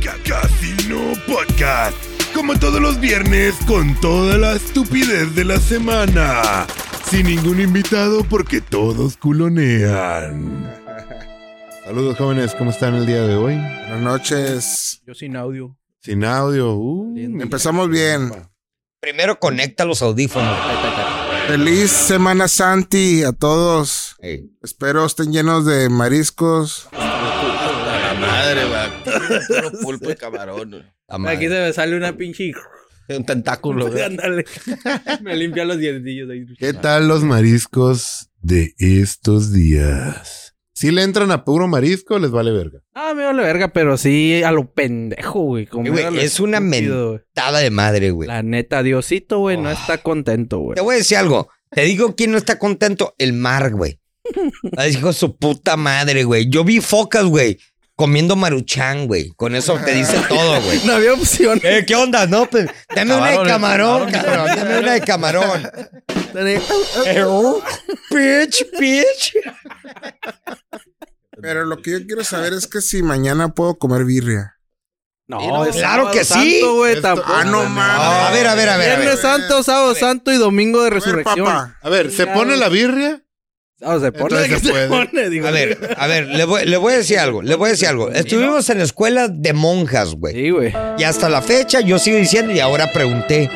Casino Podcast. Como todos los viernes, con toda la estupidez de la semana. Sin ningún invitado porque todos culonean. Saludos jóvenes, ¿cómo están el día de hoy? Buenas noches. Yo sin audio. Sin audio. uh, Empezamos bien. Primero conecta los audífonos. Feliz Semana Santi a todos. Ey. Espero estén llenos de mariscos. La madre, va. Puro pulpo y camarón. güey. La Aquí se madre. me sale una pinche. Un tentáculo. güey. Ándale. me limpia los dientillos ahí. ¿Qué tal los mariscos de estos días? Si le entran a puro marisco, les vale verga. Ah, me vale verga, pero sí a lo pendejo, güey. como Eh, güey, a lo es una estúpido, güey. Tada de madre, güey. La neta, Diosito, güey, no está contento, güey. Ah. Te voy a decir algo. Te digo quién no está contento. El mar, güey. Ay, hijo de su puta madre, güey. Yo vi focas, güey. Comiendo maruchán, güey. Con eso te dice todo, güey. No había opción. Eh, ¿Qué onda? No, pues, dame una de camarón, Acabaron el cabrón. Dame una de camarón. Eh, uh, Pitch, pitch. Pero lo que yo quiero saber es que si mañana puedo comer birria. No, es claro sábado que sí. Santo, güey, Esto- tampoco. Ah, no mames. a ver, a ver, a ver. a ver. Viernes Santo, sábado santo y domingo de A ver, resurrección. papá. A ver, ¿se pone la birria? Ah, se pone, Entonces que se se puede. pone, digo. A ver, a ver, le voy, le voy a decir algo, le voy a decir algo. Estuvimos en la escuela de monjas, güey. Sí, güey. Y hasta la fecha yo sigo diciendo y ahora pregunté.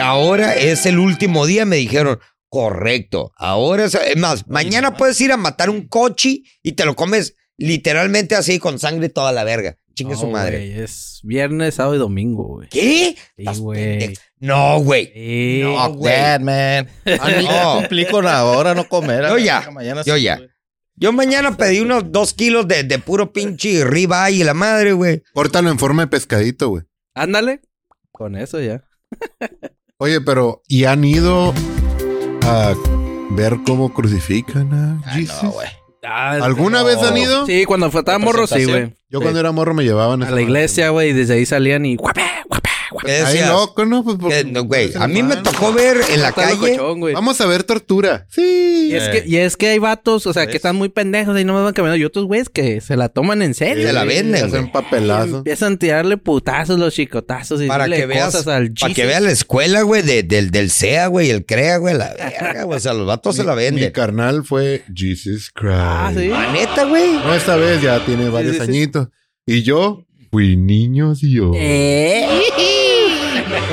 Ahora es el último día, me dijeron. Correcto. Ahora es, es más, mañana puedes ir a matar un coche y te lo comes literalmente así con sangre toda la verga. Chingue No, su madre. güey, es viernes, sábado y domingo, güey. ¿Qué? Sí, Estás güey. pendejo. No, güey. Sí. No, Fuck güey. that, man. A mí ya No. cumplí con ahora no comer. a Yo la ya, verga, mañana yo sí, ya. güey. Yo mañana pedí unos dos kilos de, de puro pinche ribeye y la madre, güey. Córtalo en forma de pescadito, güey. Ándale. Con eso ya. Oye, pero ¿y han ido a ver cómo crucifican a Ah, Jesús? no, güey. Ah, este ¿Alguna vez han ido? Sí, cuando fue estaba morro, sí, güey. Yo cuando era morro me llevaban A esa la iglesia, güey, y desde ahí salían y guapé, guapé, guapé. ¿Qué madre. Ahí decías? loco, ¿no? Pues porque- Eh, no, güey. pues, A mí me hermano. tocó ver en la Está calle. locochón, güey. Vamos a ver tortura. Sí. Y es, que, y es que hay vatos, o sea, que están muy pendejos y no me van caminando. Y otros güeyes que se la toman en serio. Se la güey. venden, Hacen güey. papelazo. Empiezan a tirarle putazos, los chicotazos y Para decirle que veas, cosas al para que Jesus. veas la escuela, güey, de- del, del CEA, güey, el CREA, güey, la verga, güey. O sea, los vatos se la Mi venden. carnal fue Jesus Christ. Ah, sí. La neta, güey. No, esta vez ya tiene varios sí, sí. añitos. Y yo fui niño Dios.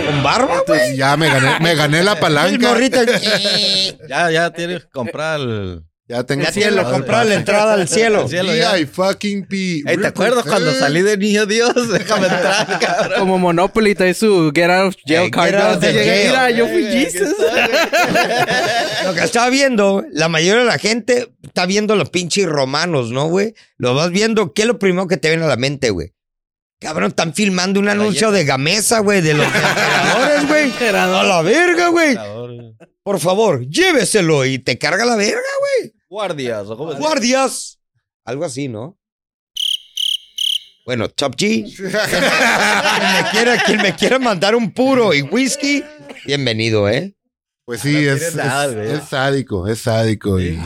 Con barba, güey. Entonces ya me gané, me gané la El palanca. morrito. Ya, ya tienes que comprar el. Ya tengo Ya tiene lo palanca. comprado la entrada al cielo. Al cielo. Yeah, I fucking pee. Ey, ¿Te acuerdas cuando salí de niño Dios? Déjame entrar, cabrón. Como Monopoly trae su Get Out of Jail Eh, card. get out of ¿no? the jail. Mira, yo fui Jesus. Lo que estaba viendo, la mayoría de la gente está viendo los pinches romanos, ¿no, güey? Lo vas viendo, ¿qué es lo primero que te viene a la mente, güey? Cabrón, están filmando un anuncio de Gamesa, güey, de los emperadores, güey. A la verga, güey. Por favor, lléveselo y te carga la verga. Guardias, ¿o cómo se dice? guardias. Algo así, ¿no? Bueno, Top G. quien, me quiera, quien me quiera mandar un puro y whisky, bienvenido, ¿eh? Pues sí, es, es, tiene nada, güey. es sádico, es sádico. Y,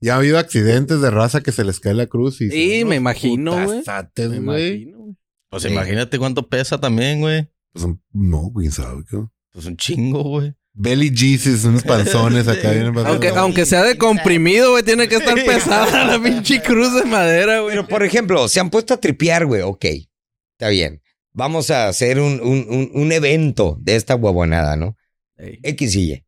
y ha habido accidentes de raza que se les cae la cruz. Y Sí, son me unos imagino, güey. putazates, Me güey. imagino, güey. Pues imagínate cuánto pesa también, güey. Pues un- no, güey, ¿sabes qué? Pues un chingo, güey. Belly Jesus, unos panzones acá. bien embarrados. Aunque, aunque sea de comprimido, güey, tiene que estar pesada la pinche cruz de madera, güey. Pero, por ejemplo, se han puesto a tripear, güey. Ok, está bien. Vamos a hacer un, un- un- un evento de esta huevonada, ¿no? Ey. X y Y.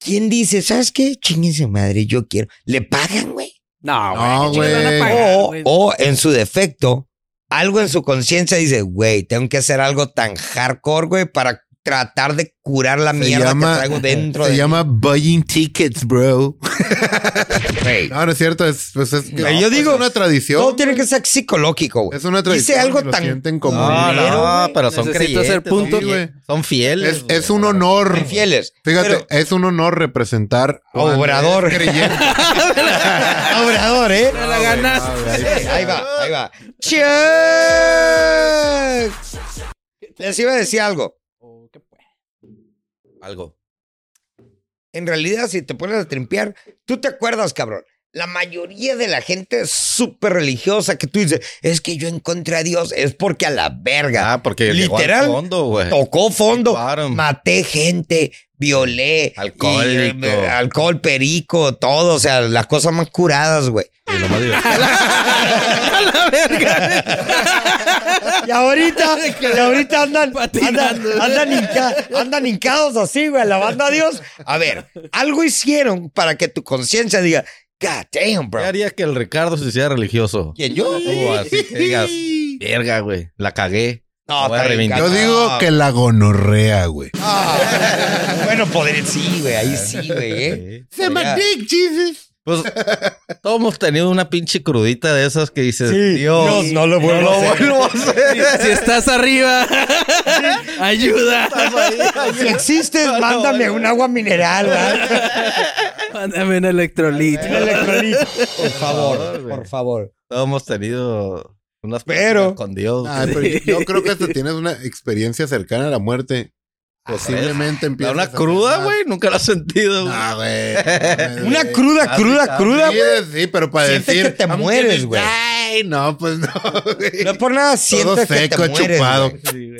¿Quién dice, sabes qué? Chinguense madre, yo quiero. ¿Le pagan, güey? No, ¿qué chingos van a güey. pagar, O, güey? Oh, o, en su defecto, algo en su conciencia dice, güey, tengo que hacer algo tan hardcore, güey, para tratar de curar la Se mierda llama- eh, que traigo dentro Se de llama buying tickets, bro. Güey, No, no es cierto. Es, pues es que- No, yo pues digo, es- es una tradición. Todo tiene que ser psicológico, güey. Es una tradición. Dice algo y lo tan- Ah, sienten como- No, Dinero, no, güey. pero son Necesito hacer creyentes, son punto, fie- güey. Son fieles. Es, es güey. un honor. Infieles. Fíjate, Pero- es un honor representar a un Obrador. creyente. Obrador, ¿eh? Me la ganaste. Ahí va, ahí va. ¡Chuck! Les iba a decir algo. Algo. En realidad, si te pones a trimpear, tú te acuerdas, cabrón. La mayoría de la gente es súper religiosa que tú dices, es que yo encontré a Dios, es porque a la verga. Ah, porque llegó Literal, al fondo, güey. Tocó fondo, Claro. maté gente, violé. y, Alcohólico. eh, alcohol, perico, todo, o sea, las cosas más curadas, güey. Y lo más divertido. A la verga. Y ahorita, y ahorita andan, Patinando. andan, andan, hinca- andan hincados así, güey, alabando a Dios. A ver, algo hicieron para que tu conciencia diga, God damn, bro. ¿Qué harías que el Ricardo se hiciera religioso? ¿Quién yo? Tú, así que digas, verga, güey, la cagué. No, Voy a está bien, reivindicar. Yo cabrón. digo que la gonorrea, güey. Ah, bueno, podría, sí, güey, ahí sí, güey, eh. Sí. Se me dick, Jesus. Pues todos hemos tenido una pinche crudita de esas que dices, Dios, Dios, no lo vuelvo no a hacer. vuelvo a hacer. Si estás arriba, ayuda. Si existes, mándame un agua mineral, ¿verdad? Mándame un electrolito. Un electrolito. Por favor, güey. por favor. Todos hemos tenido unas Pero- peleas con Dios. Ay, pero yo creo que hasta tienes una experiencia cercana a la muerte. Posiblemente ¿La empiezas una a cruda, pensar, güey? Nunca la has sentido, güey. Ah, güey. no, Una güey. cruda, cruda, cruda, Sí, güey. sí, pero para Sientes decir. que te "I'm gonna mueres, güey". die". No, pues no, güey. No es por nada Todo sientes que seco, te mueres, chupado. güey.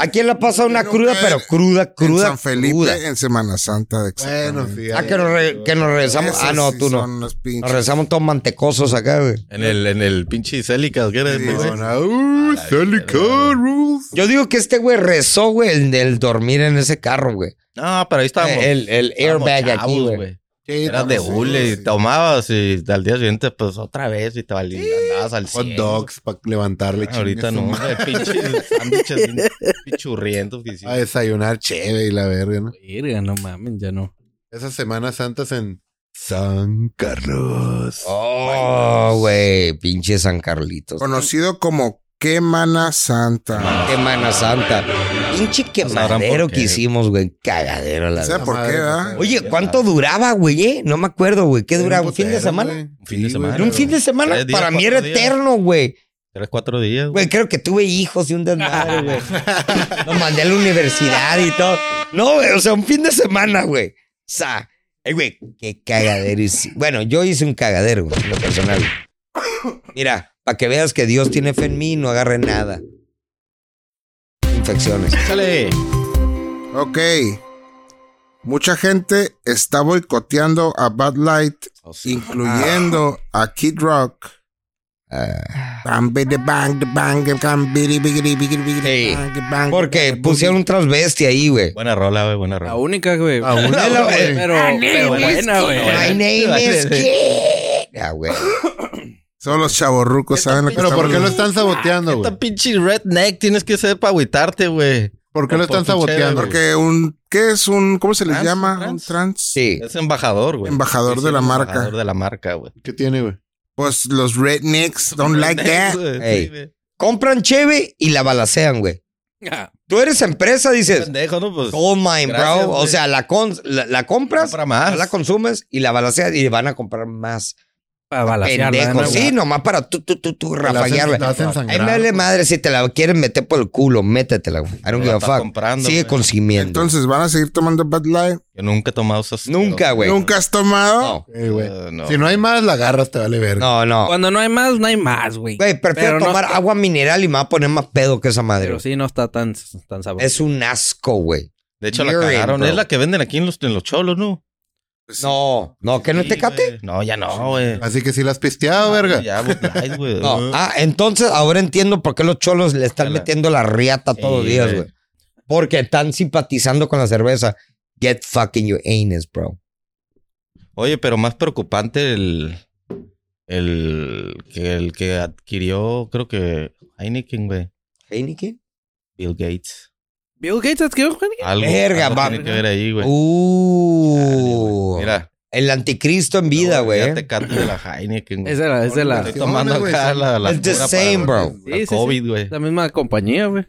¿A quién le ha pasado una Yo cruda, nunca- pero cruda, cruda, en San Felipe, cruda? en Semana Santa. Bueno, exactamente. sí. Ah, ahí- que nos, re- que nos regresamos. Esas Ah, no, sí tú no. son las Nos pinches- regresamos todos mantecosos acá, güey. En el, en el pinche Célicas, ¿qué era? Sí, Dice, no, uh, Sally Carus. Yo digo que este güey rezó, güey, el del dormir en ese carro, güey. No, pero ahí estábamos. El, el estábamos airbag chavos, aquí, güey. Sí, Eras no, de sí, hule y sí. tomabas y al día siguiente, pues otra vez y te valías, andabas al Hot cien. dogs para levantarle. chingue Ahorita su no, madre. güey, pinches sándwiches bien pichurrientos que A hicimos. desayunar chévere y la verga, ¿no? Verga, no mames, ya no. Esas Semanas Santas en San Carlos. Oh, güey, pinche San Carlitos. Conocido como Quemana Santa. Semana Santa. Pinche sabrán quemadero por qué. que hicimos, güey. Cagadero, la ¿Sabes verdad. por madre, qué, no verdad? sé. Oye, ¿cuánto duraba, güey? eh? No me acuerdo, güey. ¿Qué duraba? ¿Un fin de semana? Un fin de semana. ¿Era un fin de semana? Tres días, Para mí era cuatro días. eterno, güey. Tres, cuatro días, güey. Güey, creo que tuve hijos y un desmadre, güey. Los mandé a la universidad y todo. No, güey, o sea, un fin de semana, güey. O sea, eh, güey, qué cagadero. hice. Bueno, yo hice un cagadero, güey, en lo personal. Mira, para que veas que Dios tiene fe en mí, no agarre nada. Infecciones. Échale. Ok. Mucha gente está boicoteando a Bud Light, O sea, incluyendo Ah. a Kid Rock. Bam, bidi, bang, bang, bam, bidi, bidi, bidi, bidi, Sí. bang, bang, Porque bidi, pusieron un transvesti ahí, güey. Buena rola, güey, buena La Ah, rola. única, güey. La única, Pero, güey. pero, pero buena, güey. My name is Kid. Ah, güey. Solo los chavorrucos saben lo que Pero estamos ¿por qué lo hablando. están saboteando, güey? Esta pinche redneck tienes que ser para agüitarte, güey. ¿Por qué lo Por están tu cheve, saboteando? güey. Porque un... ¿Qué es un... ¿Cómo se les Trans, llama? trans. Un trans. Sí. Es embajador, güey. Embajador de la marca. Embajador de la marca, güey. ¿Qué tiene, güey? Pues los rednecks don't like that. Güey, Ey. sí, güey. Compran cheve y la balacean, güey. Ah, Tú eres empresa, dices, Pendejo, ¿no? Pues. Gold mine, Gracias, bro. O güey. sea, la, con- la, la compras, Compra más. no la consumes y la balaceas y van a comprar más. Para balasearla, Pendejo. ¿no, güey? Sí, nomás para tú, tú, tú, tú, La hacen, la rafallarla. hacen Ahí me sangrar. vale madre si te la quieren meter por el culo, métetela, güey. I don't La give a estás fuck. comprando, Sigue güey. consumiendo. Entonces, ¿van a seguir tomando Bud Light? Yo nunca he tomado esas. Nunca, güey. ¿Nunca has tomado? No, Eh, güey. Eh, no. Si no hay más, la agarras, te vale verga. no, no. Cuando no hay más, no hay más, güey. Güey, prefiero Pero no tomar está- agua mineral y me va a poner más pedo que esa madre. Pero sí, no está tan, tan sabroso. Es un asco, güey. De hecho, la Urine, cagaron. bro. Es la que venden aquí en los, en los cholos, ¿no? No, no, que no Pues Sí, te cate. güey. No, ya no, güey. Así que si la has pisteado, verga. Ya, Bud Light, güey. Ah, No. Ah, entonces ahora entiendo por qué los cholos le están Uh-huh. Ala. metiendo la riata todos los Sí, días, güey. güey. Porque están simpatizando con la cerveza. Get fucking your anus, bro. Oye, pero más preocupante el. El que, el que adquirió, creo que Heineken, güey. ¿Heineken? Bill Gates. Bill Gates adquirió, güey. Algo, Verga, algo va- tiene que ver ahí, güey. Uh, Mira. el anticristo en vida, no, güey. Ya te cate de la Heineken, güey. Es de la, es de la, Estoy tomando Hombre, güey, acá sí. la, la It's the cura same, para bro. la Sí, sí, COVID, güey. la misma compañía, güey.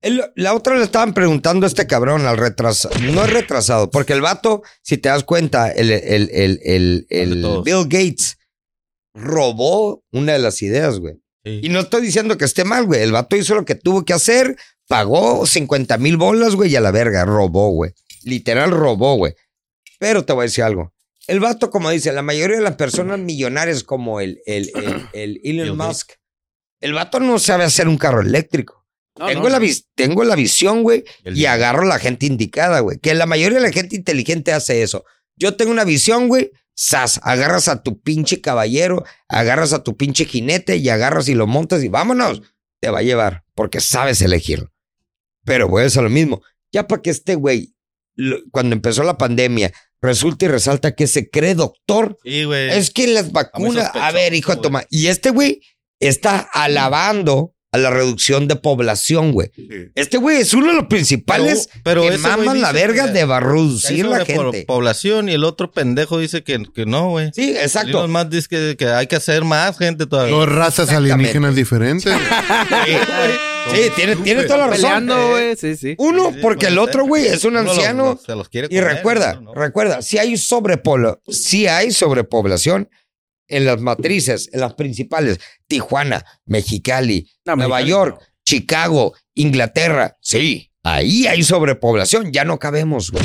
El- la otra le estaban preguntando a este cabrón al retrasado. No es retrasado, porque el vato, si te das cuenta, el, el, el, el, el De todos. Bill Gates robó una de las ideas, güey. Sí. Y no estoy diciendo que esté mal, güey. El vato hizo lo que tuvo que hacer, pagó 50 mil bolas, güey, y a la verga, robó, güey. Literal robó, güey. Pero te voy a decir algo. El vato, como dice, la mayoría de las personas millonarias como el, el, el, el Elon Bill Gates. Musk, el vato no sabe hacer un carro eléctrico. No, tengo, no. La vis- tengo la visión, güey, El y dinero. agarro la gente indicada, güey. Que la mayoría de la gente inteligente hace eso. Yo tengo una visión, güey. Sas, agarras a tu pinche caballero, agarras a tu pinche jinete y agarras y lo montas y vámonos. Te va a llevar porque sabes elegirlo. Pero güey, eso es lo mismo. Ya para que este güey, lo- cuando empezó la pandemia, resulta y resalta que se cree doctor Sí, güey. es que las vacunas. sospechoso, A ver, hijo de güey. toma. Y este güey está alabando a la reducción de población, güey. Este güey es uno de los principales Pero- pero que ese güey maman la dice verga que- de va- Hay reducir la sobrepobl- gente. población y el otro pendejo dice que, que no, güey. Sí, exacto. Eh, Elon Musk dice que, que hay que hacer más gente todavía. Dos razas Exactamente. alienígenas diferentes. Sí, tiene, tiene toda la razón. Peleando, güey. Sí, sí. Uno, Sí, porque con el otro, usted. güey, es un Uno los- anciano. los- se los quiere Y comer, recuerda, otro no. recuerda, si hay sobrepoblación, si hay sobrepoblación en las matrices, en las principales, Tijuana, Mexicali, No, Nueva Mexicali York, Chicago, Inglaterra, sí, ahí hay sobrepoblación, ya no cabemos, güey.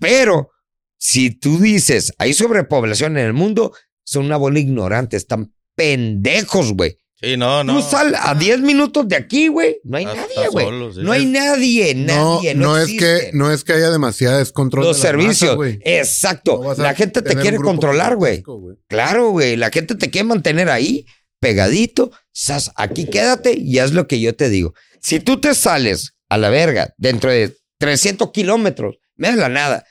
Pero si tú dices, hay sobrepoblación en el mundo, son una bola ignorante, están pendejos, güey. Sí, no, no. Tú sal a 10 minutos de aquí, güey, no hay Está- está nadie, güey. solo, sí. No hay nadie, No, nadie. no, es que, existe no es que haya demasiada descontrol. los de las masas, servicios. güey. Exacto. No vas a la gente te tener un quiere grupo controlar, güey. gigantesco, Claro, güey. La gente te quiere mantener ahí, pegadito. Sas, aquí quédate y haz lo que yo te digo. Si tú te sales a la verga dentro de 300 kilómetros, me da la nada.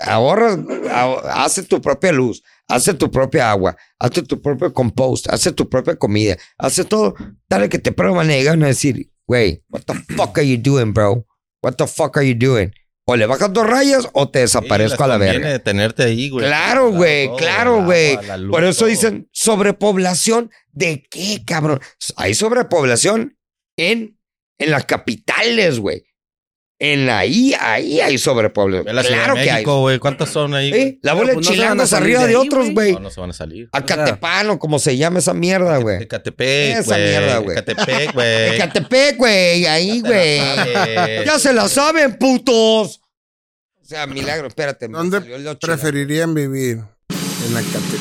Ahorras, ahor- hace tu propia luz, hace tu propia agua, hace tu propio compost, hace tu propia comida, hace todo. Dale que te prueban y van a decir, güey, what the fuck are you doing, bro? What the fuck are you doing? O le bajas dos rayas o te Sí, desaparezco les a la conviene verga. tenerte ahí, güey. Claro, güey, todo, claro, el güey. agua, la luz, Por eso todo. dicen sobrepoblación. ¿De qué, cabrón? Hay sobrepoblación en, en las capitales, güey. En ahí, ahí hay sobrepoblación. Ve la Ciudad Claro de que hay. México, güey. ¿Cuántas son ahí? Sí, güey? La Pero, bola de pues, no se van a chilangos salir arriba de de ahí, otros, güey. güey. No, no se van a salir. Acatepano, como se llama esa mierda, güey. Ecatepec, Eh, Esa güey. mierda, güey. Ecatepec, güey. Eh, Ecatepec, güey, ahí, güey. Ya se la saben, putos. O sea, milagro, espérate. me ¿Dónde salió el ocho, preferirían vivir? ¿En Acatepec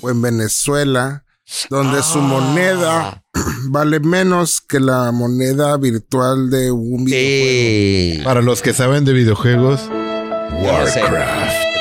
o en Venezuela? Donde su moneda vale menos que la moneda virtual de un videojuego. Sí. güey. Para los que saben de videojuegos, Ya sé.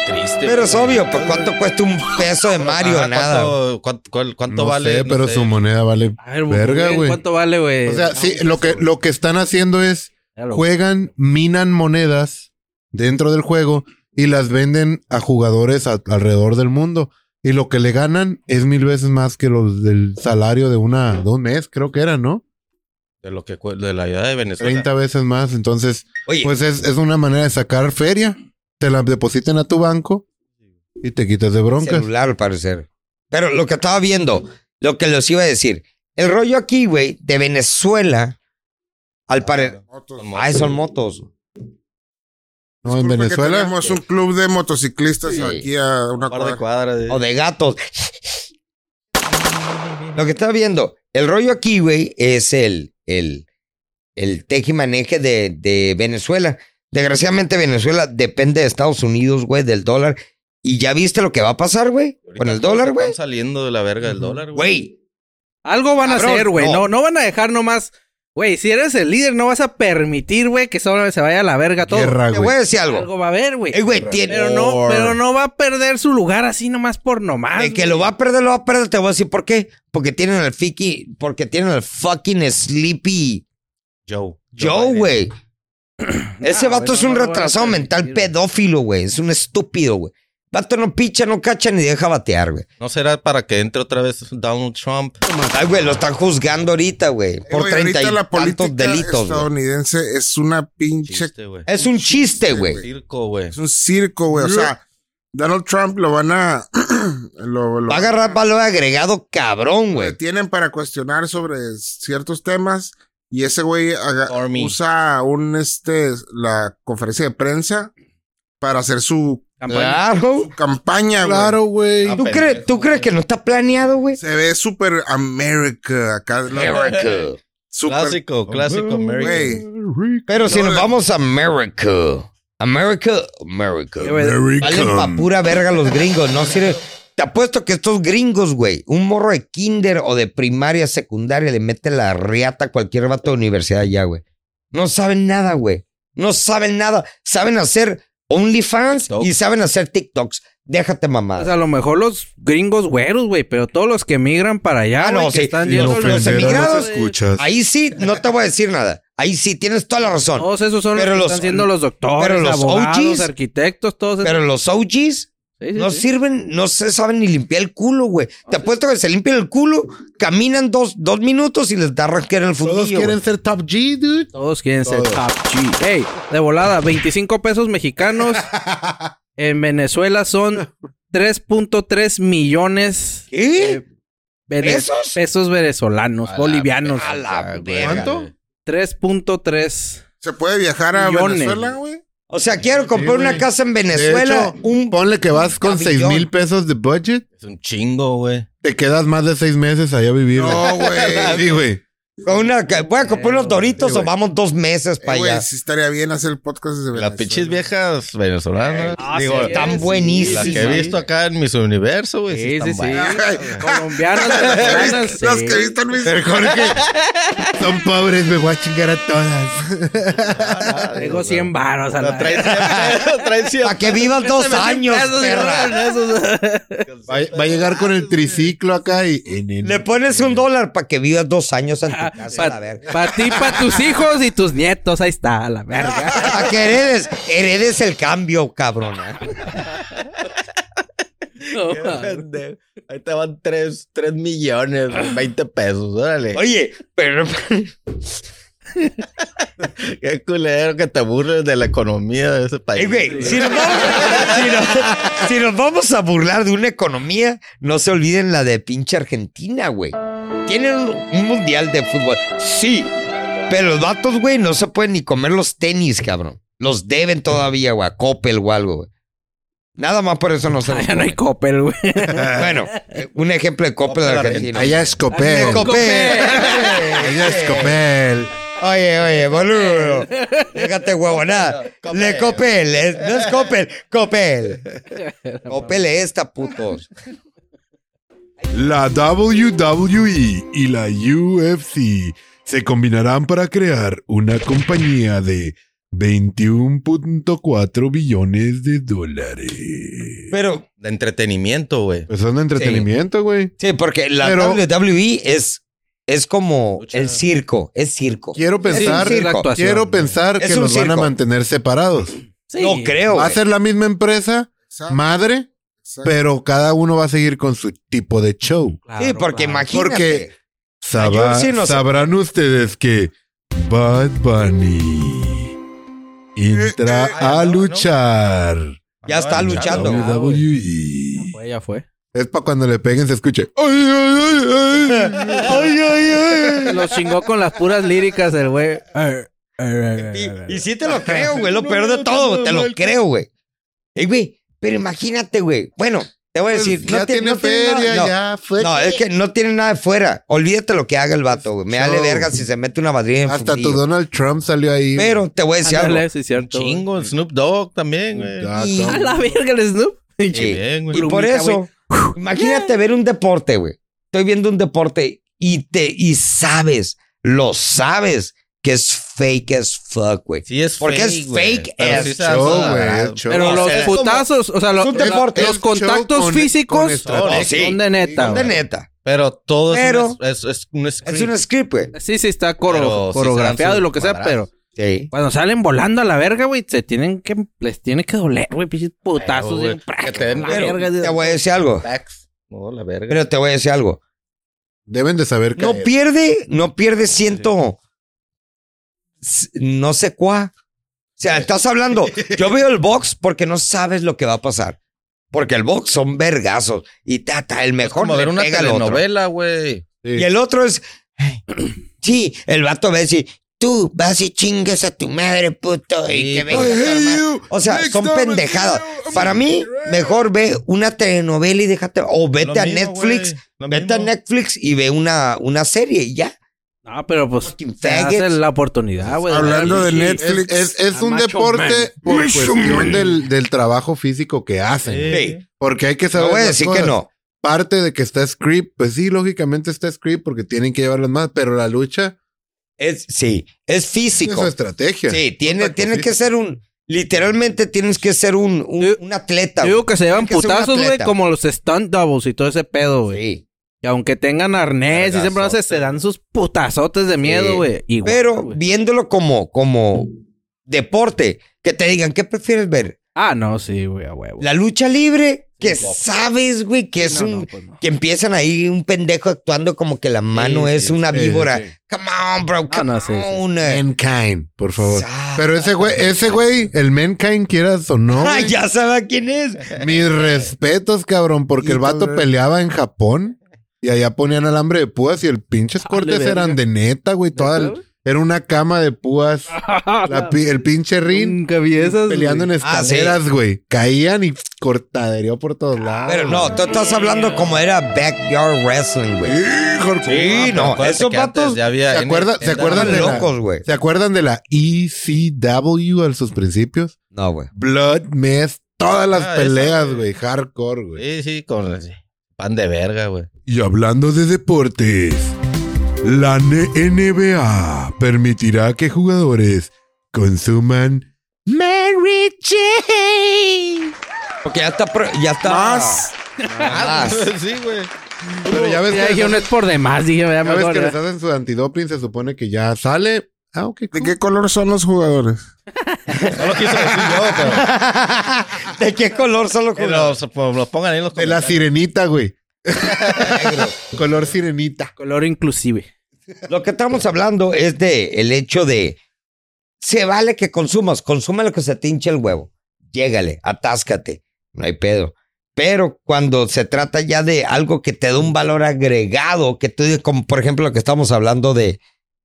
Triste. Pero es obvio, pues cuánto cuesta un peso de Mario, Ajá, nada. güey. ah, ¿Cuánto, cuánto, cuál- cuánto no vale? sé, No pero sé. su moneda vale A ver, verga, güey. ¿Cuánto vale, güey? O sea, Ah, sí, lo que, lo que están haciendo es Claro. juegan, minan monedas dentro del juego y las venden a jugadores a- alrededor del mundo. Y lo que le ganan es mil veces más que los del salario de una, de un mes, creo que era, ¿no? De lo que cu- de la edad de Venezuela. 30 veces más. Entonces, Oye, pues es, es una manera de sacar feria. Te la depositan a tu banco y te quitas de broncas. celular, al parecer. Pero lo que estaba viendo, lo que les iba a decir. El rollo aquí, güey, de Venezuela, al Ah, parecer. Ay, son motos. No, en Disculpe que Venezuela. Tenemos un club de motociclistas Sí. aquí a una Un par cuadra. de cuadras. de- O de gatos. Lo que estaba viendo, el rollo aquí, güey, es el, el, el tejimaneje de, de Venezuela. Desgraciadamente, Venezuela depende de Estados Unidos, güey, del dólar. ¿Y ya viste lo que va a pasar, güey? Ahorita Con el todos dólar, están güey. saliendo de la verga del dólar, Güey, Algo van a Cabrón, hacer, güey. no. No. no, van a dejar nomás. Güey, si eres el líder, no vas a permitir, güey, que solo se vaya a la verga todo. Guerra, te voy a güey. decir algo. Algo va a haber, güey. Ey, güey, tiene. Pero no, pero no va a perder su lugar así nomás por nomás. El que lo va a perder, lo va a perder. Te voy a decir por qué. Porque tienen al Fiki, porque tienen al fucking Sleepy Joe. Joe, Biden. güey. Ese güey, vato es no, un no lo van a retrasado permitir, mental güey. pedófilo, güey. Es un estúpido, güey. Vato no picha, no cacha ni deja batear, güey. ¿No será para que entre otra vez Donald Trump? Ay, güey, lo están juzgando ahorita, güey. Por Oye, treinta Eh, ahorita y la tantos política delitos, güey. estadounidense es una pinche Chiste, güey. Es un chiste, güey. Circo, güey. Es un circo, güey. O sea, Donald Trump lo van a. lo, lo- Va a agarrar valor agregado cabrón, lo güey. detienen para cuestionar sobre ciertos temas. Y ese güey haga- Stormy. usa un este la conferencia de prensa para hacer su Ah. Campaña. Claro. campaña, güey. Claro, güey. Ah, ¿Tú crees, ¿Tú crees que no está planeado, güey? Se ve súper America acá. la- America. Súper. Clásico, clásico American. Güey. Pero si No, nos de- vamos a America. America America. Qué verga. Valen pa' pura verga los gringos, no sirve. Te apuesto que estos gringos, güey, un morro de kinder o de primaria, secundaria, le mete la riata a cualquier vato de universidad ya, güey. No saben nada, güey. No saben nada. Saben hacer OnlyFans Tok. y saben hacer TikToks. Déjate mamada. O sea, a lo mejor los gringos güeros, güey, pero todos los que migran para allá, Ah, güey, no, que sí. están Y Sin los- yendo los ofender a emigrados, los escuchas. Pues, Ahí sí, no te voy a decir nada. Ahí sí, tienes toda la razón. Todos esos son Pero los que los- están siendo los doctores, pero los abogados, OGs, arquitectos, todos esos. Pero los OGs pues. Sí, sí, no sí. Oh, sirven, no se saben ni limpiar el culo, güey. Te apuesto que se limpian el culo, caminan dos, dos minutos y les da rasquera en el Todos fundillo. quieren güey. ser top G, dude. Todos quieren ser Todos. top G. Ey, de volada, 25 pesos mexicanos. en Venezuela son 3.3 millones ¿Qué? vene- ¿Pesos? pesos venezolanos, A la- bolivianos. a la verga. ¿Cuánto? 3.3. ¿Se puede viajar a Millones. Venezuela, güey? O sea, quiero comprar Sí, una güey. casa en De Venezuela. hecho, un... ponle que vas con pabellón. seis mil pesos de budget, Es un chingo, güey. te quedas más de seis meses allá a vivir. No, güey. Sí, güey. con una, ca- voy a comprar unos doritos o vamos dos meses Eh, para güey, allá. sí estaría bien hacer el podcast desde Venezuela. Las pinches viejas Eh, venezolanas. Ah, digo, sí, tan sí, buenísimas. las sí, que he sí. visto acá en mis universos, güey. Sí, sí, están sí. buenas. Colombianas, venezolanas. Las sí. que viste en mis... El Jorge, son pobres, me voy a chingar a todas. Tengo 100 varos a la Traen siempre- traen siempre- Para que vivas dos años, Esos perra. esos- Va, va a llegar con el triciclo acá y... Le pones un dólar para que vivas dos años en tu casa, la Para verga. ti, para tus hijos y tus nietos, ahí está, a la verga. Para que heredes, heredes el cambio, cabrón. ¿eh? No, Pendejo. Ahí te van 3, millones, 20 pesos, órale. Oye, pero Qué culero que te burles de la economía de ese país. Eh, güey, si, nos vamos, si nos- si nos vamos a burlar de una economía, no se olviden la de pinche Argentina, güey. Tienen un, un mundial de fútbol. Sí, pero los vatos, güey, no se pueden ni comer los tenis, cabrón. Los deben todavía, güey, a Coppel o algo, güey. Nada más por eso no se los ya no hay comen. Coppel, güey. Bueno, eh, un ejemplo de Coppel de Argentina. Allá es Eh, Copel. Coppel. Allá es Copel. Oye, oye, boludo. Déjate huevonada. Copel. Le Copel. es- no es Copel, Copel. Copel es esta, putos. La WWE y la UFC se combinarán para crear una compañía de 21.4 billones de dólares. Pero, De entretenimiento, güey. Pues son de entretenimiento, güey. sí, porque la Pero- WWE es, es como Mucha- el circo. Es circo. Quiero pensar, es un circo. actuación. quiero pensar Es que un los van a circo. mantener separados. Sí. No creo. Va a güey. ser la misma empresa, Exacto, madre, exacto. pero cada uno va a seguir con su tipo de show. Claro, Sí, porque claro. imagínate. Porque- Ay, Sabá- yo sí no sé. sabrán ustedes que Bad Bunny entra eh, ah, a no, luchar. Ya está luchando. Ah, WWE. Pues ya fue. Es para cuando le peguen se escuche. ¡Ay, ay, ay, ay! ¡Ay, ay, ay! Lo chingó con las puras líricas el güey. Ar, ar, ar, ar, Y, ar. y sí te lo creo, güey. Lo No, peor no, de no, todo, no, te no, lo el- creo, güey. Ey, güey, pero imagínate, güey. Bueno, te voy a decir. Pues ya no te- tiene no feria, nada- no, ya fue. No, es que no tiene nada de fuera. Olvídate lo que haga el vato, güey. Me vale Show. verga si se mete una madrina en Hasta tu fundillo. Donald Trump salió ahí. Pero te voy a decir algo. Ándale, sí, cierto. güey. Chingo, Snoop Dogg también, güey. Ya, Y- Trump. A la verga el Snoop. Sí. Bien, güey. Y por Plumita, eso, imagínate ver un deporte, güey. Estoy viendo un deporte y te y sabes, lo sabes que es fake as fuck, güey. Sí es Porque es güey, fake pero as sí se show, hace la güey, verdad. es show. Pero No, los o sea, es putazos, o sea, lo- es un la- deporte, los es show contactos con- con físicos estrategia. No, sí. son de neta. De güey. neta. Pero todo es Pero- un- es, es un script. Es un script, güey. Sí, sí, está Pero coro- sí coreografiado serán y lo que sus sea, pero madrazos. Sí. cuando salen volando a la verga, güey, se tienen que, les tiene que doler, güey, pinches putazos. güey, bien, prac, que te den- la Pero verga, te de- voy a decir algo. Facts. No, la verga. Pero te voy a decir algo. Deben de saber que. No pierde, no pierde ciento. s- No sé cuá. O sea, estás hablando. Yo veo el box porque no sabes lo que va a pasar. Porque el box son vergazos. Y tata, el es mejor como le ver una pega al otro. telenovela, güey. Y el otro es. Sí, el vato va a decir. Tú vas y chingues a tu madre, puto. Y Sí, que pues. venga tu hermano". O sea, son pendejadas. Para mí, mejor ve una telenovela y déjate. O Lo vete a mismo, Netflix. güey, lo Vete a mismo. Netflix y ve una, una serie y ya. Ah, pero pues Fucking te hace faggots. la oportunidad, güey. Hablando de Sí. Netflix, Es, es- es Al un macho deporte man. por Macho man. cuestión del, del trabajo físico que hacen. Sí. Porque hay que saber. No voy a las decir cosas. que no. Parte de que está script, pues sí, lógicamente está script porque tienen que llevarlas más, pero la lucha Es, sí, es tiene su físico. estrategia. Sí, tiene, Contacto tienes que físico. ser un. Literalmente tienes que ser un, un, Yo- un atleta. Yo digo que se llevan Tiene que ser un putazos, güey, atleta. como los stunt doubles y todo ese pedo, güey. güey. Y aunque tengan arnés y siempre hace, Vergazote. se dan sus putazotes de miedo, güey. Igual, Pero güey. viéndolo como, como deporte, que te digan, ¿qué prefieres ver? Ah, no, sí, güey, a huevo. La lucha libre, que Sí, no. sabes, güey, que es No, un. no, pues no. Que empiezan ahí un pendejo actuando como que la mano Sí, es sí, una sí, víbora. sí. Come on, bro, come no, sí, sí. on. Mankind, por favor. Sa- Pero ese güey, ese güey, el Mankind quieras o no. Ay, güey, ya sabe a quién es. Mis respetos, cabrón, porque el vato peleaba en Japón y allá ponían alambre de púas y el pinches Dale, cortes verga. eran de neta, güey. Toda el- era una cama de púas. La pi- el pinche ring Nunca vi esas, peleando güey. en Ah, sí. escaleras, güey. Caían y cortadería por todos lados. Pero no, tú estás hablando como era backyard wrestling, güey. Hijo, Sí, pues, no, Acuérdate esos que antes vatos ya había ¿se N- acuerdan- N- se acuerdan N- de la- locos, güey. ¿Se acuerdan de la ECW a sus principios? No, güey. Blood Mess, todas las Ah, esa, peleas, güey. güey. Hardcore, güey. Sí, sí, con el pan de verga, güey. Y hablando de deportes, la N- NBA permitirá que jugadores consuman Mary Jane. Porque ya está. pro- Ya está Más. Más. sí, güey. Pero ya ves Ya que, dije, les, un es por demás, dije, ya ya ves mejor. que les ya. hacen su antidoping, se supone que ya sale. Ah, ok. ¿De cool. qué color son los jugadores? No lo quiso decir yo, pero. ¿De qué color son los Que jugadores? los, pues, los pongan ahí en los De la comentarios. sirenita, güey. Color sirenita. Color inclusive. Lo que estamos hablando es de el hecho de se vale que consumas, consume lo que se te hinche el huevo. Llégale, atáscate, no hay pedo. Pero cuando se trata ya de algo que te dé un valor agregado, que tú dices, como por ejemplo lo que estamos hablando de,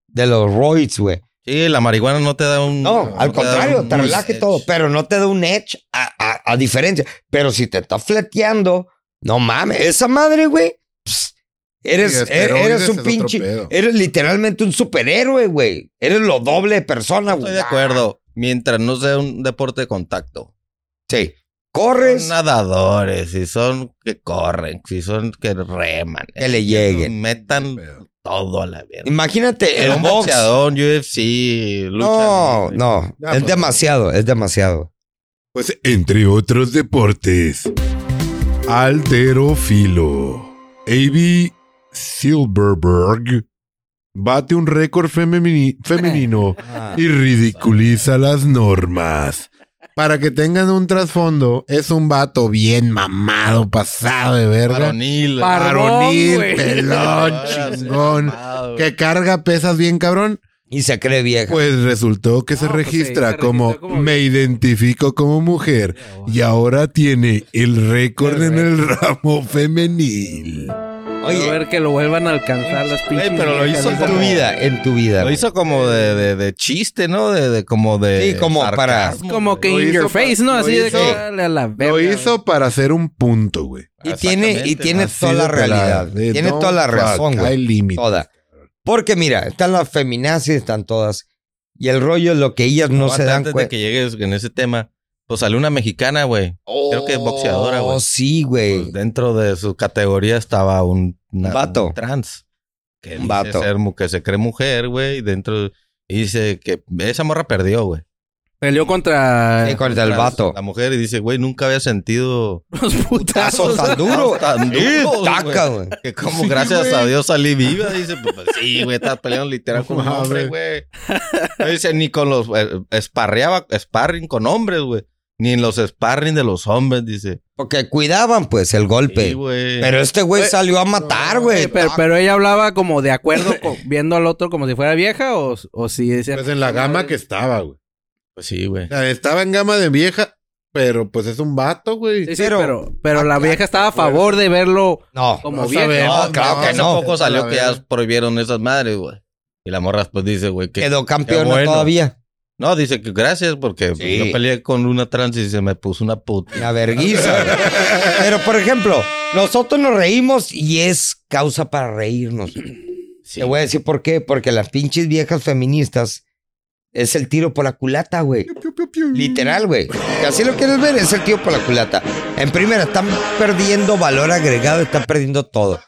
de los roids, güey. Sí, la marihuana no te da un. No, al te da contrario, un- te un relaja y edge. todo, pero no te da un edge a, a- a diferencia. Pero si te está fleteando, no mames, esa madre, güey, pss, Sí, eres, er- esteroides eres es un otro pinche, pedo. eres literalmente un superhéroe, güey. Eres lo doble de persona, güey. Estoy de acuerdo. Mientras no sea un deporte de contacto. Sí. Son Corres, nadadores, si son que corren, si son que reman. que le lleguen. Metan todo a la verga. Imagínate Pero el un box. boxeador, UFC, lucha. No, libre. no, Ya, es pues. demasiado, es demasiado. Pues entre otros deportes, alterofilo. A.B. Silverberg bate un récord femini- femenino Ah. y ridiculiza las normas. Para que tengan un trasfondo, es un vato bien mamado, pasado de verga. Varonil. Par- Barbón, Varonil, güey. pelón, Ahora sí, chingón. mamado, güey. Que carga pesas bien cabrón. Y se cree vieja. Pues resultó que se No, pues sí, se registra registró como, como- me identifico como mujer y ahora tiene el récord en el ramo femenil. a Oye, ver que lo vuelvan a alcanzar las pinches. Güey, pero lo viejas, hizo ¿no? en tu vida, en tu vida. Lo güey. hizo como de, de, de chiste, ¿no? De, de como de. Sí, como para- sarcasmo, Como que Lo in hizo your pa- face, ¿no? lo Así de que hizo- dale a la verga. Lo güey. hizo para hacer un punto, güey. Y tiene, y Ah, Exactamente, tiene Así toda de la pelada. realidad. De Tiene no toda la fuck, razón, güey. Hay límites. Toda. Porque mira, están las feminazis, están todas. Y el rollo es lo que ellas no se dan antes de cuenta. que llegues en ese tema, pues salió una mexicana, güey. creo que es boxeadora, güey. Oh, sí, güey. Pues dentro de su categoría estaba un, una- Vato. un trans. Que, Un dice vato. ser mu- que se cree mujer, güey. Y dentro y dice que esa morra perdió, güey. Peleó contra Sí, con el del Trans, vato. La mujer y dice, güey, nunca había sentido los Tazos putazos. Pues tan duro. tan duro. Taca, güey. Que como gracias a Dios salí viva, dice, pues, pues, sí, güey, estás peleando literal con un Mames. hombre, güey. No dice, ni con los, eh, esparreaba, sparring con hombres, güey. Ni en los sparring de los hombres, dice. Porque cuidaban, pues, el golpe. Sí, güey. pero este güey Güey, salió a matar, güey. Oye, pero, pero ella hablaba como de acuerdo, co- viendo al otro como si fuera vieja o, o si decía. Pues en la gama que estaba, güey. Pues sí, güey. O sea, estaba en gama de vieja, pero pues es un vato, güey. Sí, sí, pero- pero, pero, la vieja estaba a favor de verlo no. como No vieja. sabemos, No, claro que Hace no. poco salió A que la ya verga. prohibieron esas madres, güey. Y la morra pues dice, güey, que... Quedó campeona qué bueno. todavía. No, dice que gracias porque Sí. yo peleé con una trans y se me puso una puta. La verguiza. güey. pero, por ejemplo, nosotros nos reímos y es causa para reírnos. Sí. Te voy a decir por qué. Porque las pinches viejas feministas es el tiro por la culata, güey. Literal, güey. Que Así lo quieres ver, es el tiro por la culata. En primera, están perdiendo valor agregado, están perdiendo todo.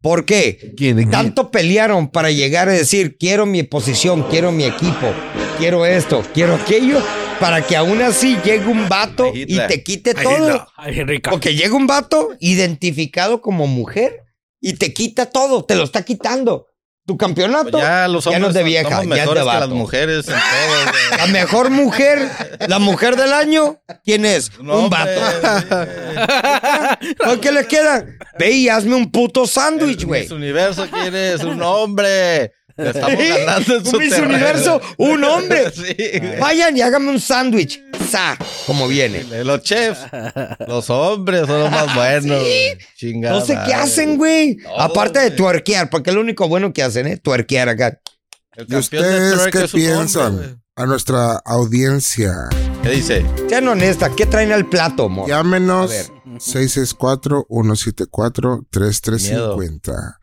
¿Por qué? ¿Quién? Tanto pelearon para llegar a decir, quiero mi posición, quiero mi equipo, quiero esto, quiero aquello, para que aún así llegue un vato Ahí y está. te quite Ahí todo. está. Ay, Enrica. Porque llega un vato identificado como mujer y te quita todo, te lo está quitando. Tu campeonato, Pues ya los ya hombres no es de vieja, somos ya es de mejores que las vato. mujeres en todo, güey. la mejor mujer, la mujer del año, ¿quién es? No, un vato. hombre, ¿Por qué le queda? Ve y hazme un puto sándwich, el güey. Miss Universo quieres un hombre. Le estamos Sí, ganando en un su Miss terreno. Universo, un hombre. Sí, güey. Vayan y hágame un sándwich. Sa, como viene. Los chefs, los hombres son los más buenos. güey. Chingada No sé qué madre. hacen, güey. No, Aparte de güey. tuerquear, porque es lo único bueno que hacen, ¿eh? Tuerquear acá. El ¿Y campeón de ustedes twerk qué es un piensan? hombre, güey. a nuestra audiencia. ¿Qué dice? Sean honestas, ¿qué traen al plato, amor? Llámenos A ver. 664-174-3350.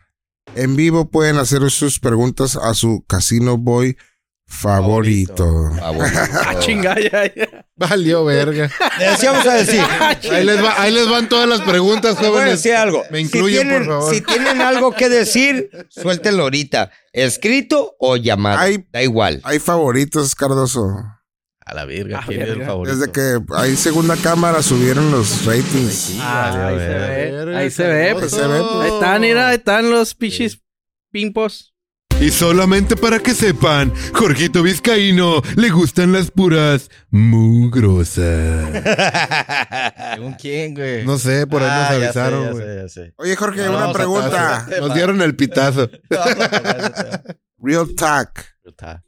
En vivo pueden hacer sus preguntas a su casino boy favorito. Ah, chinga, ya, ya. Valió verga. Le decíamos a decir. Ahí les, va- ahí les van todas las preguntas, Te voy a jóvenes. decir algo. Me incluyen, si tienen, por favor. Si tienen algo que decir, suéltenlo ahorita. Escrito o llamado. Ay. da igual. Hay favoritos, Cardoso. A la virga, Ah, ¿quién es el verga. favorito? Desde que hay segunda cámara subieron los ratings. Ah, ahí valió se verga. ve. Ahí se ve. pues. Ahí se ve, Ahí están, mira, ahí están los pichis pimpos. Y solamente para que sepan, Jorgito Vizcaíno le gustan las puras mugrosas. ¿Según quién, güey? No sé, por ahí Ah, ya nos sé, avisaron, ya güey. sé, ya sé. Oye, Jorge, No, una no, pregunta. Satanás. Nos dieron el pitazo. Real Talk. Está.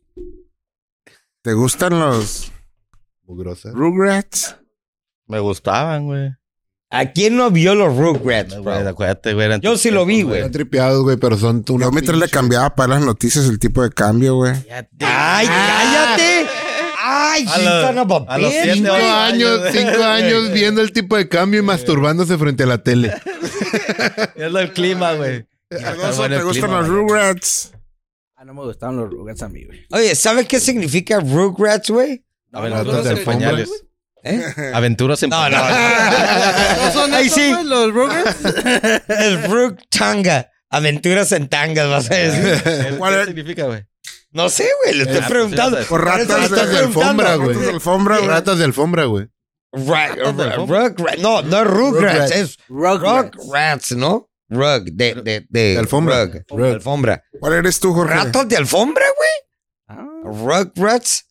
¿Te gustan los Mugrosa. Rugrats? Me gustaban, güey. ¿A quién no vio los Rugrats, No, bro? güey, acuérdate, güey, eran Yo tus sí lo vi, tiempos, güey. Están tripeados, güey, pero son tú. Yo mientras le cambiaba para las noticias el tipo de cambio, güey. Cállate. ¡Ay, Ah. cállate! ¡Ay, A la- son of a a los bitch. siete, Cinco Ay, años, güey. cinco años viendo el tipo de cambio y masturbándose frente a la tele. Es lo del clima, Eh, güey. Cardoso, ¿te gustan los Rugrats? Ah, no me gustaban los rugas a mí, güey. Oye, ¿sabes qué significa Rugrats, güey? No, Aventuras no, no, de no, Aventuras en no, alfombra. pañales. ¿Eh? Aventuras en No, no. pañales. ¿No son Ahí esos, sí. güey, los Rugrats? El Rug Tanga. Aventuras en tangas, vas a decir. ¿Cuál es? ¿Qué significa, güey? No sé, güey, le estoy Ah, preguntando. pues, O ratas Estás de, de preguntando. alfombra, güey. Ratas de alfombra, Ratas de alfombra, güey. Ra- ¿Ratas de ra- alfombra? Rugrats. No, no es Rugrats, Rugrats. es Rugrats. Rugrats, ¿no? Rug, de, de, de De alfombra. rug, Rug. alfombra. ¿Cuál eres tú, Jorge? ¿Ratos de alfombra, Ah. güey? Rugrats.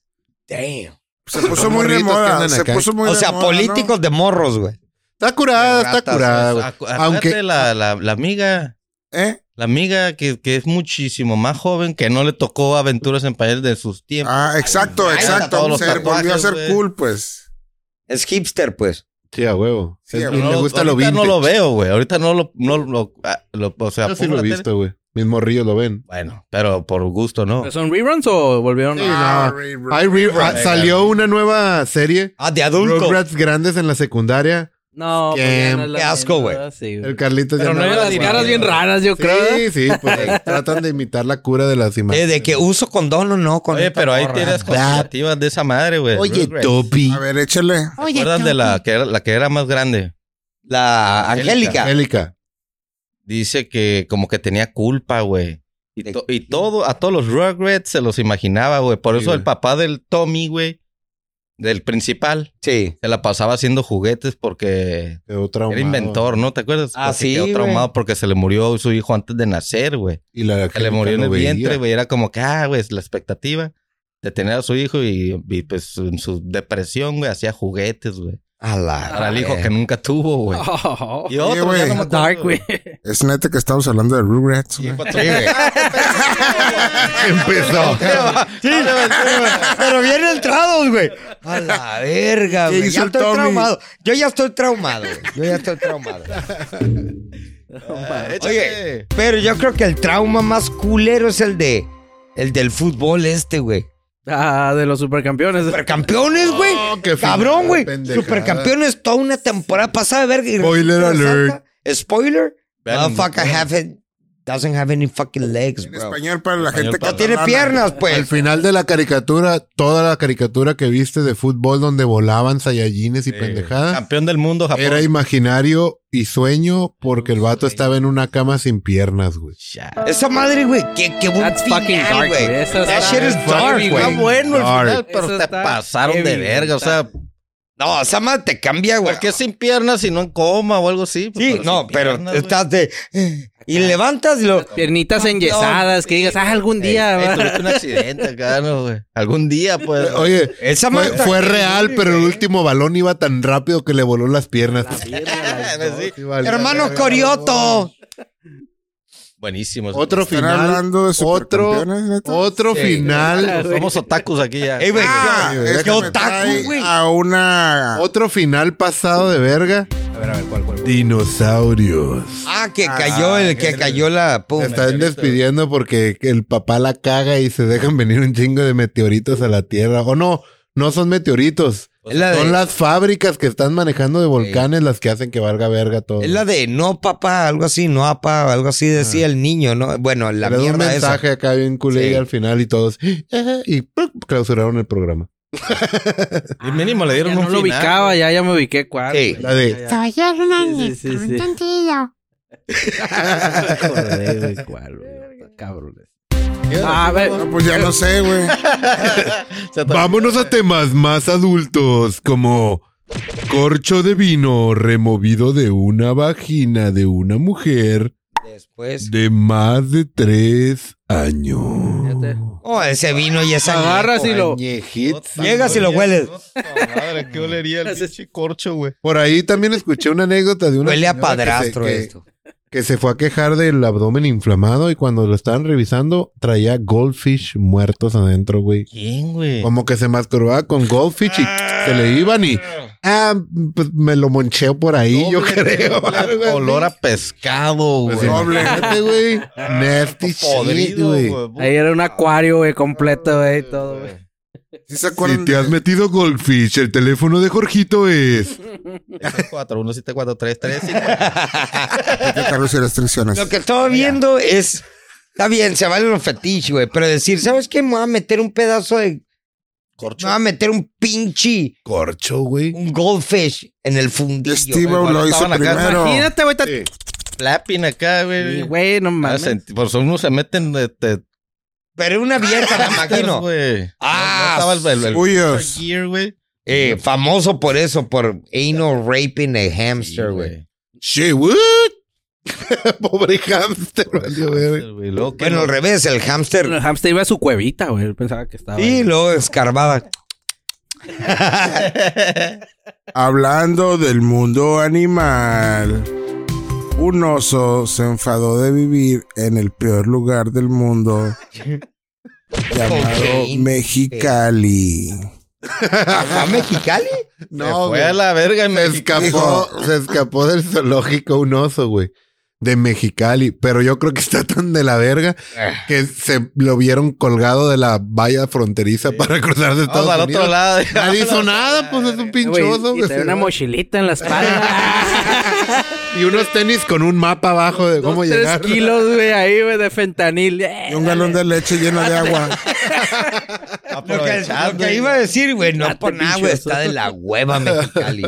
Damn. Se puso Son muy de morritos que moda. andan Se acá. puso muy O de sea, moda, ¿no? políticos de morros, güey. Está curada, Ratas, está curada, Acu- güey. acuérdate Aunque ah. la, la, la amiga, ¿Eh? la amiga que, que es muchísimo más joven, que no le tocó Aventuras en pañales de sus tiempos. Ah, exacto, Ay, todos exacto. los Se volvió a tatuajes, ser güey. cool, pues. Es hipster, pues. Sí, a huevo. Sí, Es- a y huevo. le gusta lo ahorita vintage. no lo veo, güey. Ahorita no lo, no lo, ah, lo- o sea, Yo sí pongo lo he la tele. visto, güey. Mis morrillos lo ven. Bueno, pero por gusto no. ¿Pero ¿Son reruns o volvieron? Sí, a- Ah, no. re- re- Ay, re- ah, salió una nueva serie. Ah, de adulto. Rugrats grandes en la secundaria. No, pues Qué ya no es la qué asco, misma, güey. ¿verdad? Sí, güey. El Carlitos Pero ya no andaba era Las Bueno, caras bien bueno. raras, yo creo. Sí, sí, pues tratan de imitar la cura de las Eh, imágenes. de que uso condón o no con Oye, esta pero ahí morra. tienes conspirativas de esa madre, güey. Rugrats. Topi. A ver, échale. ¿Se acuerdan de la que, era, la que era más grande? La Angélica. Angélica. Dice que como que tenía culpa, güey. Y, ¿De to- qué? y todo, a todos los Rugrats se los imaginaba, güey. Por Sí, eso el güey. papá del Tommy, güey, del principal, Sí. se la pasaba haciendo juguetes porque Quedó traumado. era inventor, ¿no? ¿Te acuerdas? Ah, Porque sí, Quedó güey. traumado porque se le murió su hijo antes de nacer, güey. Y la Se le Angélica murió en lo el veía. vientre, güey. Era como que, ah, güey, es la expectativa de tener a su hijo y, y, pues en su depresión, güey, hacía juguetes, güey. A la. Para el hijo que nunca tuvo, güey. Oh, Y otro, güey. ya no me acuerdo, dark, güey. Es neta que estamos hablando de Rugrats. güey. Empezó. Sí, pero bien entrados, güey. A la verga, ¿Qué güey. hizo Ya el estoy Tommy? traumado. Yo ya estoy traumado. güey. Yo ya estoy traumado. Ah, Oye, pero yo creo que el trauma más culero es el de el del fútbol este, güey. Ah, de los supercampeones. Supercampeones, güey. Oh, qué Cabrón, final, güey. pendejada. Supercampeones toda una temporada pasada, verga. y Spoiler resulta- alert. Spoiler. Vean, Motherfucker haven't doesn't have any fucking legs, En bro. español para la gente que No tiene piernas, Al pues. final de la caricatura, toda la caricatura que viste de fútbol donde volaban sayajines y pendejadas, Campeón del mundo, Japón. era imaginario y sueño porque el vato estaba en una cama sin piernas, güey. Esa madre, güey, qué, qué buen That's fucking final, dark, güey. güey. Eso That está- shit is dark, Está güey. bueno Dark. el final, pero Eso te está pasaron de heavy, verga. O está- sea, No, esa madre te cambia, güey. porque sin piernas y no en coma o algo así. pues, Sí, no, sin pero piernas, güey. estás de... Y levantas y lo... Piernitas enyesadas, que digas, ah, algún Ey, día. ey, va". tuviste un accidente acá, ¿no, güey? Algún día, pues. Oye, Esa fue, madre... está fue heavy, real, pero el güey. último balón iba tan rápido que le voló las piernas. Sí. Sí, vale. Hermano Corioto. Buenísimo. Otro están final. hablando de Otro, supercampeones, neta? otro Sí. final. Somos otakus aquí ya. Ey, güey. Ah, Sí, yo- güey, es que yo me otaku, trae güey. a una Otro final pasado de verga. Dinosaurios. Ah, que cayó el... Que cayó la... Pum. Se están despidiendo porque el papá la caga y se dejan venir un chingo de meteoritos a la Tierra. O no, no son meteoritos. Es la Son Ah, de... las fábricas que están manejando de volcanes las que hacen que valga verga todo. Es la de no papá, algo así, no papá, algo así decía el niño, ¿no? Bueno, la Le da Ah. un mierda esa. mensaje acá bien culé Sí. y al final y todos. "Ah", Y ¡pum!, clausuraron el programa. Y mínimo le Ya dieron no un lo final. ubicaba, ya, ya me ubiqué cuál. Sí. güey. La de. Ya, Soy Hernández, Sí, sí, sí, sí. un tontillo. ya me acordé, güey, cuál, güey. Cabrones. Ah, A ver, No, pues ya no sé, güey. Vámonos a temas más adultos como corcho de vino removido de una vagina de una mujer Después. de más de tres años. fíjate. Oh, ese vino y esa. agarras y lo. Llegas y lo hueles. Madre, qué olería el pinche corcho, güey. Por ahí también escuché una anécdota de una. Huele a señora que se- padrastro que- esto. que se fue a quejar del abdomen inflamado y cuando lo estaban revisando traía goldfish muertos adentro, güey. ¿Quién, güey? Como que se masturbaba con goldfish Ah. y se le iban y ah, pues me lo moncheo por ahí, yo Doble, creo. doble algo así. Olor a pescado, güey. Pues imagínate, güey. Ah, Nasty shit, pues, Podrido, güey. Ahí era un acuario, güey, completo, güey, y todo, güey. ¿Sí se Si acuerdan te has metido Goldfish, el teléfono de Jorgito es 417433 de que carros y restricciones? Lo que estaba viendo es. Está bien, se valen los fetiches, güey. Pero decir, ¿sabes qué? Me voy a meter un pedazo de. Corcho. Me voy a meter un pinche. Corcho, güey. Un goldfish en el Y fundillo. Este Steve güey. lo güey, cuando hizo estaban acá, primero. Imagínate, güey. ta- Flapping acá, Y, güey. Güey, no Ah, mames. sentí- pues, Por eso uno se meten este, Pero una vieja, Ah, me imagino. güey. Ah, No, no estaba el, el, el Suyos. gear, güey. Eh, famoso por eso, por anal raping a hamster, güey. Shit, what? Pobre hamster, valió verga. Güey, luego que Bueno, al no- revés, el hamster El hamster iba a su cuevita, güey. Él pensaba que estaba. Y ahí. luego escarbada. Hablando del mundo animal, un oso se enfadó de vivir en el peor lugar del mundo llamado Cocaína. Mexicali. ¿A Mexicali? se No, fue güey. a la verga y me Se escapó, se escapó del zoológico un oso, güey. De Mexicali, pero yo creo que está tan de la verga Ah. que se lo vieron colgado de la valla fronteriza para cruzar de Estados Vamos al Unidos. otro lado. Nadie hizo nada, pues es un Eh, güey, pinchoso, Y güey. traía una mochilita en la espalda. Y unos tenis con un mapa abajo de cómo Dos, llegar. Tres kilos, güey, ahí, güey, de fentanil. Eh, Y un galón de leche lleno de agua. Lo que, lo que iba a decir, güey, no Date, por nada, güey, pinchoso. está de la hueva Mexicali.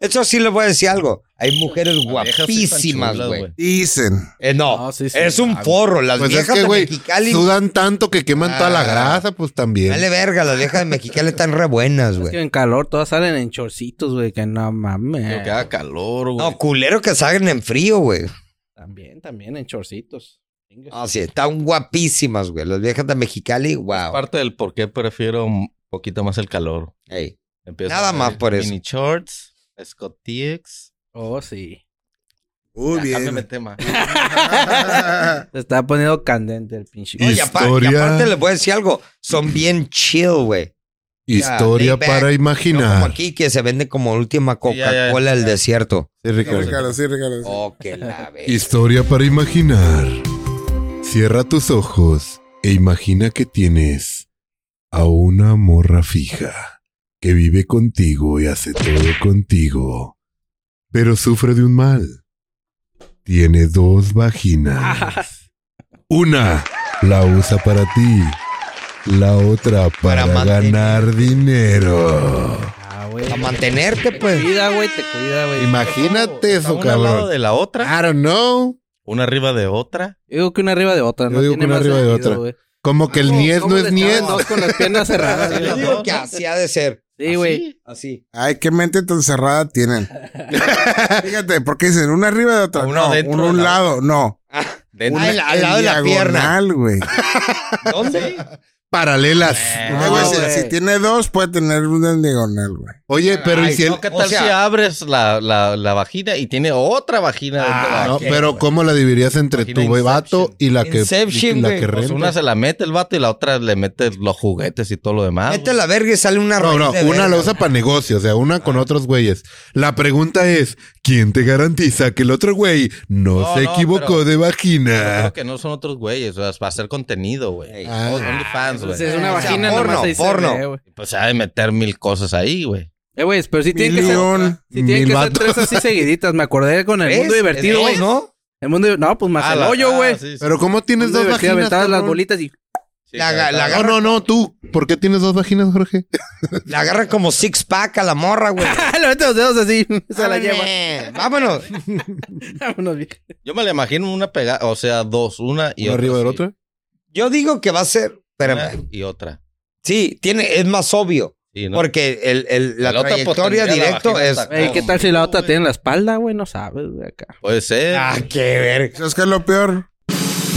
Eso sí les voy a decir algo. Hay mujeres guapísimas, güey. Dicen. Eh, no, No, sí, ah, sí. es un forro. Las Pues es viejas que, de güey, Mexicali, sudan tanto que queman toda la grasa, pues también. dale verga, las viejas de Mexicali están re buenas, Es que güey. en calor todas salen en chorcitos, güey, que no Creo mames. que haga calor, güey. No, culero que salgan en frío, güey. También, también en chorcitos. Ah, sí, están guapísimas, güey. Las viejas de Mexicali, wow. Parte del por qué prefiero un poquito más el calor. Ey. Empiezo Nada a más ver por eso. Mini shorts, Scottex. Oh, sí. Muy Ya, cámbiame bien. tema. Se está poniendo candente el pinche. Y- Oye, apa- y Historia. aparte les voy a decir algo. Son bien chill, güey. Historia Layback. para No como imaginar. aquí que se vende como última Coca-Cola del desierto. Sí, Ricardo. Ricardo, sí, Ricardo, sí. Oh, que la vez. Historia para imaginar. Cierra tus ojos e imagina que tienes a una morra fija que vive contigo y hace todo contigo, pero sufre de un mal. Tiene dos vaginas Una la usa para ti, la otra para, Para mantener. ganar dinero. Ah, güey. A mantenerte, Te pues. cuida, güey, te cuida, güey. Imagínate Está eso, una al lado cabrón. de la otra, I don't know. una arriba de otra. Yo digo que una arriba de otra, Yo ¿no? digo tiene que una más arriba de sentido, otra. güey. Como que el ¿Cómo- niez cómo no es le niez. estaban Dos con las piernas cerradas. Yo güey? digo que así ha de ser. Sí, güey. Así. Ay, qué mente tan cerrada tienen. Fíjate, porque dicen una arriba de otra. Uno no, dentro uno a de un la- lado, no. Dentro. Ay, Una al lado de la en pierna. diagonal, güey. ¿Dónde? Paralelas. Eh, Ay, güey, No, si- güey. si, tiene dos, puede tener una en diagonal, güey. Oye, pero ¿y Ay, si el- no, ¿qué o tal sea- si abres la, la, la vagina y tiene otra vagina dentro de la No, vagina? pero ¿cómo la dividirías entre Imagina tu güey, vato Inception. y la que, Inception, y la güey. que Pues Pues renta? una se la mete el vato y la otra le mete los juguetes y todo lo demás. Mete la verga y sale una No, raíz no, de una verga. la usa para negocio, o sea, una con otros güeyes. La pregunta es, ¿quién te garantiza que el otro güey no, No, se no, equivocó pero- de Yo vagina? Creo que no son otros güeyes, o sea, para hacer contenido, güey. Ah. OnlyFans, Pues güey. es una O sea, vagina, porno, nomás ahí se porno. ve, güey. Pues se ha de meter mil cosas ahí, güey. Eh, güey, pero si tienen que ser, Millón, si tienen mil que ser vatos. tres así seguiditas. Me acordé con el ¿Ves? mundo divertido, Es güey. dos, ¿no? El mundo, no, pues más Ah, el la- hoyo, ah, güey. sí, sí. Pero ¿cómo tienes Mundo dos divertido, vaginas? aventabas las cabrón? bolitas y Sí, La- claro, la- claro. No, no, no, tú. ¿Por qué tienes dos vaginas, Jorge? Le agarra como six pack a la morra, güey. Ah, le mete los dedos así. Se la lleva. Eh, Vámonos. Vámonos, viejo. Yo me la imagino una pegada, o sea, dos, una y ¿Una otra. arriba de la sí. otra? Yo digo que va a ser. Una Espérame. y otra. Sí, tiene, es más obvio. Sí, ¿no? Porque el, el- la, La otra, pues, trayectoria tendría la directo vagina es. hasta- Ey, ¿qué tal si la otra tiene en la espalda, güey? No sabes, güey, acá. Puede ser. Ah, qué verga. ¿Sabes qué es lo peor?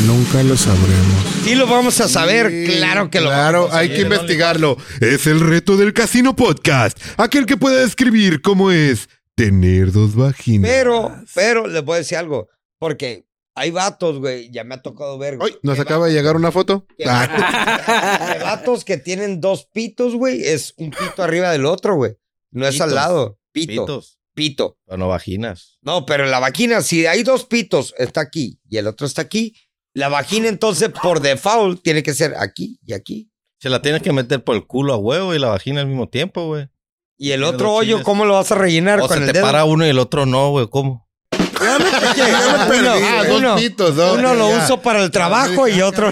Nunca lo sabremos. Sí, lo vamos Pues, a saber. claro que lo Claro, hay que investigarlo. Es el reto del Casino Podcast. Aquel que pueda describir cómo es tener dos vaginas. Pero, pero les voy a decir algo. Porque hay vatos, güey. Ya me ha tocado ver. güey, Ay, nos que acaba va- de llegar una foto. que Ah, vatos- que vatos que tienen dos pitos, güey. Es un pito arriba del otro, güey. No es al Pitos. lado. pito. Pitos. pito. Pero no vaginas. No, pero la vagina, si hay dos pitos, está aquí y el otro está aquí. La vagina, entonces, por default, tiene que ser aquí y aquí. Se la tienes que meter por el culo a huevo y la vagina al mismo tiempo, güey. Y el Tiene otro dos hoyo, chiles. ¿cómo lo vas a rellenar O con se el te dedo? para uno y el otro no, güey. ¿Cómo? Uno, ah, dos uno. pitos, dos. Uno lo Ya. uso para el trabajo y otro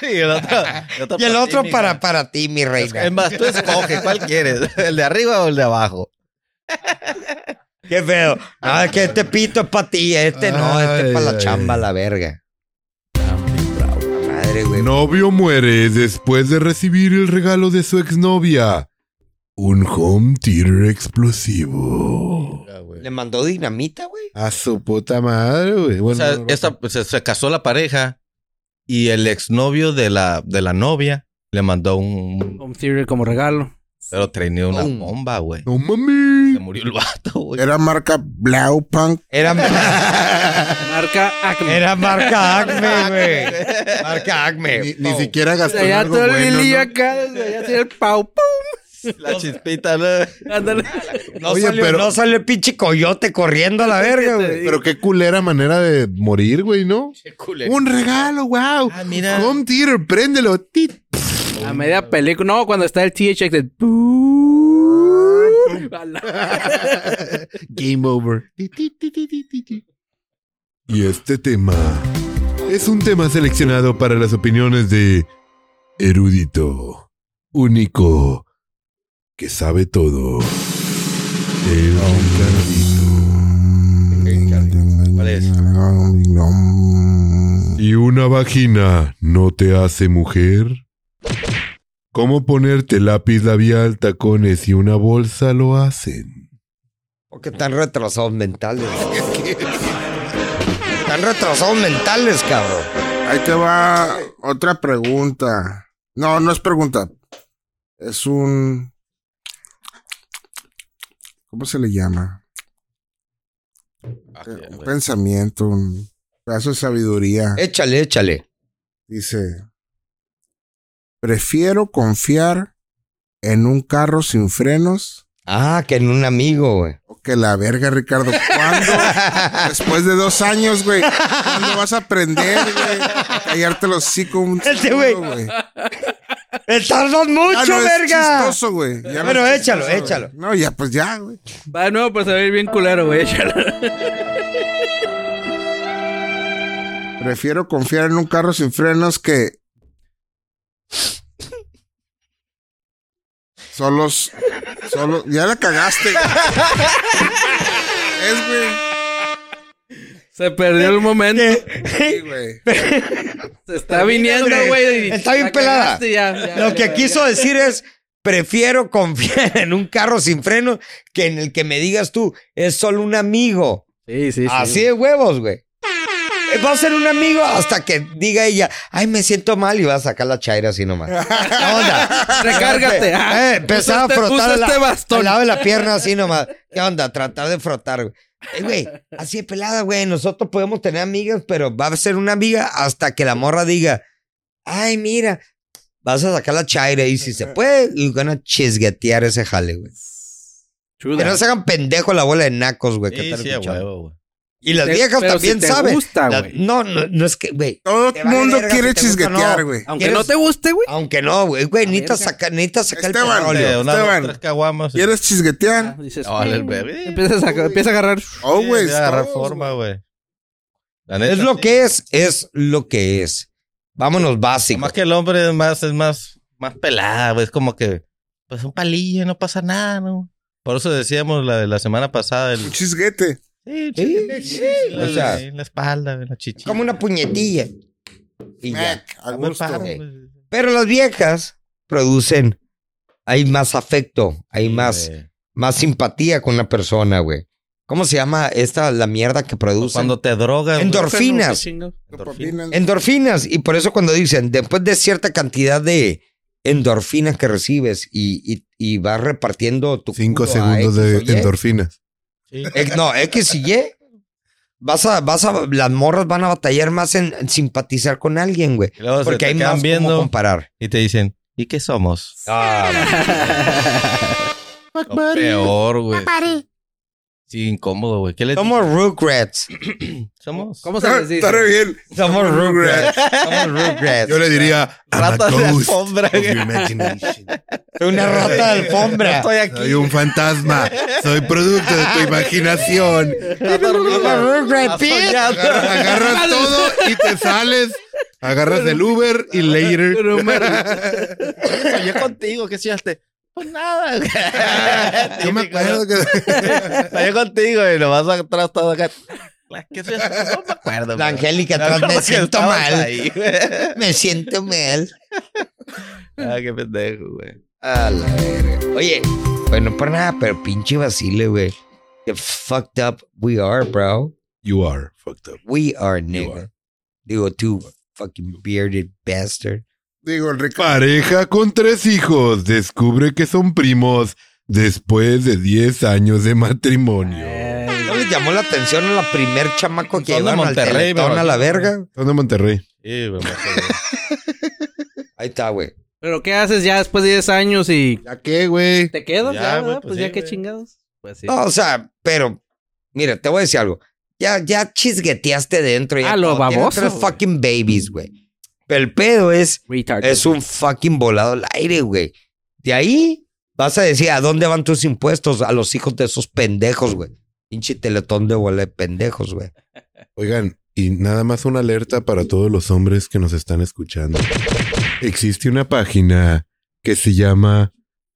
Sí, el otro. y el otro para para ti, mi reina. Es más, tú escoges cuál quieres, el de arriba o el de abajo. Qué feo. Ah, que este pito es para ti, este no, este es Ay, para la ay. chamba, la verga. Madre, güey. Novio muere después de recibir el regalo de su exnovia. Un home theater explosivo. Le mandó dinamita, güey. A su puta madre, güey. O Bueno, sea, no, no, esta, se, se casó la pareja y el exnovio de la, de la novia le mandó un. Home theory como regalo. Pero tenía una Un- bomba, güey. no Se mami. murió el vato, güey. Era marca Blaupunk. Era, Marca Acme. era marca Acme, güey. Marca Acme. Ni, Oh, ni siquiera gastó en Allá algo todo el bueno, lili ¿no? acá, desde allá tiene el pau, pum. La chispita, ¿no? Ándale. No, Oye, salió, pero- no salió el pinche coyote corriendo a la verga, güey. Pero qué culera manera de morir, güey, ¿no? Un regalo, wow. Ah, mira. Home theater, préndelo. Tit. A media película. No, cuando está el THX del. A la- Game over. Y este tema es un tema seleccionado para las opiniones de erudito, único, que sabe todo. El ¿Cuál es? ¿Y una vagina no te hace mujer? ¿Cómo ponerte lápiz labial, tacones y una bolsa lo hacen? Porque están Oh, retrasados mentales. están retrasados mentales, cabrón. Ahí te va otra pregunta. No, no es pregunta. Es un. ¿Cómo se le llama? Un pensamiento, un pedazo de sabiduría. Échale, échale. Dice, prefiero confiar en un carro sin frenos Ah, que en un amigo, güey. o que la verga, Ricardo. ¿Cuándo? Después de dos años, güey. ¿Cuándo vas a aprender, güey? a Callarte los hocico un Este, segundo, güey. ¡Tardas mucho, Ya Ah, no es verga! chistoso, güey. Ya no Bueno, es échalo, chistoso, échalo. güey. No, ya, pues ya, güey. Va de nuevo, pues se va a ir bien culero, güey. échala. Prefiero confiar en un carro sin frenos que. Solos. Solo. Ya la cagaste. es, güey. Se perdió el momento. Sí, güey. Se está viniendo, güey. y Está bien la pelada. cagaste ya, ya, Lo ya, que ya. quiso decir es, prefiero confiar en un carro sin freno que en el que me digas tú, es solo un amigo. Sí, sí, sí. Así de huevos, güey. Eh, Va a ser un amigo hasta que diga ella, ay, me siento mal y va a sacar la chaira así nomás. ¿Qué onda? Recárgate. Eh, Usa empezaba a este- frotar usa la- este bastón. al lado de la pierna así nomás. ¿Qué onda? Tratar de frotar, güey. Eh, güey, así de pelada, güey. Nosotros podemos tener amigas, pero va a ser una amiga hasta que la morra diga, ay, mira, vas a sacar la chaira y si se puede, y van a chisguetear ese jale, güey. Que no se hagan pendejo la bola de nacos, güey. que Sí, están sí, a escuchando. huevo, güey. Y las Te- viejas pero también si te saben. gusta, La- güey. no, no, no es que, güey. Todo Te el vale mundo verga quiere si te gusta o no. chisguetear, güey. Aunque ¿Quieres- no te guste, güey. Aunque no, güey, güey, A necesitas verga. sacar, necesitas sacar Este Esteban. el petróleo. Ole, unas dos, Esteban, tres caguamas. y- ¿Quieres chisguetear? Dices, Ah, vale, "Mm". bebé. Empiezas a, empieza a agarrar. Oh, Sí, güey. debe agarrar todos, forma, güey. La neta, Es lo sí. que es, es lo que es. Vámonos básico. Más que el hombre es más, es más, más pelada, güey. Es como que, pues un palillo, no pasa nada, ¿no? Por eso decíamos la, la semana pasada, el... Un chisguete. Sí, Sí, sí, sí, la, o sea. en la espalda, en la chichi. Como una puñetilla. Y ya. Ah. Mac, a gusto. güey. pues, Pero las viejas producen, hay más afecto, hay más, más simpatía con la persona, güey. ¿Cómo se llama esta, la mierda que producen? Cuando te drogas. Endor- güey. Endorfinas. Endorfinas. Endorfinas. Y por eso cuando dicen, después de cierta cantidad de endorfinas que recibes y, y, y vas repartiendo tu... Cinco culo a segundos de X o Y, endorfinas. Sí. Ex- no, X y Y. Vas a, vas a, las morras van a batallar más en, en simpatizar con alguien, güey. Y luego se Porque te hay quedan más viendo como comparar. y te dicen, ¿y qué somos? Ah. Lo Buddy. peor, güey. Sí, incómodo, güey. ¿Qué le somos Rugrats. Somos. ¿Cómo se les dice? Estaré bien. Somos Rugrats. Somos Rugrats. Yo le diría, I'm a Ratas de ghost alfombra, of your güey. imagination. Soy una rata de alfombra. Estoy aquí. Soy un fantasma. Soy producto de tu imaginación. Somos Rugrats, Estás bitch. soñando. Agarras todo y te sales. Agarras el Uber y later. Pero, hombre, Soñé contigo, ¿qué soñaste? Pues nada, güey. Yo me acuerdo que. Soñé contigo y lo vas atrás todo acá. ¿Qué soñaste? No me acuerdo. La güey. Angélica Me atrás acuerdo me que siento estabas mal. ahí, güey. Me siento mal. Ah, qué pendejo, güey. A la verga. Oye, bueno, por nada, pero pinche Basile, güey. The fucked up we are, bro. You are fucked up. We are, nigga. are. Digo, tú, fucking bearded bastard. Digo, el Ricardo. Pareja con tres hijos descubre que son primos después de 10 años de matrimonio. ¿No les llamó la atención a la primer chamaco que Son de iban al Monterrey, Teletón me a la imagino. verga? Son de Monterrey. Sí, güey. me acuerdo. Ahí está, güey. Pero ¿qué haces ya después de 10 años y ¿Ya qué, güey? te quedas? Ya, Ya, güey, ¿verdad? pues Pues sí, ya qué güey. chingados. Pues sí. No, o sea, pero, mira, te voy a decir algo. Ya, ya chisgueteaste dentro. Ya Ah, lo todo. Tienes baboso, tres güey. fucking babies, güey. Pero el pedo es Retard. Es un fucking volado al aire, güey. De ahí vas a decir a dónde van tus impuestos a los hijos de esos pendejos, güey. Pinche teletón de bola de pendejos, güey. Oigan, y nada más una alerta para todos los hombres que nos están escuchando. Existe una página que se llama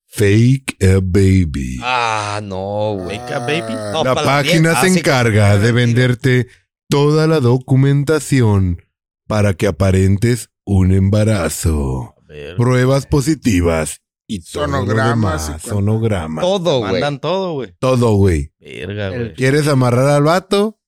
Fake a Baby. Ah, no, güey. Make a baby. Ah, No, la para las página viejas, se así que- encarga de venderte toda la documentación para que aparentes un embarazo, A ver, pruebas positivas y todo lo Sonogramas y demás, cuanta- sonogramas. Oh. Todo, güey. Mandan todo, güey. Todo, güey. Verga, El- güey. ¿Quieres amarrar al vato?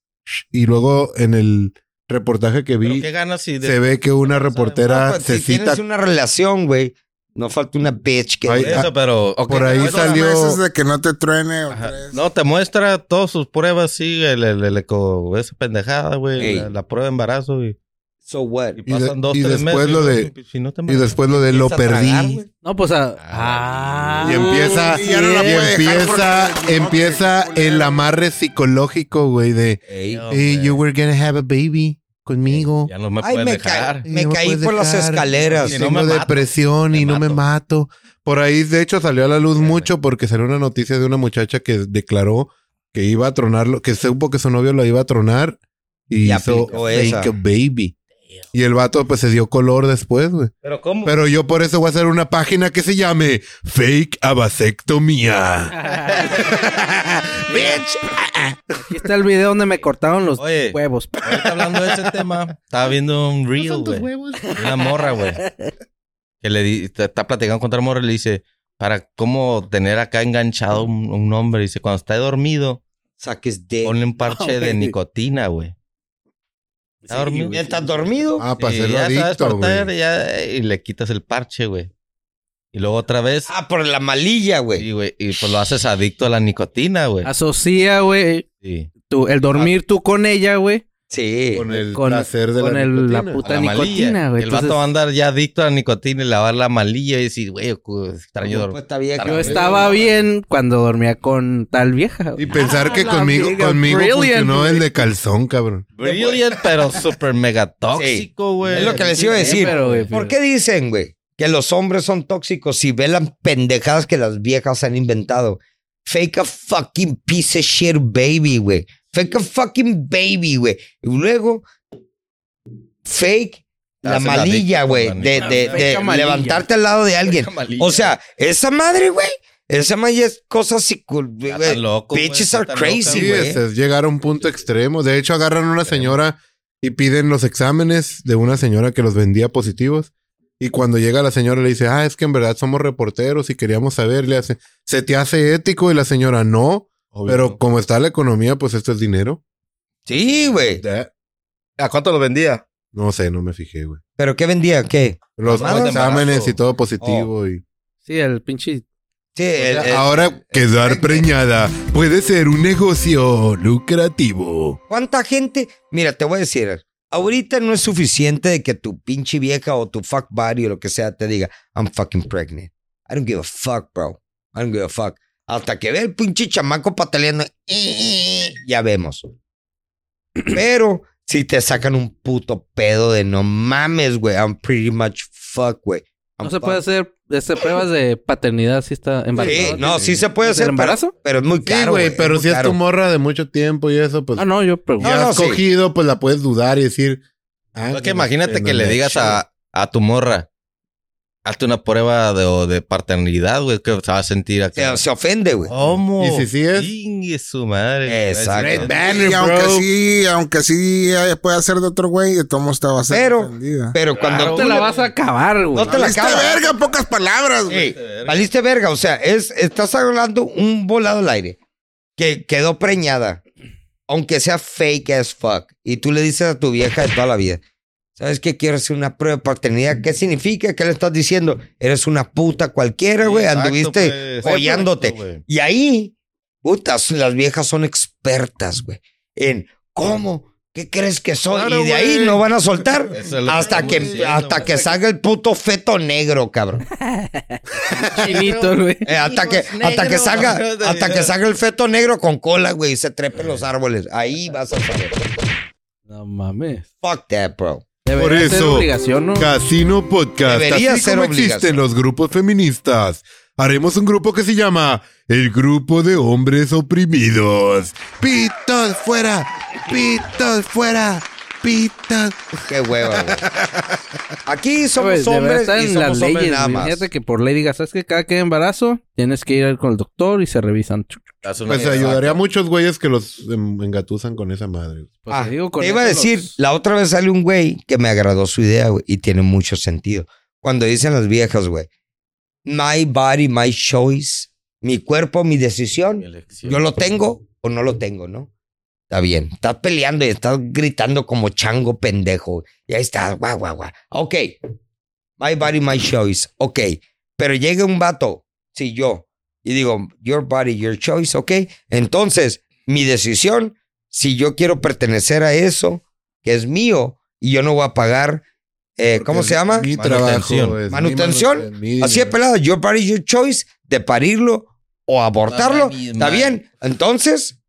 Y luego en el reportaje que ¿Pero vi, qué ganas si de- se ve que una No, reportera pues, se si cita tienes una relación, güey, no falta una bitch que... Ay, diga, Eso, pero. ok, por ahí bueno, salió- veces de que no te truene o Ajá. tres. No, te muestra todas sus pruebas, sí, el, el, el eco, esa pendejada, güey, Ey. la, la prueba de embarazo y, So what? y de- pasan dos, y tres después meses. lo güey, de- si- si no te y después lo de lo Empieza a tragar, perdí. güey. No, pues a... Ah, Ah. Y empieza, Y ya no la em y puede dejar empieza, porque se equivoque, empieza culero. el amarre psicológico, güey, de Ey. No, hey, güey. you were gonna have a baby conmigo. Ya no me Ay, puedes me, dejar. ca- me No caí puedes por las dejar. escaleras. Sí, Tengo no me mato, depresión me y no me mato. Por ahí, de hecho, salió a la luz Sí, mucho porque salió una noticia de una muchacha que declaró que iba a tronarlo, que supo que su novio lo iba a tronar Y, Y hizo aplicó Fake esa. a Baby. Y el vato pues se dio color después, güey. Pero ¿cómo? Pero yo por eso voy a hacer una página que se llame Fake Abasectomía. Bitch. Aquí está el video donde me cortaron los Oye. huevos. Ahorita hablando de ese tema, estaba viendo un reel, güey. Una morra, güey. Que le di- está- está platicando con otra morra y le dice, para cómo tener acá enganchado un, un hombre. Dice, cuando está dormido, Saques de. ponle un parche de güey. nicotina, güey. Está dormido. ¿Estás dormido? Ah, para Y hacerlo ya se va a adicto, despertar, güey. ya, y le quitas el parche, güey. Y luego otra vez, Ah, por la malilla, güey. y, güey, y pues lo haces adicto a la nicotina, Ah, güey. Asocia, güey, Sí. tú- el dormir tú con ella, güey, Sí. Con el con- placer de con la, el- la nicotina. A puta la nicotina, malilla. güey. el vato Entonces, va a andar ya adicto a la nicotina y lavar la malilla y decir, güey, cu- extraño Pues dormir. está bien. yo estaba bien cuando dormía con tal vieja. güey. Y pensar que Ah, la conmigo, amiga conmigo brilliant, funcionó güey. el de calzón, cabrón. Brilliant, pero súper mega tóxico, güey. Es lo que les iba a Sí, decir. pero, güey, Pues, ¿Por pero- qué dicen, güey, que los hombres son tóxicos si ven las pendejadas que las viejas han inventado? Fake a fucking piece of shit baby, güey. Fake a fucking baby, güey. Y luego, fake la Haces la malilla, adicta, güey, la de, neta. de- Fake de a malilla. levantarte al lado de alguien. O sea, esa madre, güey, esa madre es cosa psico- Está güey. tan loco, güey, bitches está are tan crazy, loca, Sí, güey. es, es llegar a un punto extremo. De hecho, agarran a una señora y piden los exámenes de una señora que los vendía positivos. Y cuando llega la señora le dice, ah, es que en verdad somos reporteros y queríamos saber, le hace, ¿se te hace ético? Y la señora, no. Obvio. Pero como está la economía, pues esto es dinero. Sí, güey. ¿A cuánto lo vendía? No sé, no me fijé, güey. ¿Pero qué vendía? ¿Qué? Los Mamá de exámenes embarazo. Oh. y todo positivo. y- Sí, el pinche O Sí, sea, el- el- ahora, quedar preñada puede ser un negocio lucrativo. ¿Cuánta gente? Mira, te voy a decir, ahorita no es suficiente de que tu pinche vieja o tu fuck buddy o lo que sea te diga, I'm fucking pregnant. I don't give a fuck, bro. I don't give a fuck. Hasta que ve el pinche chamaco pataleando, "Eh, ya vemos. Pero si te sacan un puto pedo de no mames, güey, I'm pretty much fuck, güey. I'm No se fuck". puede hacer este, pruebas de paternidad si está embarazada. Sí, no, sí se puede ¿Desde hacer. el pero- embarazo? Pero, es muy Sí, caro. güey, es pero muy si es caro. tu morra de mucho tiempo y eso, pues. Ah, no, yo ya pregunto. No, no, has sí. cogido, pues la puedes dudar y decir. ah, Pues, Es que mira, imagínate en que el le lecho. digas a, a tu morra, hazte una prueba de, o de paternidad, güey, que se va a sentir acá. Se, se ofende, güey. Ah. ¿Cómo? ¿Y si sí es? Chingue su madre. Exacto. Es- Y aunque bro. sí, aunque sí eh, puede ser de otro güey, de todos modos te va a ser Pero- ofendida. Ah, Pero cuando No te la vas a acabar, güey. No te la Valiste acabas. verga, en pocas palabras, güey. Ey, valiste verga, o sea, es, estás hablando un volado al aire que quedó preñada, aunque sea fake as fuck, y tú le dices a tu vieja de toda la vida, ¿sabes qué? Quiero hacer una prueba de paternidad. ¿Qué significa? ¿Qué le estás diciendo? Eres una puta cualquiera, güey, Exacto, anduviste pues. follándote. Exacto, güey. Y ahí, putas, las viejas son expertas, güey, en cómo, qué crees que soy, Claro, y de ahí güey. no van a soltar. Eso es lo Hasta estamos que, diciendo, hasta güey. que salga el puto feto negro, cabrón. Chinito, güey. Eh, hasta, que, hasta, que salga, hasta que salga el feto negro con cola, güey, y se trepe en los árboles. Ahí vas a saber. No mames. Fuck that, bro. Debería Por ser eso, obligación, ¿no? Casino Podcast. Debería así ser como obligación. existen los grupos feministas. Haremos un grupo que se llama El Grupo de Hombres Oprimidos. Pitos fuera, pitos fuera, pitos. Qué hueva, güey. Aquí somos Güey, debería hombres estar y en somos las hombres leyes, nada güey. más. Fíjate que por ley digas, ¿sabes que cada que hay embarazo tienes que ir con el doctor y se revisan? Chu, chu, Haz una- Pues ayudaría a muchos güeyes que los em, engatusan con esa madre. pues, Ah, te digo, con te iba a eso decir, los- la otra vez sale un güey que me agradó su idea, güey, y tiene mucho sentido. Cuando dicen las viejas, güey, my body, my choice, mi cuerpo, mi decisión, Elección. yo lo tengo o no lo tengo, ¿no? Está bien. Estás peleando y estás gritando como chango pendejo. Y ahí estás, guau, guau, guau. Ok. My body, my choice. Ok. Pero llega un vato, sí, yo, y digo, your body, your choice, ok. Entonces, mi decisión, si yo quiero pertenecer a eso, que es mío, y yo no voy a pagar, eh, ¿cómo Porque se llama? Mi Manutención. trabajo es mi Manutención, mi Así de dinero. pelado, your body, your choice, de parirlo o abortarlo. Mamá Está misma. bien. Entonces,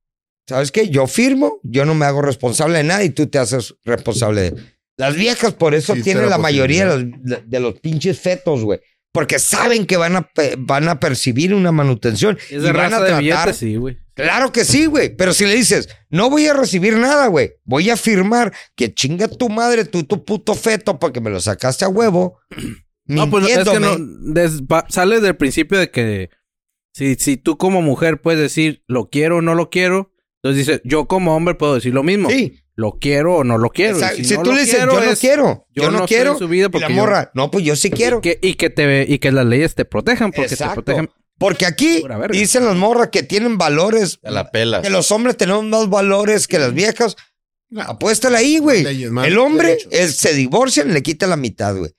¿sabes qué? Yo firmo, yo no me hago responsable de nada y tú te haces responsable de. Las viejas, por eso Sí, tienen está la la mayoría de los, de los pinches fetos, güey. Porque saben que van a, pe- van a percibir una manutención. Es de y van raza a de tratar billetes, sí, güey. Claro que sí, güey. Pero si le dices, no voy a recibir nada, güey. Voy a firmar que chinga tu madre, tú, tu puto feto, porque me lo sacaste a huevo. No, pues es que mintiéndome. no, des- va- sale del principio de que si, si tú como mujer puedes decir lo quiero o no lo quiero, entonces dices, yo como hombre puedo decir lo mismo, Sí, lo quiero o no lo quiero. Y exacto. si, no tú lo le dices, yo no es- quiero, yo, no, estoy quiero, en su vida y la porque yo- morra, no, pues yo sí quiero. y que, y que te y que las leyes te protejan porque Exacto. te protegen. Porque aquí Pura verga. dicen las morras que tienen valores, Te la pelas. que los hombres tenemos más valores que las viejas. Apuéstale ahí, güey. Leyes, más El hombre derechos. eh, se divorcian, le quita la mitad, güey.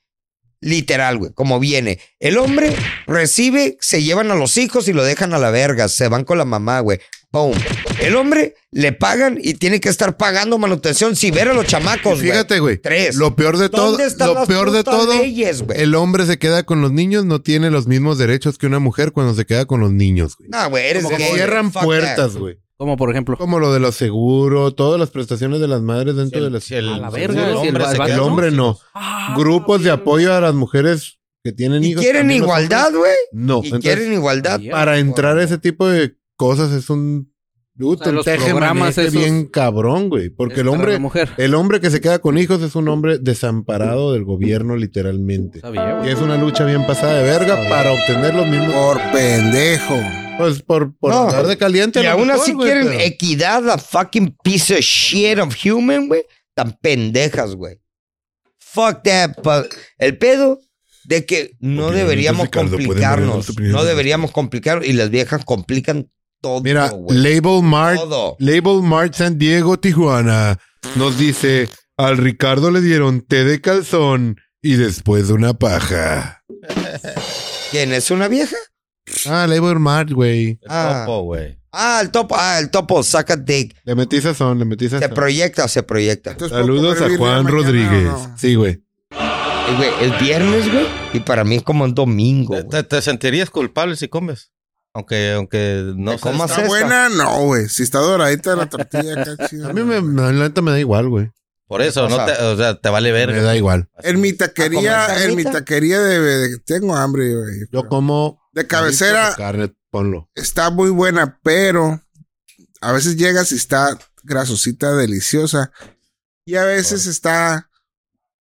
Literal, güey, como viene. El hombre recibe, se llevan a los hijos y lo dejan a la verga, se van con la mamá, güey. Pum. El hombre le pagan y tiene que estar pagando manutención si ver a los chamacos, güey. Fíjate, güey. Tres. Lo peor de todo, ¿Dónde están lo las peor de putas todo, leyes, güey? el hombre se queda con los niños, no tiene los mismos derechos que una mujer cuando se queda con los niños, güey. No, güey, eres Como que gay, cierran güey. Fuck that. puertas, güey. Como por ejemplo, Como lo de los seguros, todas las prestaciones de las madres dentro de las... Si el- a la si verga, si el hombre va- se va- queda- El hombre no. Grupos de apoyo a las mujeres que tienen Y hijos. quieren también los igualdad, hombres, güey. No. Y Entonces, quieren igualdad. Ayer. para entrar a ese tipo de cosas es un... Puta, sea, un los teje programas maneje esos- bien cabrón, güey. Porque es el para hombre... la mujer. El hombre que se queda con hijos es un hombre desamparado del gobierno, literalmente. Sabía, Y güey. es una lucha bien pasada de verga para obtener los mismos. Por pendejo. Pues por, por No. andar de caliente. a Y lo aún mejor, así güey, quieren pero- equidad, la fucking piece of shit of human, güey. Tan pendejas, güey. Fuck that. pa- El pedo de que no Opiniones de deberíamos Ricardo, pueden ver complicarnos. las opiniones No de deberíamos complicarnos. Y las viejas complican todo, Mira, güey. Label Mart, Todo. Label Mart San Diego, Tijuana, nos dice: Al Ricardo le dieron té de calzón y después de una paja. ¿Quién es una vieja? Ah, Label Mart, güey. El Ah. topo, güey. Ah, el topo. Ah, el topo. Saca dick. Le metí sazón, le metí Se sazón. proyecta, se proyecta. Entonces, ¿puedo Saludos comer a birria Juan mañana Rodríguez. o no? Sí, güey. Eh, güey, el viernes, güey. Y para mí es como un domingo. Te, güey. te- te sentirías culpable si comes. Aunque, aunque no ¿Te comas seas- ¿Está esta? buena? No, güey. Si está doradita la tortilla acá, chida. A mí me, me- la neta me da igual, güey. Por eso, ¿Qué no pasa? te, o sea, te vale Me verga. da igual. En mi ¿A comer taquería, en mi carnita? taquería de, de- tengo hambre, güey. Yo como. De cabecera Carne, ponlo. está muy buena, pero a veces llegas y está grasosita, deliciosa. Y a veces está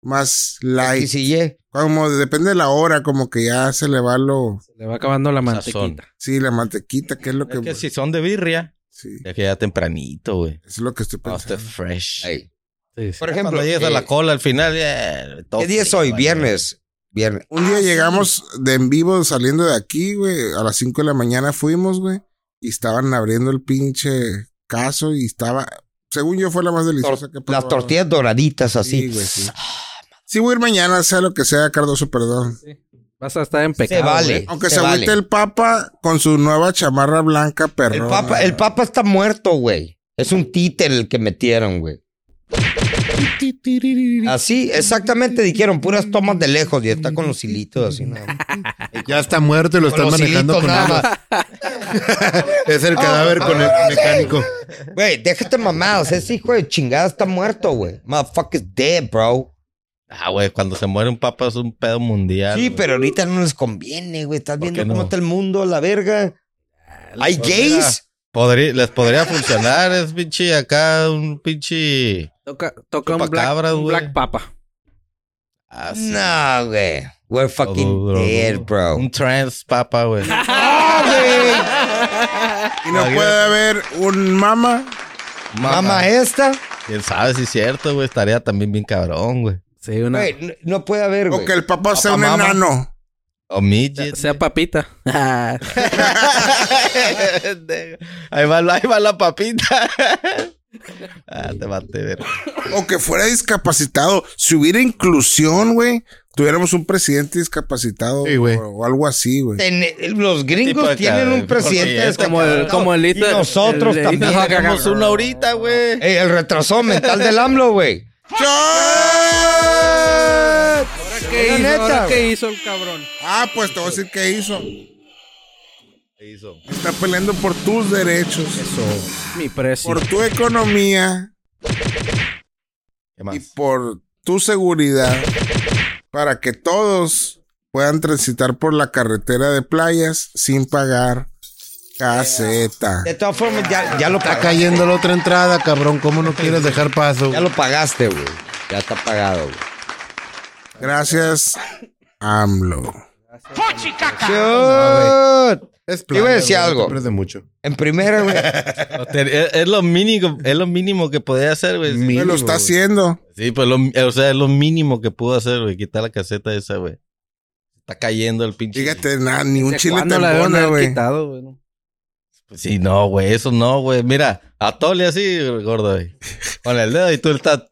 más Y light. si ye. Como depende de la hora, como que ya se le va lo. Se le va acabando la Sazón. mantequita. Sí, la mantequita, que es lo que. Es que si son de birria, Sí, ya que ya tempranito, güey. es lo que estoy No, esté pensando. fresh. Ey. Sí, sí. Pues Por ejemplo, Cuando llegas a eh, la cola al final, eh, todo ¿qué día es frío, hoy? vale. Viernes. Viernes. Un día llegamos de en vivo saliendo de aquí, güey. A las 5 de la mañana fuimos, güey. Y estaban abriendo el pinche caso y estaba. Según yo, fue la más deliciosa que he Las probado. tortillas doraditas así. Sí, güey, sí. Sí, voy a ir mañana, sea lo que sea, Cardoso, perdón. Vas a estar en pecado. Se vale. güey. Aunque se, se vale. agüite el Papa con su nueva chamarra blanca, perro. El papa, el papa está muerto, güey. Es un títer el que metieron, güey. Así, exactamente, dijeron puras tomas de lejos y está con los hilitos así. nada más. Ya está muerto y lo Con están los manejando hilitos Ah, con nada agua. más. Es el cadáver con el mecánico. Güey, déjate mamadas. Ese hijo de chingada está muerto, güey. Motherfucker's dead, bro. Ah, güey, cuando se muere un papa es un pedo mundial. Sí, güey. pero ahorita no les conviene, güey. Estás viendo qué cómo no? está el mundo, la verga. ¿Hay pues, mira. gays? Podrí- les podría funcionar, es pinche acá, un pinche. Toca, toca un, Chupacabras, black, un güey. black papa. Ah, sí. No, güey. We're fucking Todo, todo, dead, todo. bro. Un trans papa, güey. Y no puede haber un mama. Mamá eh. esta. Quién sabe si es cierto, güey. Estaría también bien cabrón, güey. Sí, una. Güey, no, no puede haber, O güey. que el Papa sea un mama. enano. O midget. Sea papita. ahí, va, la- ahí va la papita. ah, te maté, ver. O que fuera discapacitado. Si hubiera inclusión, güey, tuviéramos un presidente discapacitado. Sí, güey. o, o algo así, güey. Ten- los Tipo gringos de tienen cara, un porque presidente es como el, como el y Ethan- nosotros el Ethan también Hawke. Hagamos una ahorita, güey. Ey, el retrasado mental del AMLO, güey. ¿Qué La hizo? neta, Ahora, ¿Qué güey. hizo el cabrón? Ah, pues te voy a decir qué hizo. ¿Qué hizo? Está peleando por tus derechos, Mi precio. por tu economía ¿Qué más? y por tu seguridad para que todos puedan transitar por la carretera de playas sin pagar Caseta. De todas formas, ya, ya lo Está pagaste. cayendo la otra entrada, cabrón. ¿Cómo no quieres dejar paso? Ya lo pagaste, güey. Ya está pagado, güey. Gracias, AMLO. Shoot. Es Te iba a decir playa, güey, algo. no te pierdes mucho. En primera, güey. No te- Es, es lo mínimo, es lo mínimo que podía hacer, güey. Sí, Me lo está haciendo. sí, pues lo, o sea, es lo mínimo que pudo hacer, güey. Quitar la caseta esa, güey. Está cayendo el pinche. Fíjate, nada, ni un ¿Desde chile te cuándo la debieron embona, haber güey. quitado, güey? no? Pues Sí, no, güey, eso no, güey. Mira, a Tole así, gordo, güey. Con el dedo y tú estás.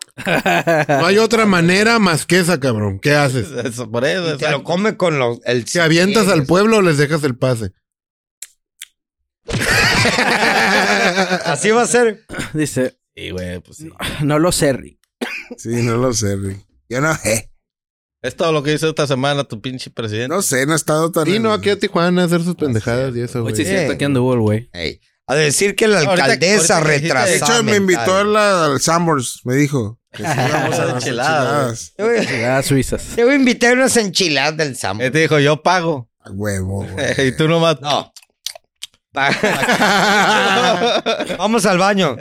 No hay otra manera más que esa, cabrón. ¿Qué haces? pues, Eso, por eso. Te lo exacto. come con los. El Si avientas al pueblo o les dejas el pase. Así va a ser. Dice, Sí, güey, pues sí. no lo sé, Rick. Sí, no lo sé, Rick. Yo no, eh, Es todo lo que hizo esta semana tu pinche presidente. no sé, no he estado Ah, tan. Vino aquí a Tijuana a hacer sus pendejadas y eso, Hoy güey. sí es cierto Bien. que anduvo el güey. Ey, A decir que la Ahorita- alcaldesa ahorita que dijiste- retrasada. De hecho, me mental. invitó a la- al Sambors, me dijo. Que sí, vamos a De las chelada, enchiladas. Te voy- Llegadas suizas. Te voy a invitar unas enchiladas del Sam. Él te dijo, yo pago. A huevo, güey. y tú nomás. No. Ah. Vamos al baño.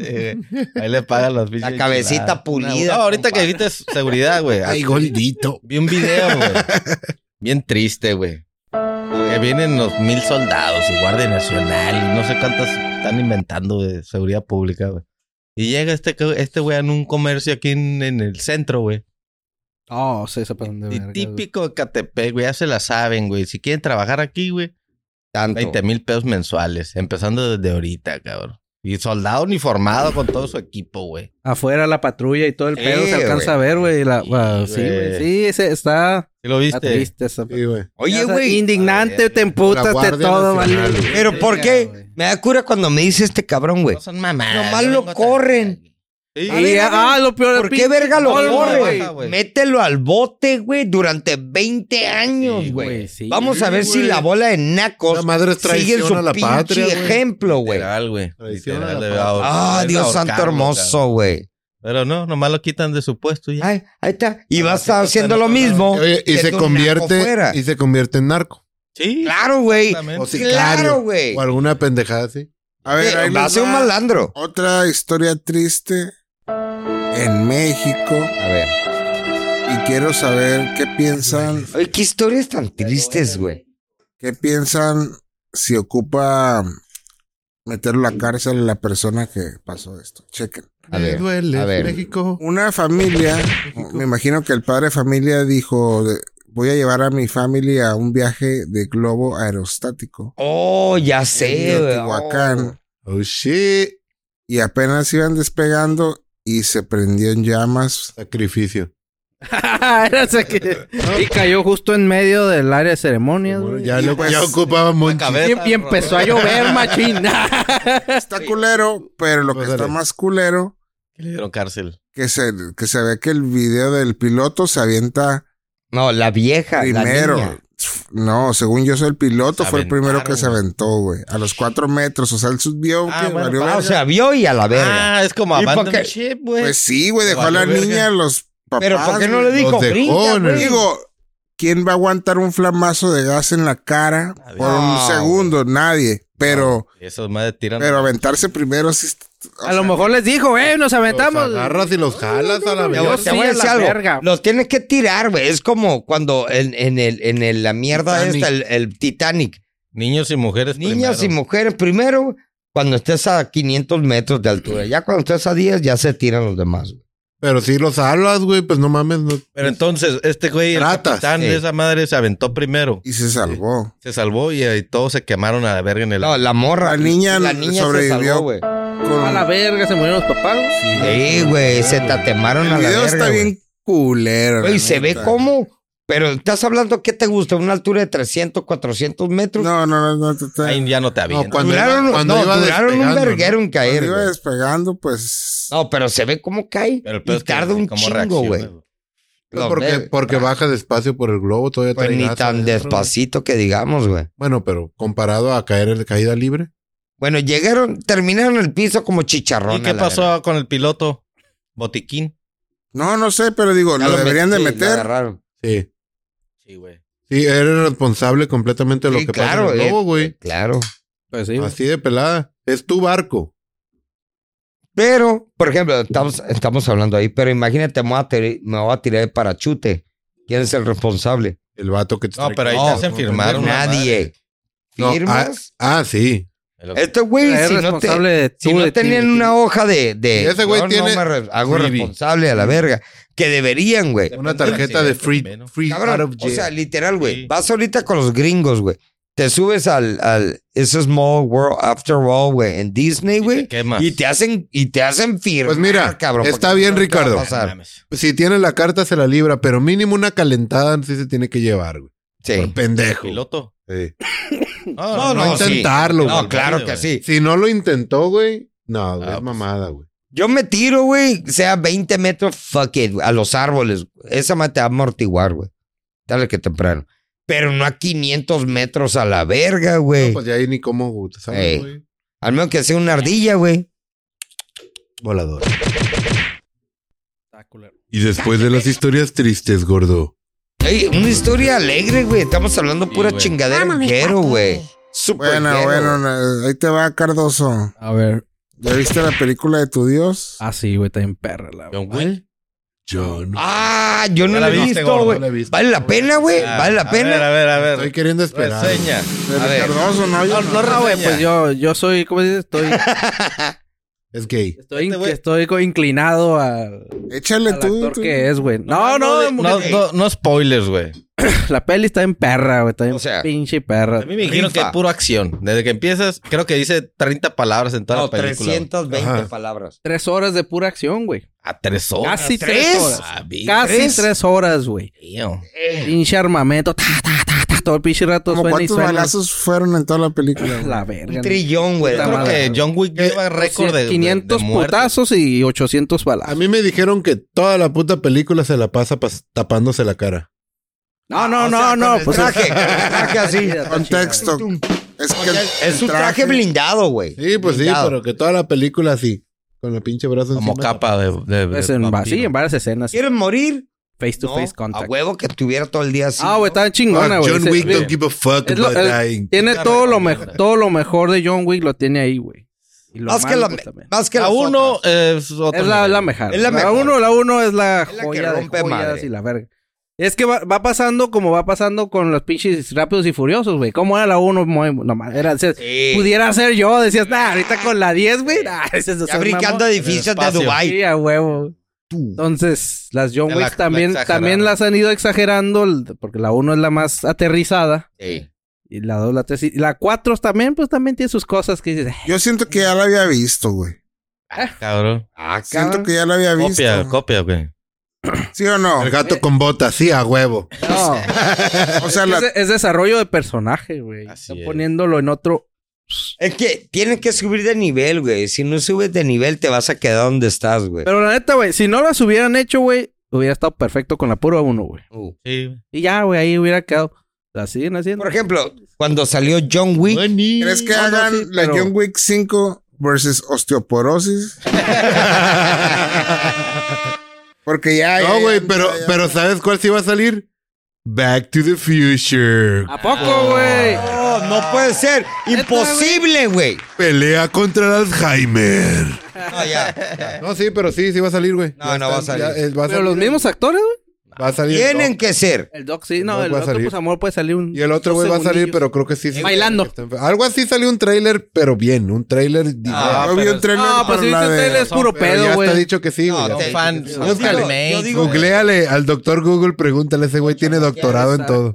Eh, Ahí le pagan los pinches. La cabecita enchiladas. pulida. No, ahorita que compadre. viste seguridad, güey. Ay, goldito. Vi un video, güey. Bien triste, güey. Que vienen los mil soldados y Guardia Nacional y no sé cuántas están inventando de seguridad pública, güey. Y llega este co- este güey en un comercio aquí en, en el centro, güey. Oh, sí, se pasan de Y verga, güey. típico de Catepec, güey. Ya se la saben, güey. Si quieren trabajar aquí, güey, Tanto. 20 mil pesos mensuales. Empezando desde ahorita, cabrón. Y soldado uniformado con todo su equipo, güey. Afuera la patrulla y todo el Sí, pedo se alcanza a ver, güey. la- wow, Sí, güey. güey. Sí, ese está, ¿Sí lo está viste? triste. esa- Sí, güey. Oye, O sea, güey. Indignante, te La emputas, te Guardia todo, vale. Nacional, güey. Pero ¿por Verga, qué? güey. Me da cura cuando me dice este cabrón, güey. No son mamás. Nomás lo corren. Sí. Y, ah, lo peor ¿Por qué verga lo gol, corre? güey? güey? Mételo al bote, güey, durante 20 años, Sí, güey. güey, sí. Vamos a ver Sí, si güey. la bola de nacos La madre es sigue traición su a la pinche patria, güey. ejemplo, güey. Literal, güey. Traición Literal, a la de- patria. ahor- Ah, de Dios ahorcarlo, santo hermoso, Ah, cabrón. güey. Pero no, nomás lo quitan de su puesto y ya. Ay, ahí está. Y va a estar sí, haciendo está lo en otro mismo. Oye, y que se tu naco convierte fuera. y se convierte en narco. Sí. Claro, güey. Exactamente. O sicario. Claro, güey. Eh, O alguna pendejada así. A ver, ahí Va a les ser un va malandro. Otra historia triste en México. A ver. Y quiero saber qué piensan, Oye, qué historias tan tristes, güey. qué piensan si ocupa meter la cárcel a la persona que pasó esto. Chequen. A Me ver, duele, a ver. México. Una familia, me imagino que el padre de familia dijo, de- voy a llevar a mi familia a un viaje de globo aerostático. Oh, ya sé, en güey. Teotihuacán. Oh shit. Y apenas iban despegando y se prendió en llamas. Sacrificio. Era ese que- Y cayó justo en medio del área de ceremonias, güey. Ya, Y lo, pues- ya ocupaba Monchi. Cabeza, Y, y empezó a llover, machina. Está culero, pero lo que Pásale. está más culero, Que le dieron cárcel. que se, que se ve que el video del piloto se avienta No, la vieja. primero. La niña. No, según yo soy el piloto, Se fue el primero que aventaron, se güey. aventó, güey. A los cuatro metros, o sea, él subió, Ah, que bueno, valió Ah, o verga. sea, vio y a la verga. Ah, es como ¿Y por abandon qué? ship, güey. Pues sí, güey, dejó a la valió verga. niña, a los papás. Pero ¿por qué no le güey. dijo? Los dejó "Brinca, en güey"? el- Digo, ¿quién va a aguantar un flamazo de gas en la cara Nadie. por No, un segundo? Nadie. Pero, Eso más de tiran. pero aventarse primero sí. está- o A lo sea, mejor les dijo, eh, Los nos aventamos. agarras y los jalas a la Te Yo voy- vez. sí, te voy a a decir la algo. verga. Los tienes que tirar, güey. Es como cuando en, en el, en el- la mierda Titanic. esta, el, el Titanic. Niños y mujeres. Niñas y primero. mujeres primero, cuando estés a 500 metros de altura. Ya cuando estés a 10, ya se tiran los demás. güey. Pero si los jalas, güey, pues no mames. No. Pero entonces, este güey, el Ratas, capitán sí. de esa madre se aventó primero. Y se salvó. Se salvó y, y todos se quemaron a la verga en el. No, la morra. La niña se sobrevivió. salvó, güey. Con- A la verga, se murieron los papás. güey. Sí, güey, se tatemaron el a la video verga. está güey. bien culero. Güey, la se ve neta. cómo. Pero estás hablando, ¿qué te gusta? ¿Una altura de 300, 400 metros? No, no, no, no. te- te- Ahí ya no te No, avientan. cuando duraron iba- cuando no, iba duraron un despegando, verguero en cuando caer. iba güey. despegando, pues. No, pero se ve cómo cae. Pero el y pedo es que tarda un cómo chingo, reacciona, güey. No, porque, porque baja despacio por el globo todavía Pues trae ni gas tan adentro, güey. despacito que digamos, güey. Bueno, pero comparado a caer en caída libre. Bueno, llegaron, terminaron el piso como chicharrón. ¿Y a qué la pasó verga. con el piloto? Botiquín. No, no sé, pero digo, Ya lo, deberían met- de sí, lo meter. agarraron. Sí. Sí, güey. Sí, eres responsable completamente de lo Sí, que claro, pasa en el eh, globo, güey. Claro. Pues sí, güey. Así de pelada. Es tu barco. Pero, por ejemplo, estamos, estamos hablando ahí, pero imagínate, me voy, a tir- me voy a tirar de parachute. ¿Quién es el responsable? El vato que te No, trae- pero ahí te hacen firmar una Nadie. No, ¿Firmas? Ah, sí. Este güey, Eres si no te, responsable de Si tú, no de ti, tenían de ti. una hoja de. de- Y ese güey yo tiene- No me re- hago Freebie. responsable a la verga. Que deberían, güey. Una tarjeta de free, free out of Cabrón, o jail. sea, literal, güey. Sí. Vas ahorita con los gringos, güey. Te subes al, al It's a Small World After All, güey, en Disney, güey. quemas. Y te hacen, y te hacen firmar. Pues mira, cabrón, está porque bien, no te va a Ricardo. pasar. si tiene la carta, se la libra, pero mínimo una calentada sí se tiene que llevar, güey. Sí. Por pendejo. Piloto. Sí. No, No, no, sí. intentarlo, güey. No, claro que güey. sí. Si no lo intentó, güey. No, pues, güey, Ah, es mamada, güey. Yo me tiro, güey, sea 20 metros, fuck it, a los árboles. Esa madre te va a amortiguar, güey. Tarde que temprano. Pero no a 500 metros a la verga, güey. No, pues ya ahí ni cómo, güey, ¿sabes, Ey. güey? Al menos que sea una ardilla, güey. Volador. Está culero. Y después de las historias tristes, gordo. Ey, una historia alegre, güey. Estamos hablando Sí, pura güey. chingadera ligero, güey. Súper Bueno, ligero. bueno, na- Ah, ahí te va, Cardoso. A ver. ¿Ya viste la película de tu Dios? Ah, sí, güey, está en perra la John Will. John. Ah, yo no Ya la la he viste, visto, gordo, güey. no la he ¿Vale la pena, güey? ¿Vale la A ver, pena? a ver, a Estoy ver. queriendo esperar. Reseña. De A ver. Cardoso, no, yo No, no. no Ah, güey, reseña. pues yo, yo soy, ¿cómo dices? Estoy, Es gay. estoy, Este güey- estoy co- inclinado al, Échale al tú. actor tú. que es, güey. No, no, No, mujer, no, no spoilers, güey. la peli está en perra, güey. Está en O sea, pinche perra. A mí me dijeron que Rifa. es puro acción. Desde que empiezas, creo que dice 30 palabras en toda No, la película. 320 Ajá. palabras. Tres horas de pura acción, güey. güey. A tres horas. Casi tres, ¿tres? horas. Ah, vi- Casi ¿tres? tres, horas, güey. Tío. Pinche armamento. Ta, ta, ta, ta, todo el pinche rato Como suena y cuántos suena. balazos fueron en toda la película. güey? La Un verga. trillón, güey. Yo creo que John Wick lleva récord de- de 500 de muertes. putazos y 800 A balazos. mí me dijeron que toda la puta película se la pasa pas- tapándose la cara. No, no, O no, sea, no. con el Pues traje, con el traje así. Contexto. Es que Es un traje blindado, güey. Sí, pues sí, Blindado. pero que toda la película así. Con la pinche brazo Como encima. capa de. de- de Es en, va- vampiro. sí, en varias escenas. ¿Quieres morir? Face to No, ah, face a contact. huevo que estuviera todo el día así. Ah, güey, está chingona, Ah, güey. John Se- Wick ve- don't give a fuck es lo- about el- dying. tiene Está todo lo, regalado. mej- todo lo mejor de John Wick, lo tiene ahí, güey. Y lo más, que malo, la, pues, también. más que La las uno otras. es otro Es la, nivel. la mejor. Es la mejor. uno, la uno es la Es la que joya de rompe joyas madre. y la verga. Es que va, va pasando como va pasando con los pinches rápidos y furiosos, güey. ¿Cómo era la uno? Muy- no, ma- era, decías, Sí. eh, Pudiera ser yo, decías, nah, ahorita con la 10, güey. Ah, Nah, ese es Ya brincando edificios de Espacio. Dubai. Sí, a huevo. Entonces, las John Ya Wick la- la también, exageraron. también las han ido exagerando, el- porque la uno es la más aterrizada. Y la dos, la tres. Y la cuatro también, pues también tiene sus cosas que dices. "Eh, yo siento que ya la había visto, güey. Cabrón. Ah, Siento cabrón. que ya la había visto. Copia, copia, güey. ¿Sí o no? El gato con botas, sí, a huevo. No. O sea, es, la, es desarrollo de personaje, güey. Así Están es. poniéndolo en otro. Es que tienes que subir de nivel, güey. Si no subes de nivel, te vas a quedar donde estás, güey. Pero la neta, güey, si no las hubieran hecho, güey, hubiera estado perfecto con la pura uno, güey. Uh. Sí. Y ya, güey, ahí hubiera quedado. La siguen haciendo. Por ejemplo, cuando salió John Wick, ¿Crees que No, no, hagan sí, la pero- John Wick 5 versus osteoporosis? Porque ya. No, ya, güey, ya, pero, ya. pero ¿sabes cuál sí va a salir? Back to the Future. ¿A poco, güey? no, no puede ser. Imposible, güey. Pelea contra el Alzheimer. No, ya. No, sí, pero sí, sí va a salir, güey. No, Ya no va a está, salir. ya, eh, va a Pero salir los el- mismos actores, güey. Va a salir. el Tienen doc. que ser. El Doc sí, no, No el va a otro, salir. pues amor, puede salir un. Y el otro, dos güey, va a salir, segundillos. pero creo que sí. sí Bailando. está enfer- Algo así salió un tráiler, pero bien. Un tráiler. Ah, Yo vi pero- un trailer. No, pues si la viste el de- trailer es puro pero ya pedo, está güey. dicho que sí, güey. No, Son te- fans. yo Búscale. digo- yo digo- Googleale al doctor Google, pregúntale, ese güey tiene doctorado en todo.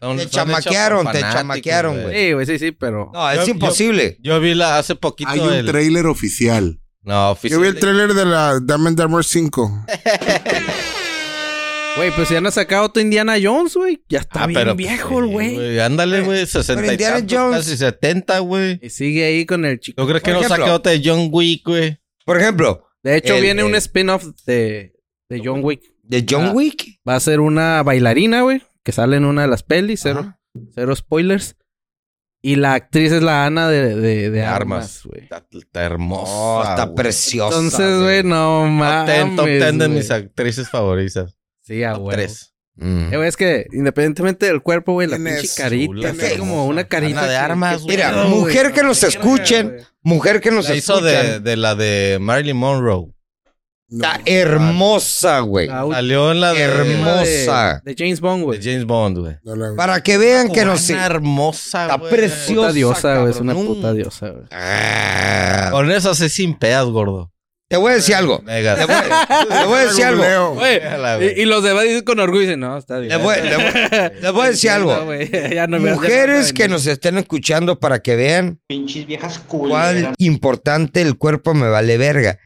Son- Te son chamaquearon, hechos te fanáticos, chamaquearon, güey. Sí, güey, sí, sí, pero. No, es Yo- yo- imposible. Yo vi la hace poquito. Hay un el- tráiler oficial. No, oficial. Yo vi el trailer de la Dumb and Dumber 5. Güey, pues si han sacado otro Indiana Jones, güey. Ya está Ah, bien pero- viejo, el sí, güey. Ándale, güey. 60 y Indiana tantos, Jones- Casi 70, güey. Y sigue ahí con el chico. Yo creo que Por no ejemplo- saqué otra de John Wick, güey. Por ejemplo, De hecho, El- viene un el- spin-off de, de John Wick. de John Ah. Wick. Va a ser una bailarina, güey, que sale en una de las pelis, cero, cero spoilers. Y la actriz es la Ana de, de, de Armas. Armas, güey. Está, está hermosa. Oh, está Ah, güey. preciosa. Entonces, güey, no Top mames. 10 top 10 de güey. mis actrices favoritas. Sí, a Top huevo. 3. Mm. Eh, güey, es que independientemente del cuerpo, güey, la Tienes pinche carita, chulas, güey, como una carita. Ana de que- armas, que- güey. Mira, Pedo, mujer güey. que nos Verga, escuchen, güey. mujer que pues, nos La hizo de, escuchen. de la de Marilyn Monroe. No. Está hermosa, güey. La última Salió en la de, Hermosa. hermosa. De, de James Bond, de güey. James Bond, güey. No la- Para que vean que nos... Cubana hermosa, Está güey. preciosa. Puta diosa, güey. Es una cabrón. puta diosa, güey. Ah, Con eso hace sin pedas, gordo. te voy a decir algo. Mega. Te voy, te voy a decir algo. Googleo. Güey, Déjala, güey. y, y los demás dicen con orgullo dicen, no, está bien. Les Ah, voy, les voy- les voy a decir No, algo. güey, ya no me- Mujeres ya no me- que nos estén escuchando para que vean Pinches viejas cuál culeras. importante el cuerpo me vale verga.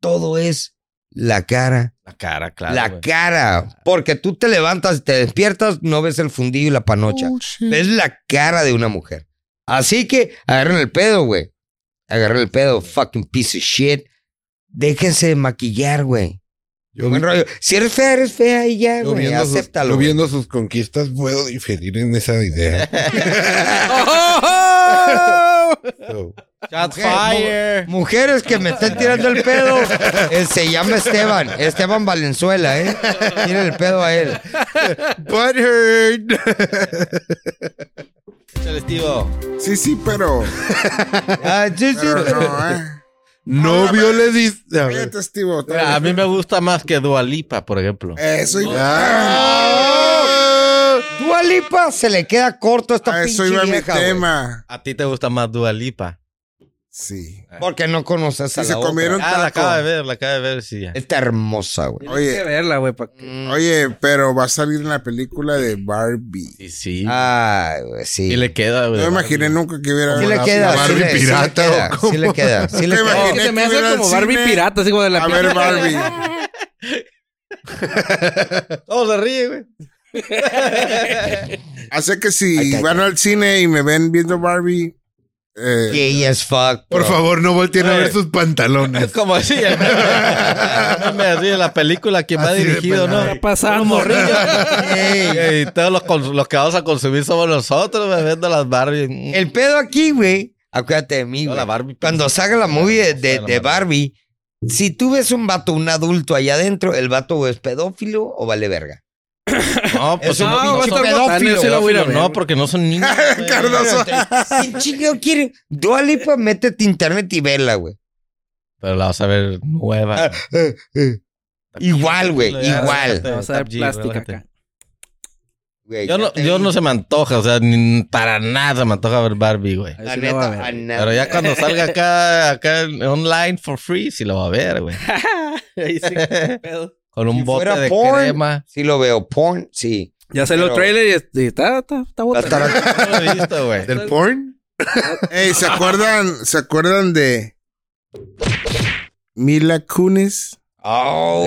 Todo es la cara, La cara, claro. la güey. cara. Porque tú te levantas, te despiertas, no ves el fundillo y la panocha. Oh, shit. Ves la cara de una mujer. Así que agarren el pedo, güey. Agarren el pedo, fucking piece of shit. Déjense de maquillar, güey. Yo Buen rollo. Si eres fea, eres fea y ya, Yo güey. viendo, sus, Acéptalo. yo güey. viendo sus conquistas puedo diferir en esa idea. So, Shots Mujer, fire. Mujeres que me estén tirando el pedo, eh, se llama Esteban, Esteban Valenzuela, ¿eh? Tiren el pedo a él. Celestivo. Sí, sí, pero. Ah, sí, sí. pero no, ¿eh? Novio le dice. a Oye, ver, testigo. otra Mira, vez. a Ah, mí me gusta más que Dualipa, por ejemplo. Eso iba. Dualipa se le queda corto a esta a Ah, eso Ah, pinche iba mi vieja, güey, tema. A ti te gusta más Dualipa. Sí. Porque no conoces a Si se la otra. comieron Ah, la acaba de taco. ver, la acaba de ver, sí. ya. Está hermosa, güey. Tienes Oye. que verla, güey. pa' Mm. que- Oye, pero va a salir en la película de Barbie. Sí, sí. Ay, güey, sí. Ah, y le queda, güey. No me imaginé nunca que hubiera. Sí la- le queda, la sí Barbie le, sí le pirata. queda, o sí cómo. le queda, sí le Te queda. Es que se me que hace hubiera como al Barbie cine. pirata, así como de la A pinche- ver, Barbie. Oh, se ríe, güey. Así que Ay, si cállate. van al cine y me ven viendo Barbie, eh, Gay as fuck, Por bro. favor, no volteen a ver sus Es pantalones. como así. el meme. No me ríe la película que me ha Así de dirigido, ¿no? penal. Está pasando, Ey, y todos los, cons- los que vamos a consumir somos nosotros, me vendo las Barbie. El pedo aquí, güey. Acuérdate de mí, No, güey. la Barbie. Cuando salga la movie de, de- de Barbie, si tú ves un vato, un adulto allá adentro, ¿el vato o es pedófilo o vale verga? No, pues Eso no, no, no, güey, son está pedófilos, botando, sí la voy a ir a ver. no, porque no son niños. güey. Cardoso. Si chingo quiere, Dua Lipa, métete internet y vela, güey. Pero la vas a ver nueva. Igual, güey, igual. Te vas a ver plástica acá. Güey, Yo ya no, te yo vi. no se me antoja, o sea, ni- para nada se me antoja ver Barbie, güey. Ahí La sí la va a neta, ver. a nada. Pero ya cuando salga acá, acá online for free, sí lo va a ver, güey. Ahí sí, qué pedo. Con un Si bote fuera de porn. crema. Sí lo veo, porn, sí. Ya salió el Pero- trailer y es- y está, está, está botando. No lo he visto, güey. ¿Del porn? Ey, ¿se acuerdan, ¿se acuerdan de Mila Kunis?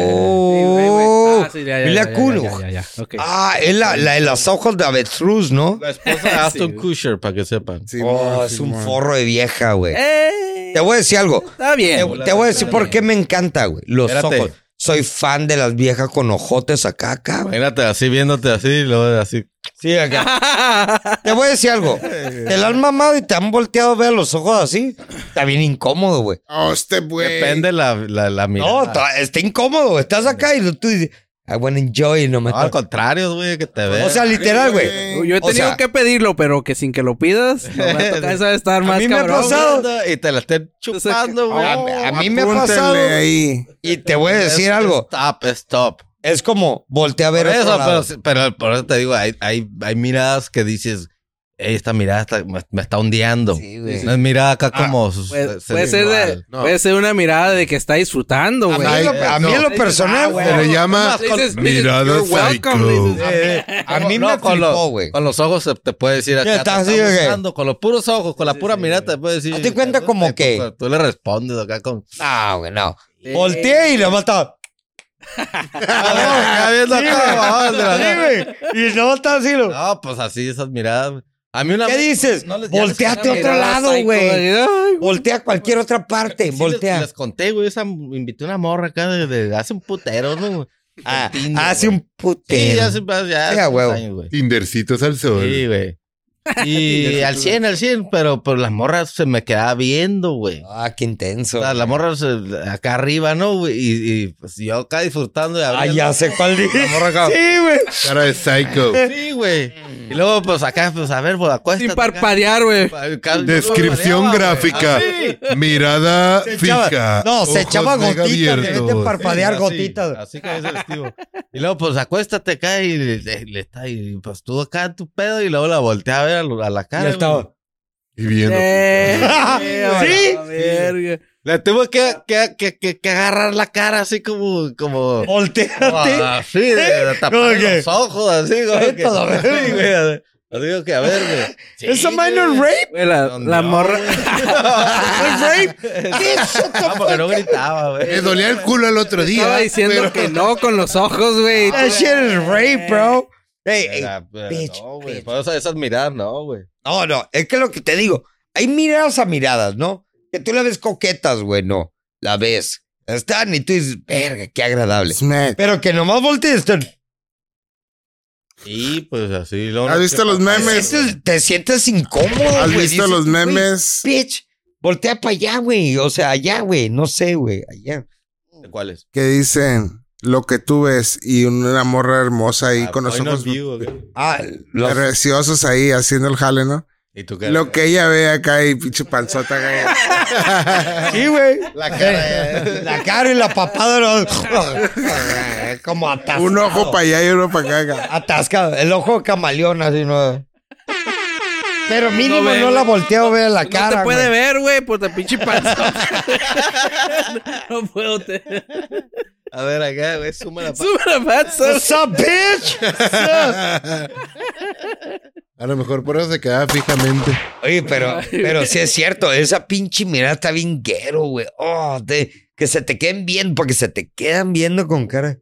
Oh. Ah, sí, ya, ya, Mila ya, ya, Kunis. ya, ya, ya, ok. Ah, es la, la de los ojos de avestruz, ¿no? La esposa de Aston Kutcher, para que sepan. Sí, Oh, mon, es sí, un mon. forro de vieja, güey. Eh, Te voy a decir algo. Está bien. Te, güey. te voy a decir por qué me encanta, güey. Los Espérate. ojos. Soy fan de las viejas con ojotes acá, acá. güey. Imagínate así, viéndote así, y luego así. Sí, acá. te voy a decir algo. Te la han mamado y te han volteado a ver los ojos así. Está bien incómodo, güey. Oh, este güey. Depende la, la, la No, mirada. está, está incómodo. güey. Estás acá y tú dices, I wanna enjoy. No me No, al toques. contrario, güey, que te ve. O sea, literal, güey. Yo he O tenido sea- que pedirlo, pero que sin que lo pidas, no me toca esa de estar A más mí me ha cabrón. pasado. y te la estén chupando, güey. A, a mí me ha pasado. Oh, Apúntenle ahí. Y te voy a decir algo. Stop, stop. Es como voltea a ver Por otro eso, lado. pero, pero por eso te digo, hay, hay, hay miradas que dices, "Ey, esta mirada está- me, me está ondeando. Sí, güey. Ah, Una mirada acá como... Puede, se- Pues, puede ser de- sensual. puede ser una mirada de que está disfrutando, A mí, güey. en lo- a mí en lo Dices, personal, ah, güey. Se le llama Le dices- le dices, mirada "You're welcome", le psycho. dices, Ah, a mí me con, flipó, los, güey. con los ojos se- te puede decir acá, Ya te estás está así, güey. buscando, con los puros ojos, con la pura mirada te puede decir. Hazte cuenta "Te- como te- que- tú- Tú le respondes acá con... No, güey, no. Voltea y le mata. Ah, Acá viendo acá, abajo de la- Y no mata así, lo. No, pues así esas miradas. güey. A mí una ¿Qué vez- dices? no les- ya les- Volteate a una otro mirada lado, psycho, güey. de, "Ay, güey". Voltea a cualquier otra parte. Sí, Les, Voltea. les conté, güey. Esa, invité una morra acá de, de- hace un putero, ¿no? Ah, Tinder, Hace güey. un putero. Sí, hace, hace, hace Sí, a unos huevo. años, güey. Tindercitos al sol. Sí, güey. Y al 100, al 100, pero, pero la morra se me quedaba viendo, güey. Ah, qué intenso. O sea, la morra se- acá arriba, ¿no? güey? Y, y, pues, yo acá disfrutando de Ah, ya sé cuál dije. La morra acá. Sí, güey. Cara de psycho. Sí, güey. Y luego, pues acá, pues a ver, pues acuéstate. Sin parpadear, güey. acá. Acá- Descripción Mareaba, güey. gráfica. Así. Mirada Se echaba- fija. no, se echaba mega gotitas, de abiertos. repente par- Parpadear así, gotitas. Así que es el estilo. Y luego, pues acuéstate acá y le, le- le está, y pues tú acá en tu pedo, y luego la voltea a ver a, lo- a la cara. Ya estaba. Y viendo. Eh, ¿Sí? la verga. Le tuvo que, que, que, que, que agarrar la cara así como. como Volteate. como así, de, de tapar Como que- los ojos, así, como ¿Eh? Esto que. lo veo. Sí, güey, así. Así como que, a ver, güey. Sí, ¿Es a minor güey. rape? Güey, la, la No, morra. ¿Es rape? Sí, shut the Ah, porque no gritaba, Le güey. dolía el culo el otro día. Estaba diciendo pero- que no con los ojos, güey. That Ah, shit is rape, bro. Hey, hey, Era- era- bitch, no, güey. bitch. Por eso esas miradas, no, güey. No, no, es que lo que te digo, hay miradas a miradas, ¿no? Que tú la ves coquetas, güey, no. La ves. Están y tú dices, verga, qué agradable. Smack. Pero que nomás voltees, están. Y pues así. luego ¿Has no visto sé los qué Te pasa, memes? güey. sientes- Te sientes incómodo, ¿Has Oh, güey. visto Dices, los güey, memes? Bitch, voltea para allá, güey. O sea, allá, güey. No sé, güey. Allá. ¿Cuáles? que dicen lo que tú ves y una morra hermosa ahí Ah, con los point of ojos view, ok. Ah, los- eh. preciosos ahí haciendo el jale, ¿no? ¿Y tú qué? Lo que ella ve acá y pinche panzota acá. sí, güey. La cara. La cara y la papada. los- Como atascado. Un ojo para allá y uno para acá. Atascado. El ojo camaleón, así, ¿no? Pero mínimo No no, ve, la güey. volteo a ver la No cara. te puede güey. ver, güey, por la pinche panza. no, no puedo te. A ver, acá, güey, suma la pa- Sube la panza. What's up, bitch? A lo mejor por eso se quedaba fijamente. Oye, pero, pero sí es cierto, esa pinche mirada está bien guero, güey. Oh, de- que se te queden viendo, porque se te quedan viendo con cara.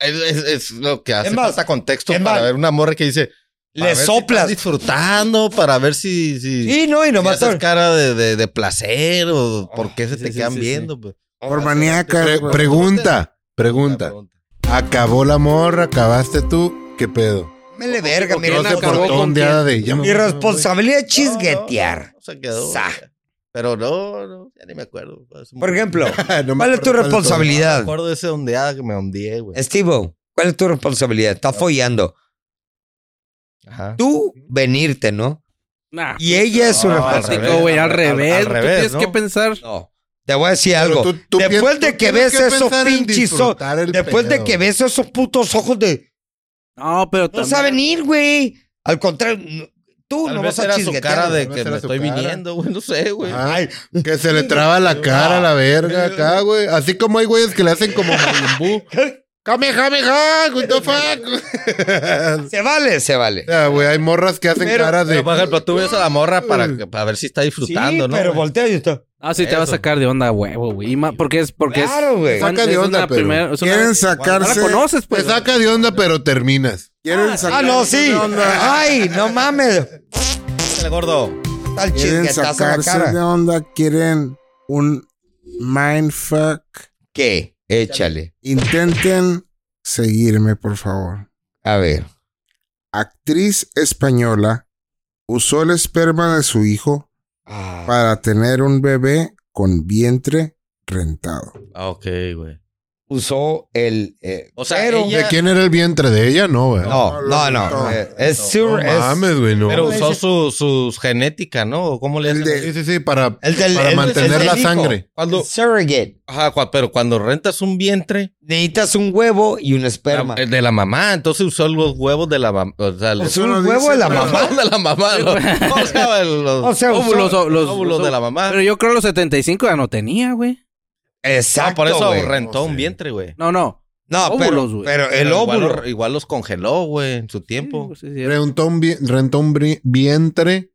Es, es- es lo que hace Es más, falta contexto es para más. ver una morra que dice. para Le ver si soplas. estás disfrutando para ver si. si Sí, no, y si nomás. Ah, haces todo- cara de, de, de placer o por qué se te quedan viendo. pues. Por maníaca. Pre- güey. pregunta, La pregunta. ¿Acabó la morra? ¿Acabaste tú? ¿Qué pedo? Mele verga, No miren. No se acabó portó con ondeada de ya me Mi voy, me voy. responsabilidad es No, no, chisguetear. no, se quedó. Sa. Pero no, no, ya ni me acuerdo. Es un- Por ejemplo, No me ¿cuál es tu acuerdo cuál es todo. me responsabilidad? acuerdo de ese ondeada que me ondeé, güey. Steve, Pues. ¿cuál es tu responsabilidad? Está follando. Ajá. Tú venirte, ¿no? Nah, Y ella es su No, al responsabilidad. revés, platico, güey, al al- revés. al Tú revés, tienes ¿no? que pensar. No. Te voy a decir Pero algo. tú- tú después piensas- de tú que tienes ves esos pensar en pinches ojos. disfrutar el Después de pedo. que ves esos putos ojos de. No, pero No también- saben ir, güey. Al contrario, no- tú Tal no vez vas era a su chisguetear. cara de tal que vez me era su estoy cara. viniendo, güey. No sé, güey. Ajá. Que se le traba la cara a la verga acá, güey. Así como hay güeyes que le hacen como Malimbú. ¡Come, come, come! what the fuck? Se vale, se vale. O sea, güey, hay morras que hacen Pero- caras de... Pero, por ejemplo, tú ves a la morra para, para ver si está disfrutando, Sí, ¿no? pero güey? voltea y está. Ah, sí, te va a Eso. sacar de onda, huevo, güey. Y ma- Porque es. Porque es- Claro, güey. Saca de es onda, una pero primera- es una- Quieren no la sacarse. conoces, Te pues. saca de onda, pero terminas. Quieren Ah, sacar. no, sí. Ay, no mames. El gordo. Tal Quieren chisguetazo en la sacarse de cara. onda. Quieren un mindfuck. ¿Qué? Échale. Intenten seguirme, por favor. A ver. actriz española usó el esperma de su hijo para tener un bebé con vientre rentado. Ah, ok, güey. Usó el. eh, O sea, pero- ella- ¿De quién era el vientre? ¿De ella? No, güey. No, no, no. eh, Es No sur. es- mames, güey, no. Pero usó su, su genética, ¿no? ¿O ¿Cómo le El hacen? de- sí, sí, sí, para, El del- para el- mantener el la del hijo. sangre. Cuando, Surrogate. ajá, cua- pero cuando rentas un vientre Necesitas un huevo y un esperma. la- el de la mamá, entonces usó los huevos de la mamá. O sea, los Usó un huevo de la mamá. de la mamá. Los, o sea, el- los O sea, usó- Óvulos, o- los- óvulos los- de la mamá. Pero yo creo los 75 ya no tenía, güey. Exacto. Ah, por eso güey. rentó No sé. un vientre, güey. No, no. No, Óvulos, pero, güey. pero el Pero igual óvulo. lo- Igual los congeló, güey, en su tiempo. Sí, pues. sí, sí. Rentó un, vi- rentó un bri- vientre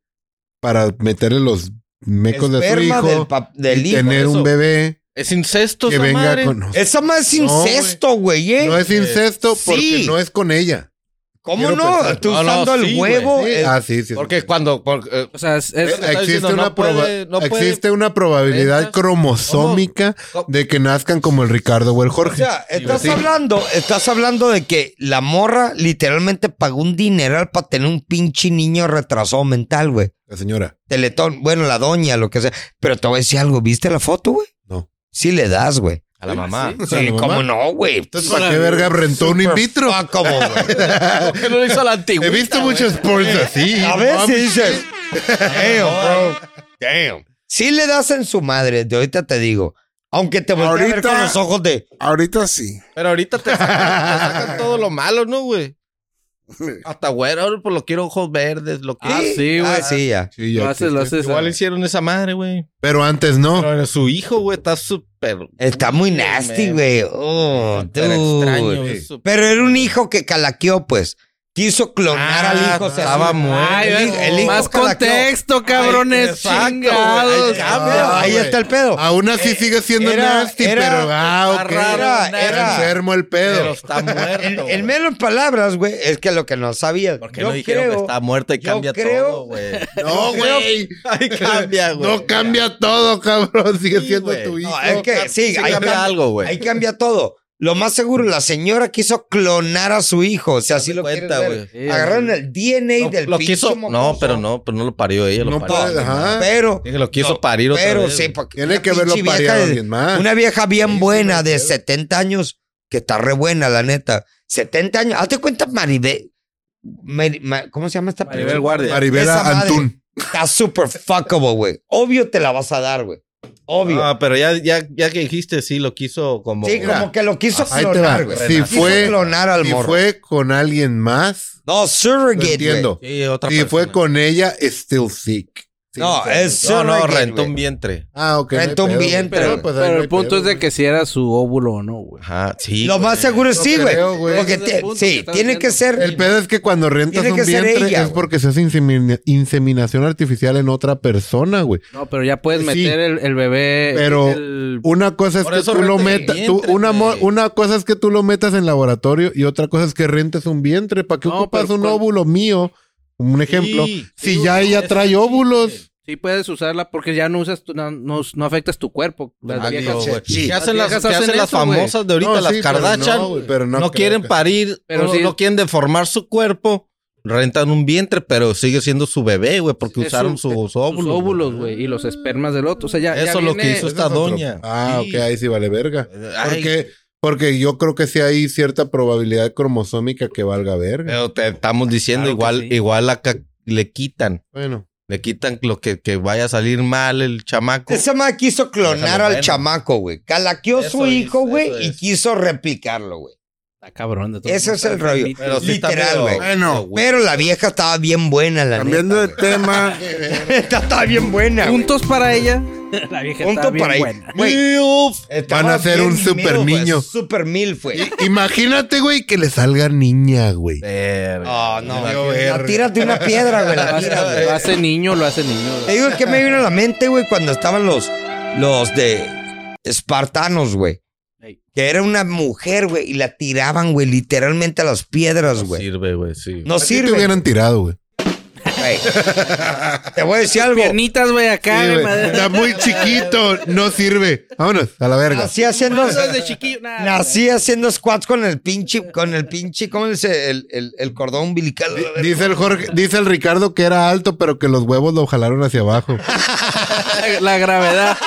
para meterle los mecos de su esperma hijo. del, pap- del y hijo. tener eso. un bebé Es incesto, que esa venga madre. con... Esa más es No, incesto, güey, ¿eh? No es incesto porque Sí. no es con ella. ¿Cómo Quiero no? pensar. Tú No, no, usando sí, el güey. huevo. eh, Ah, sí, sí. Porque cuando. por- eh, O sea, es, es- Está existe, diciendo, una no puede- proba- no puede- existe una probabilidad Estas- cromosómica ¿Cómo? de que nazcan como el Ricardo o el O Jorge. sea, estás Sí. hablando, estás hablando de que la morra literalmente pagó un dineral para tener un pinche niño retrasado mental, güey. La señora. Teletón, bueno, la doña, lo que sea. Pero te voy a decir algo, ¿viste la foto, güey? No. Sí le das, güey. a la mamá. O sea, Sí, la cómo mamá. no, güey. Entonces, ¿para qué verga rentó un in vitro? Ah, ¿cómo, güey? que no lo hizo a la antigua. He visto muchos porns así. A veces dices, damn, bro, damn. Sí le das en su madre, de ahorita te digo. Aunque te voltees a ver Ahorita- con los ojos de... Ahorita sí. Pero ahorita te sacan, te sacan todo lo malo, ¿no, güey? Hasta güey, ahora pues lo quiero ojos verdes, lo que. Ah, sí, güey. Ah, sí, ya. Sí, ya Lo haces, lo existe. haces. Igual eh. hicieron esa madre, güey. Pero antes no. Pero su hijo, güey, está súper. Está muy nasty, man. güey. Oh, súper extraño, dude. güey, súper- Pero era un hijo que calaqueó, pues. Quiso clonar Ah, al hijo. se estaba asustó. muerto. Ay, El hijo- el hijo más calaqueó. contexto, cabrones. exacto, chingados. güey, ahí cambia. Ah, ahí güey. está el pedo. Aún así sigue siendo era- nasty, era- pero ah, ok. raro, Está era- enfermo el Pero pedo. está muerto. En, güey. en menos palabras, güey, es que lo que no sabías. Porque Yo no dijeron que creo- está muerto y yo cambia creo- todo, güey. No, güey. Ay, cambia, güey. No cambia todo, cabrón. Sigue Sí, siendo güey. tu hijo. No, es que sí, Sí ahí cambia cambia, algo, güey. ahí cambia todo. Lo más seguro, la señora quiso clonar a su hijo. O sea, así Dame lo cuenta, cuenta, güey. güey. Agarraron el DNA No, del lo pinche quiso. No, mocoso. pero no, pero no lo parió ella, lo No parió. puede, alguien más. ajá. Pero. Dije, lo quiso no, parir otra Pero vez, sí, güey. porque Tiene una que verlo pinche pareado vieja a de- alguien más. Una vieja bien Sí, buena sí, de sí. 70 años, que está re buena, la neta. 70 años. Hazte cuenta, Maribel. Mari- Ma- ¿Cómo se llama esta Maribel pinche- Guardia. Maribela Esa madre Antún. Está super fuckable, güey. Obvio te la vas a dar, güey. Obvio. Ah, pero ya, ya, ya que dijiste, sí, lo quiso como. sí, mira. como que lo quiso Ahí te clonar, va. güey. Si Quiso fue- clonar al Si morro. fue con alguien más, no, lo surrogate, güey. entiendo. Sí, otra Si fue persona. con ella, still sick. Sí, No, es No, surrogate, no, rentó güey. un vientre. Ah, ok. Rentó no un hay pedo, vientre, güey. güey. pues ahí no Pero hay el punto pedo, es de güey. que si era su óvulo o no, güey. Ajá, sí. Lo güey. más seguro es No sí, güey. creo, güey. Porque Ese es el te- punto que sí, estás tiene que diciendo. ser... El pedo es que cuando rentas pues, Tiene un que ser vientre ella, es güey. porque se hace insemina- inseminación artificial en otra persona, güey. No, pero ya puedes Sí. meter el, el bebé. Pero- el- Una cosa es Por que eso tú lo renta el metas, tú- vientre, una, mo- güey. una cosa es que tú lo metas en laboratorio y otra cosa es que rentes un vientre. ¿Para qué No, ocupas pero un con- óvulo mío? Un ejemplo, Sí, si sí, ya sí, ella sí, trae sí, óvulos, sí. Sí puedes usarla porque ya no usas tu, no, no- no afectas tu cuerpo. Las Ah, viejas- digo, güey. sí. ¿Qué hacen Las viejas las, qué hacen hacen las eso, famosas de ahorita, No, las sí, pero Kardashian? no, No, güey, pero no creo quieren que- parir, Pero no, sí- no quieren deformar su cuerpo. Rentan un vientre, pero sigue siendo su bebé, güey, porque Es usaron su- sus tus óvulos. óvulos, güey, y los espermas del otro. O sea, ya. ya Eso es lo viene- que hizo esta Ese es otro- doña. Ah, Sí. ok, ahí sí vale verga. Ay, Porque, porque yo creo que sí hay cierta probabilidad cromosómica que valga verga. Pero te estamos diciendo, Claro que igual, sí. igual acá le quitan. Bueno, Le quitan lo que, que vaya a salir mal el chamaco. Esa madre quiso clonar Déjalo al bueno. chamaco, güey. Calaqueó su Eso es, hijo, güey, eso y es. quiso replicarlo, güey. Está cabrón de todo. Ese es el rollo. Pero sí está Literal, medio- güey. Bueno, Pero la vieja estaba bien buena, la Cambiando de neta. tema. güey. Esta estaba bien buena. güey. Puntos para ella. La vieja Punto está bien para ahí. buena. Güey, Eh, Van a ser bien un super mil, güey, niño. Super mil, güey. Imagínate, güey, que le salga niña, güey. Ah, no. Valió La verga. tiras de una piedra, güey. Lo La tiras, hace, güey. lo hace niño, lo hace niño. Te digo que me vino a la mente, güey, cuando estaban los, los de espartanos, güey. Ey. Que era una mujer, güey, y la tiraban, güey, literalmente a las piedras, güey. Sirve, güey, sí. No ¿A ti sirve. te hubieran tirado, güey. güey. Te voy a decir algo. Piernitas, güey, acá, Sí, güey, güey. madre. Está muy chiquito, no sirve. Vámonos, a la verga. Nací haciendo, Desde chiquillo. nada. nací haciendo squats con el pinche, con el pinche, ¿cómo dice? El, el, el cordón umbilical. Di- Dice el Jorge, dice el Ricardo que era alto, pero que los huevos lo jalaron hacia abajo. La, la gravedad.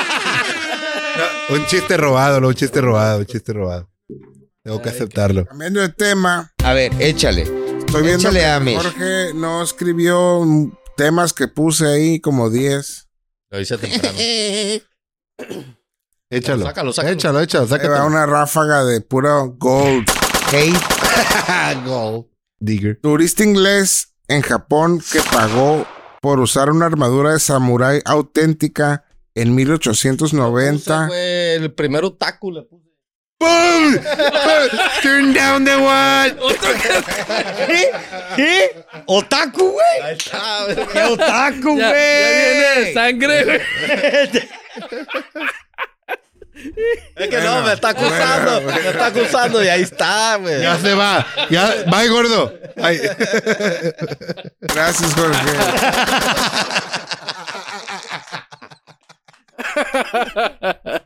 un chiste robado, no, un chiste robado, un chiste robado. Tengo que aceptarlo. Cambiando de tema. A ver, échale. Estoy viendo Échale, que Amish. Jorge no escribió mm, temas que puse ahí como 10. Lo hice temprano. Échalo. Sácalo, sácalo. Échalo, échalo, Ahí va sácatelo. una ráfaga de puro gold. Hey, Digger. Turista inglés en Japón que pagó por usar una armadura de samurái auténtica en 1890. el primer otaku le puse. Turn down the wall. ¿qué? ¿Qué? ¿Otaku, güey? ¿Qué otaku, güey? Ya, ya viene de sangre, güey. Es que no, me está acusando. Me está acusando y ahí está, güey. Ya se va. Ya, bye, gordo. Ay. Gracias, Jorge.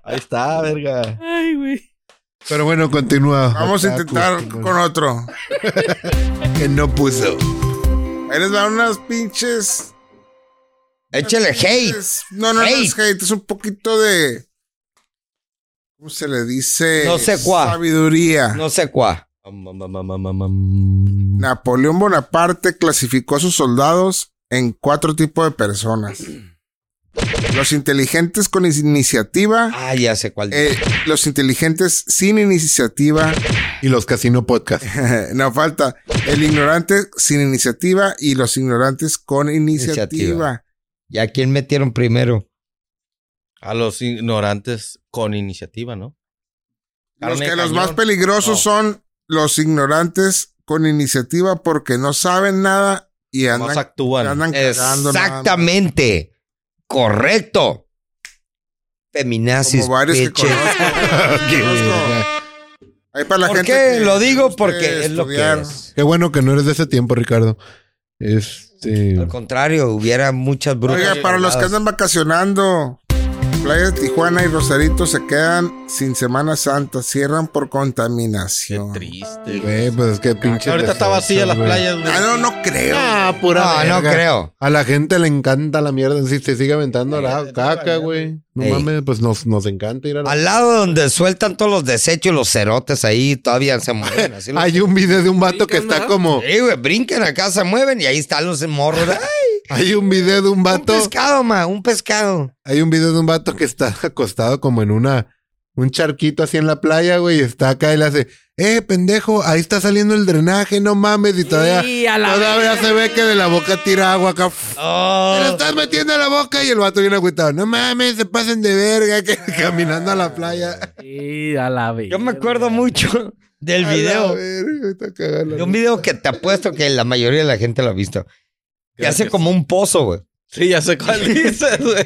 Ahí está, verga. Ay, güey. Pero bueno, continúa. Vamos a Otaku, intentar continúa. con otro. que no puso. Ahí les van unas pinches. Échale hate. es- no, no, no es hate, es un poquito de. ¿Cómo se le dice? No sé cuá. Sabiduría. No sé cuá. Napoleón Bonaparte clasificó a sus soldados en cuatro tipos de personas. Los inteligentes con iniciativa, Ah, ya sé cuál. eh, los inteligentes sin iniciativa, Y los casino podcast. no falta, el ignorante sin iniciativa y los ignorantes con iniciativa. Iniciativa. ¿Y a quién metieron primero? A los ignorantes con iniciativa, ¿no? Los Carne que de los cañón. más peligrosos No. son los ignorantes con iniciativa porque no saben nada y Más andan, actúan. andan cagando nada más. Exactamente. Correcto. Feminazis. Como varios que bitches. conozco. Conozco. Ahí para la ¿Por gente qué? que Lo le digo guste porque es lo que estudiar. es. Qué bueno que no eres de ese tiempo, Ricardo. Este. Al contrario, hubiera muchas brujas. Oiga, para los que andan vacacionando, Playa de Tijuana y Rosarito se quedan sin Semana Santa, cierran por Qué contaminación. triste, güey. Güey, pues es que pinche. Ahorita está vacía las playas, güey. Ah, no, no creo. Ah, pura No, no verga. creo. A la gente le encanta la mierda. Si se sigue aventando la caca, güey. No Ey. mames, pues nos, nos encanta ir a la... Al lado donde sueltan todos los desechos, los cerotes ahí todavía se mueven. Así los- Hay un video de un vato que Brincan, está ¿verdad? como. Sí, güey, brincan acá, se mueven y ahí están los morros. Ay, Hay un video de un un vato. pescado, ma, un pescado. Hay un video de un vato que está acostado como en una. Un charquito así en la playa, güey. Y está acá y le hace. Eh, pendejo, ahí está saliendo el drenaje, no mames. Y todavía. Y a la Todavía se ve que de la boca tira agua acá. Oh, Te la estás metiendo a la boca y el vato viene agüitado. No mames, se pasen de verga que- caminando a la playa. Y a la vez. Yo me acuerdo mucho del video. A ver, está cagando. De un video que te apuesto que la mayoría de la gente lo ha visto. Que Creo hace que como un pozo, güey. Sí, ya sé cuál dices, güey.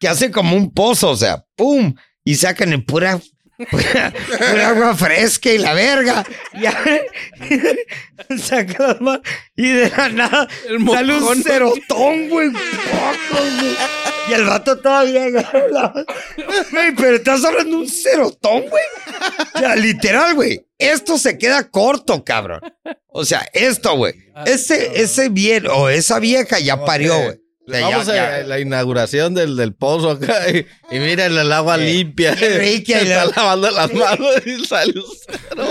Que hace como un pozo, o sea, ¡pum! Y sacan en pura, pura, pura agua fresca y la verga. Y a- saca las manos y de la nada El sale un mojón. cerotón, güey. Poco, güey. Y el rato todavía agarra la- Güey, pero estás hablando de un cerotón, güey. O sea, literal, güey. Esto se queda corto, cabrón. O sea, esto, güey. Ese, ese bien, o esa vieja ya parió, güey. O sea, Este, ya- Vamos ya- a la inauguración del, del pozo acá y, y mira el, el agua limpia. qué rica, y Está la- lavando las manos y sale un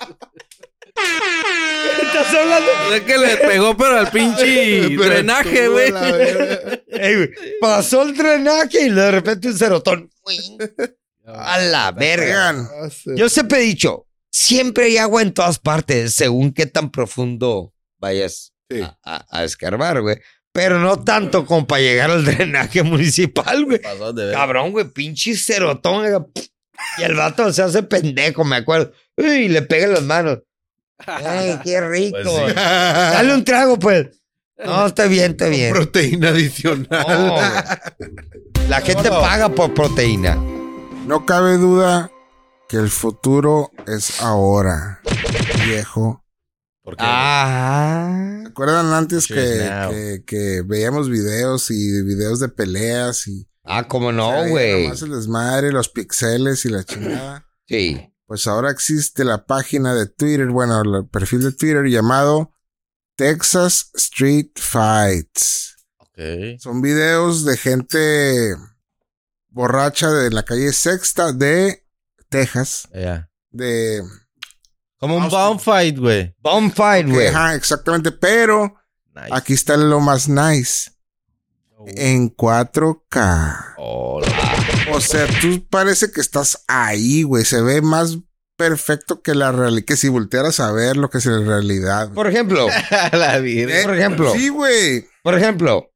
Estás hablando. Es que le pegó, pero al pinche Pero drenaje, tú, güey. la verga. Ey, güey, pasó el drenaje y de repente un cerotón. Uy. A la verga. Oigan, Yo siempre he dicho, siempre hay agua en todas partes, según qué tan profundo vayas Sí. a, a- a escarbar, güey. Pero no tanto como para llegar al drenaje municipal, güey. pasón de verga. Cabrón, güey, pinche cerotón. güey. Y el vato se hace pendejo, me acuerdo. Uy, y le pega en las manos. Ay, qué rico. Pues sí. Dale un trago, pues. No, está bien, está bien. Proteína adicional. No, güey. La gente paga por proteína. no cabe duda que el futuro es ahora, viejo. ¿Por qué? Ah. ¿Se acuerdan antes Sure is que, now. que- que veíamos videos y videos de peleas y Ah, cómo no, Ahí güey. nomás el desmadre, los pixeles y la chingada. Sí. Pues ahora existe la página de Twitter, bueno, el perfil de Twitter llamado Texas Street Fights. Ok. Son videos de gente borracha de la calle Sexta de Texas. Ya. De. Como un Austin. bomb fight, güey. Bonfire, güey. Ajá, exactamente. Pero Nice. aquí está lo más nice. En 4K. O sea, tú parece que estás ahí, güey. Se ve más perfecto que la realidad. Que si voltearas a ver lo que es la realidad. Por ejemplo, la virgen. Eh, por ejemplo, Sí, güey. por ejemplo,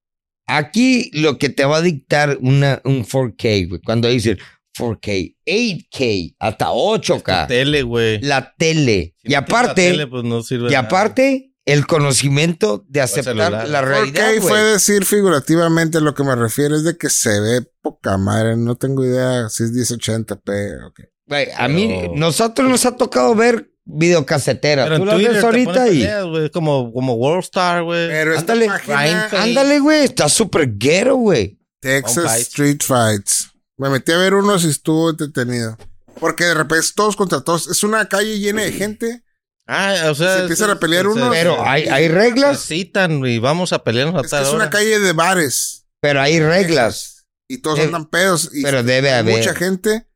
aquí lo que te va a dictar una, un 4K, güey, cuando dicen 4K, 8K, hasta 8K, Tele, güey. la tele. Si y no tienes la aparte, tele, pues no sirve y nada. aparte, el conocimiento de aceptar celular. la realidad. Porque güey. fue decir figurativamente lo que me refiero es de que se ve poca madre. No tengo idea si es 1080p. ok. Güey, a mí, Pero- nosotros nos ha tocado ver videocaseteras. Pero Tú en las Twitter ves te ahorita ponen y. peleas, güey, como, como Worldstar, güey. Pero esta Ándale, página- Ryan- Ándale, güey, está súper guero, güey. Texas Fights. Street Fights. Me metí a ver unos y estuvo entretenido. Porque de repente es todos contra todos. Es una calle llena de gente. Ah, o sea. Se empiezan es- a pelear es- unos. es- Pero hay, hay reglas, Se citan y vamos a pelearnos a Es, que tal es una hora. calle de bares. pero hay reglas. Y todos Eh, andan pedos. Y Pero debe hay haber. mucha gente.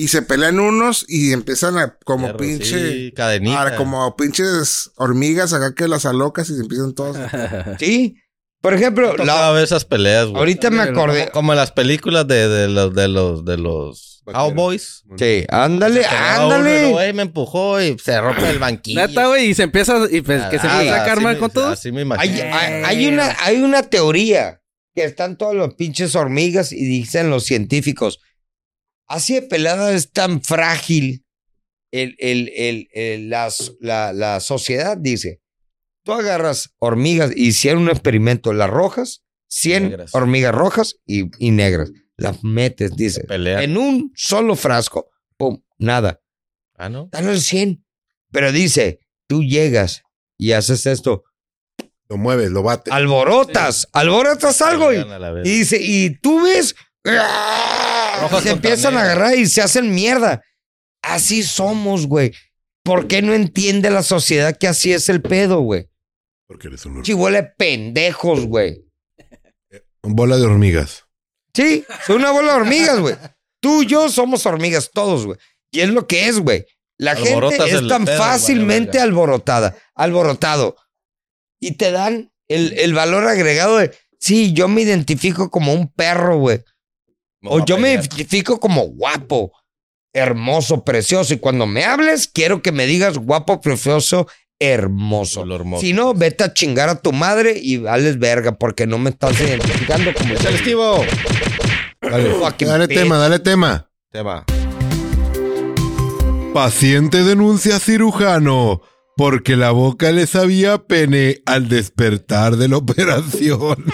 Y se pelean unos y empiezan a como Perro, pinche. sí, cadenita. ahora como pinches hormigas acá que las alocas y se empiezan todos. Sí. Por ejemplo, Tocaba la- ver esas peleas, güey. ahorita me acordé. Como en las películas de, de los de los de los Vaqueros. Cowboys. Sí, ándale, Pegaba uno y ándale. luego, "Ey, me empujó y se rompe el banquillo. Neta, güey, y se empieza, y pues, que se Ah, empieza a así carmar me- con todo. Así me imagino. Hay, hay- hay una, hay una teoría que están todos los pinches hormigas y dicen los científicos, así de pelada es tan frágil el, el- el- el- la, s- la- la sociedad, dice. Tú agarras hormigas, hicieron un experimento, las rojas, 100 Negras. hormigas rojas y, y negras, las metes, dice. pelea. En un solo frasco, pum, nada Ah, ¿no? están al 100. Pero dice, tú llegas y haces esto, Lo mueves, lo bate. alborotas, alborotas algo. Y, Gana la vez. y dice, y tú ves, ¡ah! Rojas se contra empiezan a negras. agarrar y se hacen mierda. Así somos, güey. ¿Por qué no entiende la sociedad que así es el pedo, güey? Porque eres un Chihuele pendejos, güey. Bola de hormigas. Sí, soy una bola de hormigas, güey. Tú y yo somos hormigas todos, güey. Y es lo que es, güey. La Alborotas gente es el tan pedo, fácilmente vale, alborotada, alborotado. Y te dan el, el valor agregado de, sí, yo me identifico como un perro, güey. voy O a yo me pelear. identifico como guapo, hermoso, precioso. Y cuando me hables, quiero que me digas guapo, precioso, hermoso. Lo hermoso. Si no, vete a chingar a tu madre y vales verga porque no me estás identificando como... ¡Échale, Estivo! fucking Dale bitch. tema, dale tema. Tema. Paciente denuncia a cirujano porque la boca le sabía pene al despertar de la operación.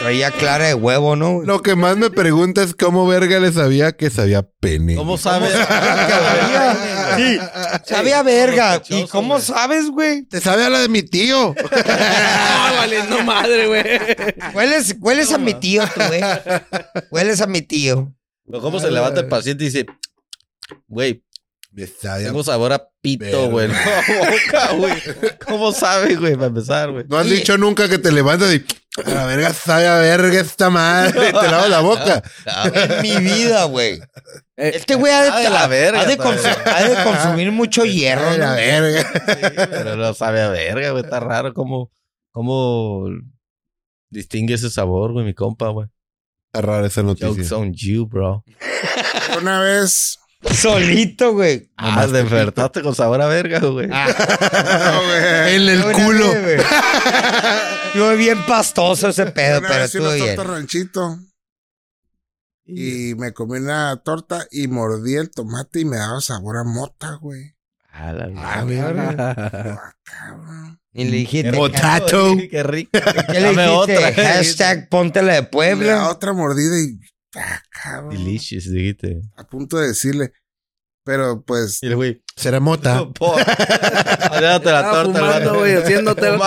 Traía clara de huevo, ¿no? Lo que más me pregunta es cómo verga le sabía que sabía pene. ¿Cómo sabes? sabía? Sí. Sabe a verga. ¿Y Sospechoso, cómo güey. sabes, güey? Te sabe a la de mi tío. No, valiendo madre, güey. Hueles, hueles a mi tío, tú, güey. Hueles a mi tío. Pero ¿Cómo se levanta el paciente y dice, güey, Me sabe a- tengo sabor a Verga. pito, güey? No, boca, güey. ¿Cómo sabe, güey? Para empezar, güey. No has Oye. dicho nunca que te levantas y a la verga sabe a verga esta madre. Te lavas la boca. Ah, En mi vida, güey. Eh, Este güey ha de, sabe de la verga, ha de sabe. consu- ha de consumir mucho hierro. A ¿no? la verga. Pero no sabe a verga, güey. Está raro cómo, cómo distingue ese sabor, güey, mi compa, güey. Está rara esa Jokes noticia. on you, bro. Una vez. Solito, güey. Ah. Ah, despertaste con sabor a verga, güey. En el Buena culo. vez, güey. Yo bien pastoso ese pedo, una pero vez una estuvo bien. torta ranchito. Y me comí una torta y mordí el tomate y me daba sabor a mota, güey. A la A ver, Cabrón. Y le dijiste, Motato. Qué rico. ¿qué le Dame dijiste? otra. Hashtag póntela de Y la Puebla. otra mordida y. ah, cabrón. Delicious, dijiste. A punto de decirle. Pero pues. Y el güey. Será mota. Adelante la Estaba torta, fumando, hermano. güey, haciéndote-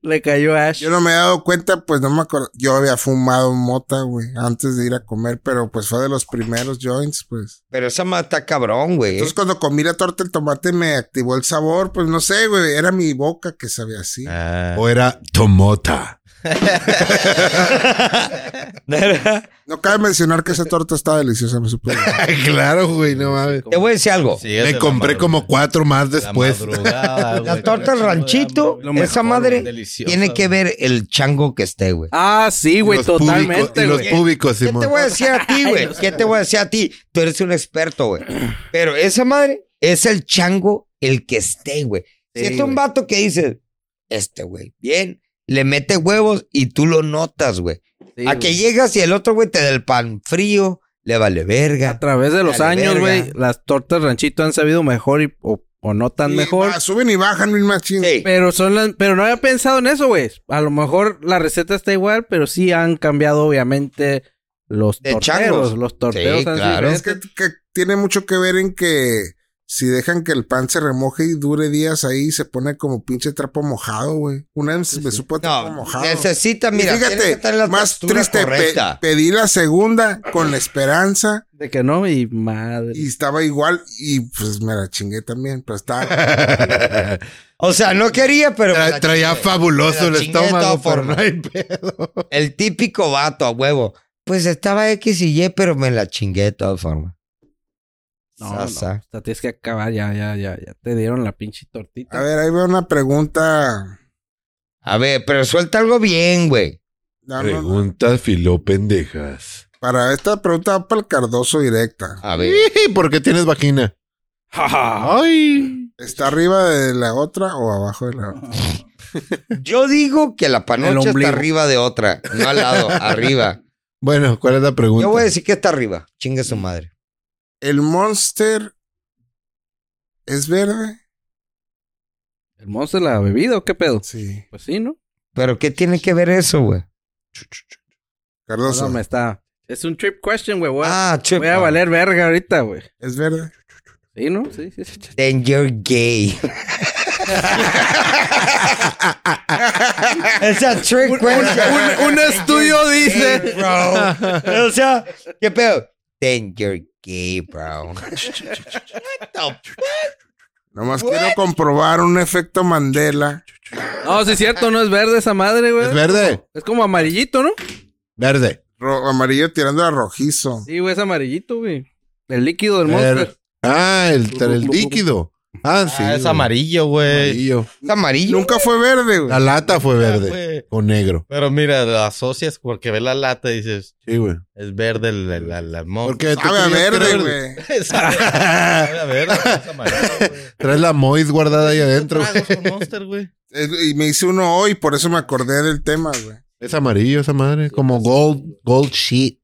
Le cayó Ash. Yo no me he dado cuenta, pues no me acuerdo. Yo había fumado mota, güey, antes de ir a comer, pero pues fue de los primeros joints, pues. Pero esa mata cabrón, güey. Entonces cuando comí la torta el tomate me activó el sabor, pues no sé, güey, era mi boca que sabía así. Ah, O era tomota. No cabe mencionar que esa torta estaba deliciosa, me supe. claro, güey, no mames. Te voy a decir algo. sí, es de Me la compré madrugada. como cuatro más después. La, madrugada, güey. La torta Chingo de ranchito, hambre, güey. esa Lo madre güey. Deliciosa, Tiene que güey. ver el chango que esté, güey. Ah, sí, güey, Los públicos- totalmente, Y los güey. públicos, ¿Qué te Simón. voy a decir a ti, güey? ¿Qué te voy a decir a ti? Tú eres un experto, güey. Pero esa madre es el chango el que esté, güey. Si Sí, es un güey. vato que dice, este güey, bien, le mete huevos y tú lo notas, güey. Sí, a que güey. llegas y el otro güey te da el pan frío, le vale verga. A través de los Dale, años, verga. güey, las tortas ranchito han sabido mejor y, o o no tan Y mejor. ba- suben y bajan mil machín. Sí. Pero son las, pero no había pensado en eso, güey. A lo mejor la receta está igual, pero sí han cambiado, obviamente, los De torteros. changos. Los torteros Sí, han sido claro. Es diferentes. que, que tiene mucho que ver en que si dejan que el pan se remoje y dure días ahí, se pone como pinche trapo mojado, güey. Una vez me supo a trapo No, mojado. necesita, Y mira, tiene que fíjate, estar en la más textura triste, pe- correcta. pedí la segunda con la esperanza De que no, y madre. y estaba igual y pues me la chingué también, pero estaba... O sea, no quería, pero. me Tra- la traía chingué. fabuloso Me el la chingué de estómago, todas pero formas. no hay pedo. El típico vato a huevo. Pues estaba X y Y, pero me la chingué de todas formas. No, Sasa. no. o sea, tienes que acabar, ya, ya, ya, ya. Te dieron la pinche tortita. A ver, ahí veo una pregunta... A ver, pero suelta algo bien, güey. Ah, No, no, no. Preguntas filopendejas. Para esta pregunta va para el Cardoso directa. A ver. ¿Por qué tienes vagina? Ay. ¿Está arriba de la otra o abajo de la otra? Yo digo que la El panocha está ombligo. arriba de otra, no al lado, arriba. Bueno, ¿cuál es la pregunta? Yo voy a decir que está arriba. Chingue su madre. ¿El Monster es verde? ¿El monster la ha bebido? ¿Qué pedo? Sí. Pues sí, ¿no? Pero ¿qué tiene que ver eso, güey? No, Cardoso, no, me está. Es un trip question, güey. Voy, a- Ah, chup. voy a valer verga ahorita, güey. ¿es verde? Sí, ¿no? Sí, sí, sí. sí. Then you're gay. Es a trick question. Un, un estudio Hey, dice. bro. O sea, ¿qué pedo? Then you're gay, bro. Nomás quiero comprobar un efecto Mandela. No, sí es cierto, no es verde esa madre, güey. ¿Es verde? Es como amarillito, ¿no? Verde. Ro- amarillo tirando a rojizo. Sí, güey, es amarillito, güey. El líquido del Ver- monster. Ah, el, el líquido. Ah, sí. Ah, es güey. amarillo, güey. Amarillo. ¿Es amarillo? Nunca fue verde, güey. La lata fue verde. Güey. O negro. Pero mira, lo asocias porque ves la lata y dices, Sí, güey. es verde el, el, el, el mon- Porque tú Sabe a tenías que verde, ver- güey. Sabe a verde, es amarillo, güey. Traes la Mois guardada ahí adentro. güey. Tragos con Monster, güey. Es- Y me hice uno hoy, por eso me acordé del tema, güey. Ah, Es amarillo esa madre. Como gold, gold sheet.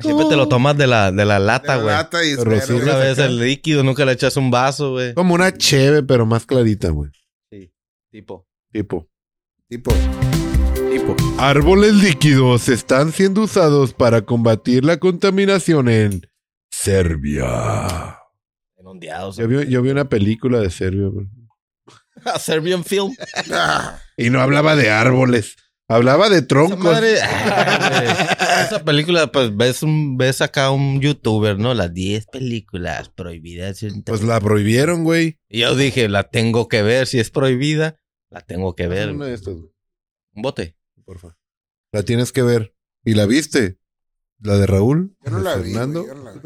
Siempre te lo tomas de la, de la De lata, la güey. lata y es Pero sí, verde. Una la vez el líquido, nunca le echas un vaso, güey. Como una cheve, pero más clarita, güey. Tipo. Tipo. Tipo, Tipo. Árboles líquidos están siendo usados para combatir la contaminación en Serbia. En ondeados. Yo vi, yo vi una película de Serbia, güey. A Serbian Film. Y no hablaba de árboles. Hablaba de Esa troncos. madre. Ay, Esa película, pues ves, un, ves acá un youtuber, ¿no? Las 10 películas prohibidas. en- Pues la prohibieron, güey. Y yo dije, la tengo que ver. Si es prohibida, la tengo que ver. Una güey. de estas, güey, Un bote. porfa. La tienes que ver. ¿Y la viste? ¿La de Raúl? yo no ¿De la vi. güey, Fernando? yo no la vi.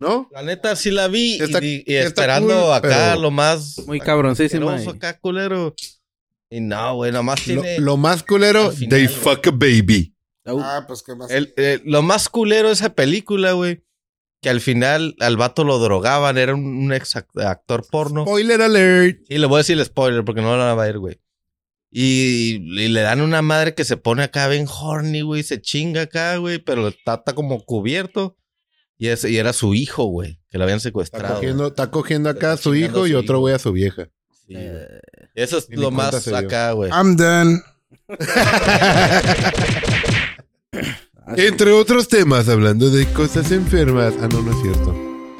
¿No? La neta, sí la vi. Está- y, di- y está esperando cool, acá pero- lo más. Muy eh. cabroncísima. asqueroso y- acá, culero. Y no, güey, nada más Lo, tiene. lo más culero, Al final, they güey. fuck a baby. Uh, Ah, pues qué más. El- eh, lo más culero de esa película, güey, que al final al vato lo drogaban, era un, un ex act- actor porno. Spoiler alert. Y le voy a decir el spoiler porque no la va a ver, güey. Y, y le dan una madre que se pone acá bien horny, güey, se chinga acá, güey, pero está, está como cubierto. Y, es- y era su hijo, güey, que lo habían Está secuestrado. cogiendo, está cogiendo acá a Está su hijo chingando a y su otro hijo. güey a su vieja. Sí, güey. Eso es Ni me lo cuenta más se dio. acá, güey. I'm done. Entre otros temas, hablando de cosas enfermas. Ah, no, no es cierto.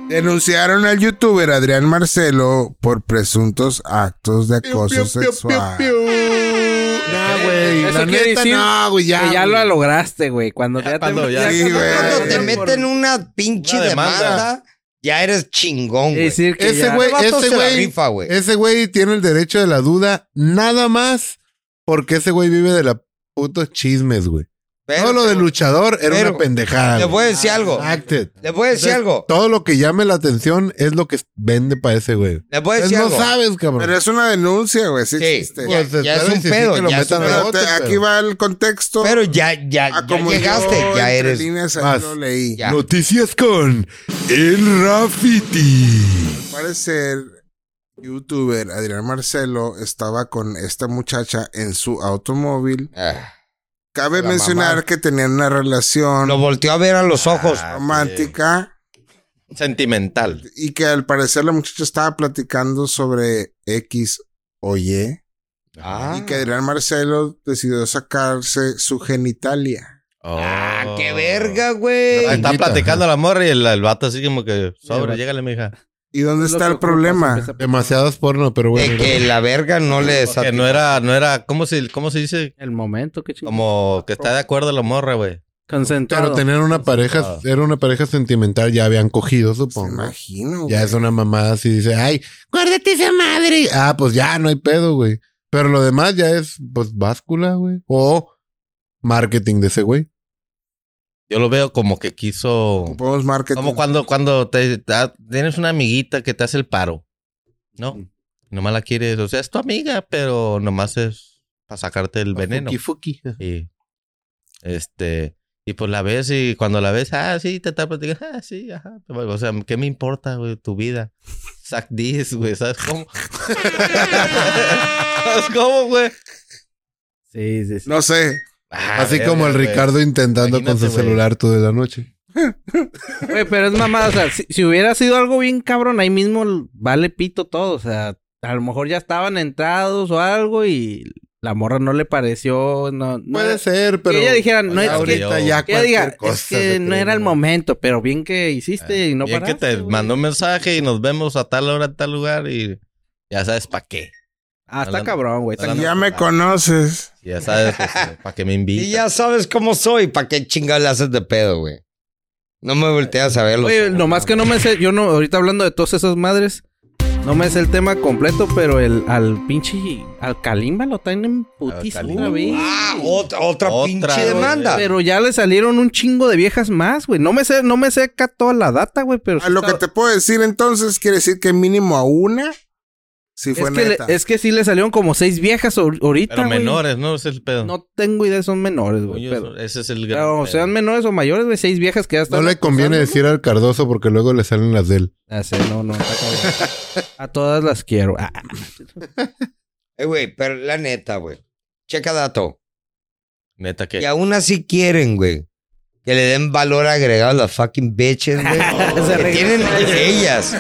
Denunciaron al youtuber Adrián Marcelo por presuntos actos de acoso sexual. No, güey. Eso La quiere neta, decir no, güey. Ya, que ya lo güey. lograste, güey. Cuando ya, cuando te ya- Sí, güey. Cuando te Por- meten una pinche Una demanda. demanda, ya eres chingón, güey. Decir que Ese ya- güey, Vato ese se la güey- rifa, güey. Ese güey tiene el derecho de la duda nada más porque ese güey vive de la putos chismes, güey. Pero- Todo lo de luchador era pero- una pendejada. Le güey. voy a decir algo. Acted. Le voy a decir Entonces, algo. Todo lo que llame la atención es lo que vende para ese güey. Le voy a Entonces, decir pues no algo. sabes, cabrón. Pero es una denuncia, güey. Sí, Sí. existe. Ya- Pues, ya es espero un y sí pedo, que lo ya es metan un al Ah, pedo. Pero bote, te- aquí pero- va el contexto. Pero ya, ya, a ya como llegaste, yo, ya entre eres. líneas ahí más. lo leí. Ya. Noticias con El Rafiti. Al parecer, youtuber Adrián Marcelo estaba con esta muchacha en su automóvil. Ah, Cabe La mencionar mamá. que tenían una relación Lo volteó a ver a los ojos. Ah, romántica. Sentimental. Y que al parecer la muchacha estaba platicando sobre X o Y. Ah, Y que Adrián Marcelo decidió sacarse su genitalia. Ah, Oh. qué verga, güey. Ahí Está Maldita. platicando la morra y el, el vato así como que, sobre, vato. llégale, mija. ¿Y dónde está Lo el que ocupas, problema? empieza- Demasiadas porno, pero bueno. De que la verga no le Que satisface. no era, no era, ¿cómo se, cómo se dice? El momento, qué chingón. Como que está de acuerdo la morra, güey. Concentrado. Pero tenían una pareja, era una pareja sentimental, ya habían cogido, Pues Me supongo. imagino. Ya güey. es una mamada si dice, ay, guárdate esa madre. Ah, pues ya no hay pedo, güey. Pero lo demás ya es, pues, báscula, güey. O marketing de ese güey. Yo lo veo como que quiso. Ocupamos marketing. Como cuando, cuando te, te- tienes una amiguita que te hace el paro. No. Nomás la quieres. O sea, es tu amiga, pero nomás es para sacarte el veneno. Fuki, fuki. Y este, y pues la ves y cuando la ves, ah, sí, te está platicando, ah, sí, ajá. O sea, ¿qué me importa, güey, tu vida? Sac this, güey, ¿sabes cómo? ¿Sabes cómo, güey? Sí, sí, sí. No sé. Ah, Así verga, como el güey. Ricardo intentando Imagínate, con su güey. celular toda la noche. Güey, pero es mamada. O sea, si, si hubiera sido algo bien cabrón, ahí mismo l- vale pito todo. O sea, a lo mejor ya estaban entrados o algo y la morra no le pareció. No, no Puede era- ser, pero. Que ella dijera, no Oye, es que. ahorita ya que ella diga, cualquier cosa es que se Ah, no cree, era el güey. momento, pero bien que hiciste y no Ah, Bien paraste. que te güey. mandó un mensaje y nos vemos a tal hora, a tal lugar y ya sabes para qué. Ah, está Hablando- cabrón, güey. está hablando- Ya me conoces. Ya sabes para qué me invitas. Y ya sabes cómo soy, ¿para qué chingados le haces de pedo, güey? No me volteas a verlo. Oye, nomás que no me sé, yo no, ahorita hablando de todas esas madres, no me sé el tema completo, pero el al pinche, al Kalimba lo traen en putísima Kalimba. vez. Ah, otra, otra, Otra, pinche güey. demanda. Pero ya le salieron un chingo de viejas más, güey. No me sé, no me sé acá toda la data, güey, pero... A Ah, lo que te puedo decir entonces quiere decir que mínimo a una. Si fue es, que le- neta. es que sí le salieron como seis viejas ahor- ahorita, Pero güey. menores, ¿no? Ese Es el pedo. No tengo idea, son menores, güey. Coño, Pero, ese es el gran pero pedo. sean menores o mayores, güey, seis viejas que ya están... No le conviene acusando, decir al Cardoso porque luego le salen las de él. ¿no? Ya sé, no, no, está cabrón. A todas las quiero. Ah, ah. Eh, güey, pero la neta, güey. Checa dato. Neta que. Y aún así quieren, güey. Que le den valor agregado a las fucking bitches, güey. Se que tienen ellas.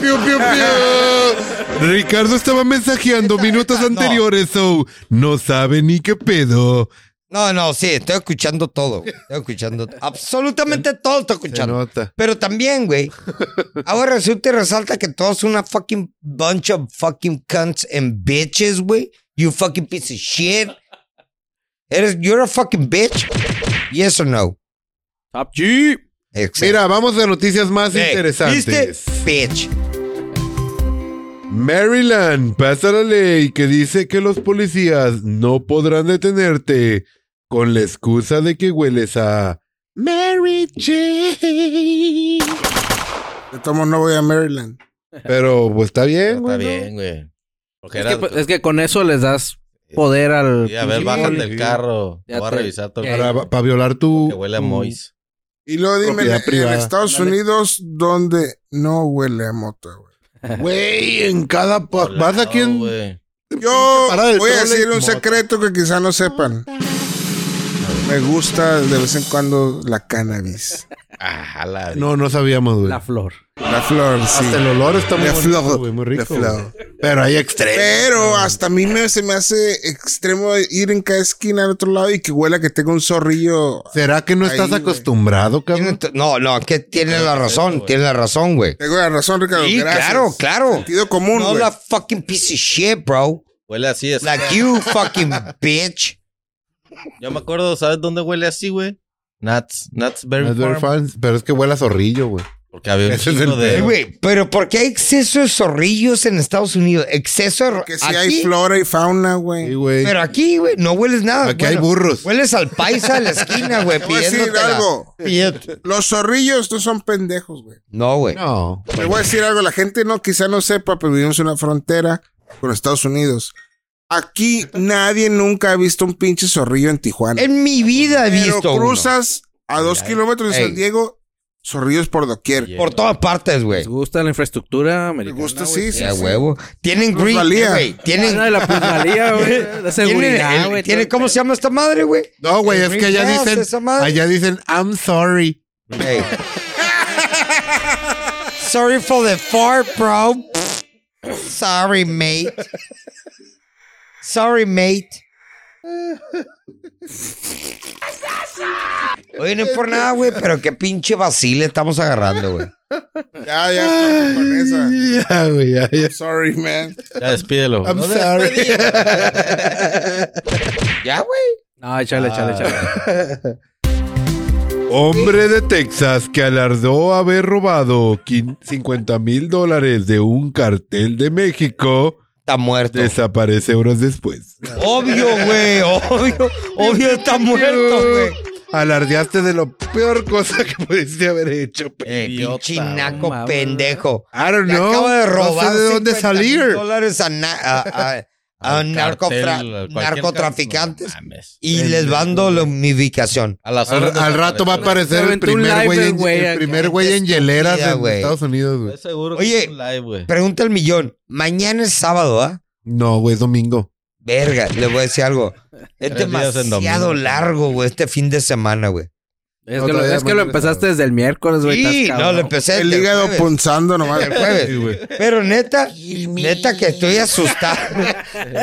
¡Piu, piu, piu! Ricardo estaba mensajeando minutos anteriores, so no sabe ni qué pedo. No, no, sí, estoy escuchando todo. güey. Estoy escuchando absolutamente todo, estoy Se escuchando. nota. Pero también, güey. Ahora resulta y resalta que todos son una fucking bunch of fucking cunts and bitches, güey. You fucking piece of shit. Eres, you're a fucking bitch. Yes or no. Top G. Exacto. Mira, vamos a noticias más Eh, interesantes. ¿Viste? Bitch. Maryland pasa la ley que dice que los policías no podrán detenerte con la excusa de que hueles a Mary Jane. De tomo no voy a Maryland. Pero pues está bien, Está güey. ¿no? bien, güey. Porque Es era- que, pues, es que con eso les das poder al. Sí, a ver, bájate del carro. Ya Te voy a te- revisar todo. el Ya, carro Para, para violar tu. Que huele a tu- Mois. Y luego dime, Propiedad en- en privada. Estados Dale. Unidos, donde no huele a mota, güey? Güey, en cada. pa- Vas aquí en. güey. Yo parada del voy a trole, decir un mota. secreto que quizá no sepan. Me gusta de vez en cuando la cannabis. Ajá, la. No, no sabíamos, güey. La flor. La flor, sí. Hasta el olor está muy De bonito, flojo, güey, muy de rico. flojo. güey. Pero hay extremos. Pero hasta a mí me, se me hace extremo ir en cada esquina al otro lado y que huela que tenga un zorrillo. ¿Será que no Ahí, estás güey. acostumbrado, Tiene cabrón? t- No, no, que tiene la razón, tiene la razón, güey. Tengo la razón, Ricardo. Sí, gracias. claro, claro. Sentido común, No güey. la fucking piece of shit, bro. Huele así. Es... Like you fucking bitch. Yo me acuerdo, ¿sabes dónde huele así, güey? Nuts. Nuts Berry Las Dairy Farm. Farms, Pero es que huele a zorrillo, güey. Porque había un Ese es chingo el de. Eh, güey, pero ¿por qué hay exceso de zorrillos en Estados Unidos? Exceso de... Que si aquí, hay flora y fauna, Sí, güey. güey. Pero aquí, güey, no hueles nada. Aquí hay Bueno, burros. Hueles al paisa de la esquina, güey, Te voy a decir pidiéndote Pues algo. Los zorrillos no son pendejos, güey. No, güey. No. Te voy a decir algo. La gente no, quizá no sepa, pero vivimos en una frontera con Estados Unidos. Aquí nadie nunca ha visto un pinche zorrillo en Tijuana. En mi vida he Pero visto uno. cruzas a dos kilómetros de Ey. San Diego, zorrillos por doquier. Yeah. Por todas partes, güey. Les gusta la infraestructura Me americana. gusta, sí, sí. Ya, sí. huevo. Tienen green, Plusvalía. güey. Tienen... Una de la plusvalía, güey. La seguridad, ¿Tiene, güey. ¿tiene todo cómo el se llama esta madre, güey? No, güey, es que allá Yes, dicen. esa madre. Allá dicen, I'm sorry. Ey. Sorry for the fart, bro. Sorry, mate. Sorry, mate. Oye, no es por nada, güey, pero qué pinche vacile estamos agarrando, güey. Ya, ya, con esa. Ya, güey, ya, ya. Sorry, man. Ya despídelo. I'm sorry. Ya, güey. No, Ah. échale, échale, échale. Hombre de Texas que alardó haber robado 50 mil dólares de un cartel de México Está muerto. desaparece horas después. Obvio, güey. Obvio. Obvio está muerto, güey. Alardeaste de lo peor cosa que pudiste haber hecho. pe- Eh, Idiota, pinche naco mames. pendejo. I don't Le know. acabo de robar. no sé de dónde 50 mil salir. dólares a, na- a- a- a Al narcofra- cartel, a cualquier narcotraficantes cartel. No mames. y les mando lo- mi ubicación. A las Al, horas al rato va a aparecer Se desaparece. el aventó un primer live güey el en, güey el acá. primer güey en hieleras Estúpida, en güey. Estados Unidos, güey. Estoy seguro Oye. que es un live, güey. Pregunta al millón. Mañana es sábado, ¿ah? No, güey, es domingo. Verga, le voy a decir algo. Es Tres días en demasiado domingo. largo, güey, este fin de semana, güey. Es No, que, lo, todavía es que lo mañana empezaste sábado. desde el miércoles, güey. Sí, estás no, cabrón. lo empecé El desde el hígado jueves. punzando nomás. El jueves. Sí, güey. Pero neta, neta que estoy asustado.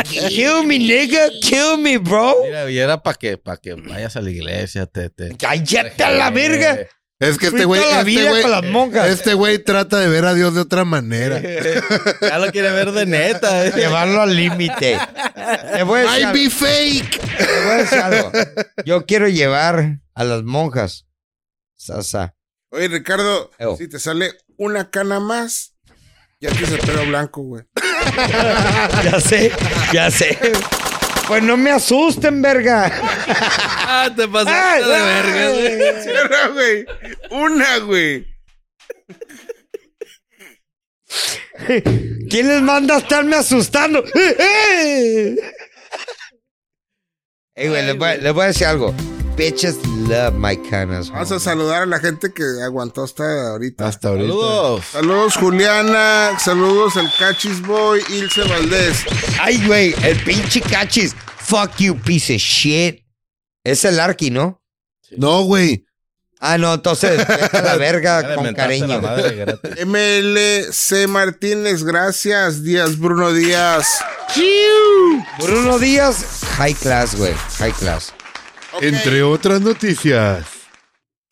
kill me, nigga, kill me, bro. Mira, y era para que, pa' que vayas a la iglesia, te, te. Cállate a la Este verga. Es que Fui este güey, toda la vida este güey, con las monjas. este güey trata de ver a Dios de otra manera. Ya lo quiere ver de neta. eh. Llevarlo al límite. Te voy a decir I algo, be fake. te voy a decir algo. Yo quiero llevar a las monjas. Sasa. Oye, Ricardo, Ew. si te sale una cana más, ya tienes el pelo blanco, güey. Ya sé, ya sé. Pues no me asusten, verga. Ah, te pasaste Ay, de ay, verga, güey. Pero, güey, una, güey. ¿Quién les manda a estarme asustando? ¡Eh! Ey, güey, les voy, a- les voy a decir algo. Bitches love my canas. Vamos homie. a saludar a la gente que aguantó hasta ahorita. Hasta ahorita. Saludos. Saludos, Juliana. Saludos, el Cachis Boy, Ilse Valdés. Ay, güey, el pinche cachis. Fuck you, piece of shit. Es el Arqui, ¿no? No, güey. Ah, no, entonces, vete a la Ya le verga con mentaste la cariño. madre gratis. MLC Martínez, gracias. Díaz, Bruno Díaz. Bruno Díaz, high class, güey. High class. Ok. Entre otras noticias,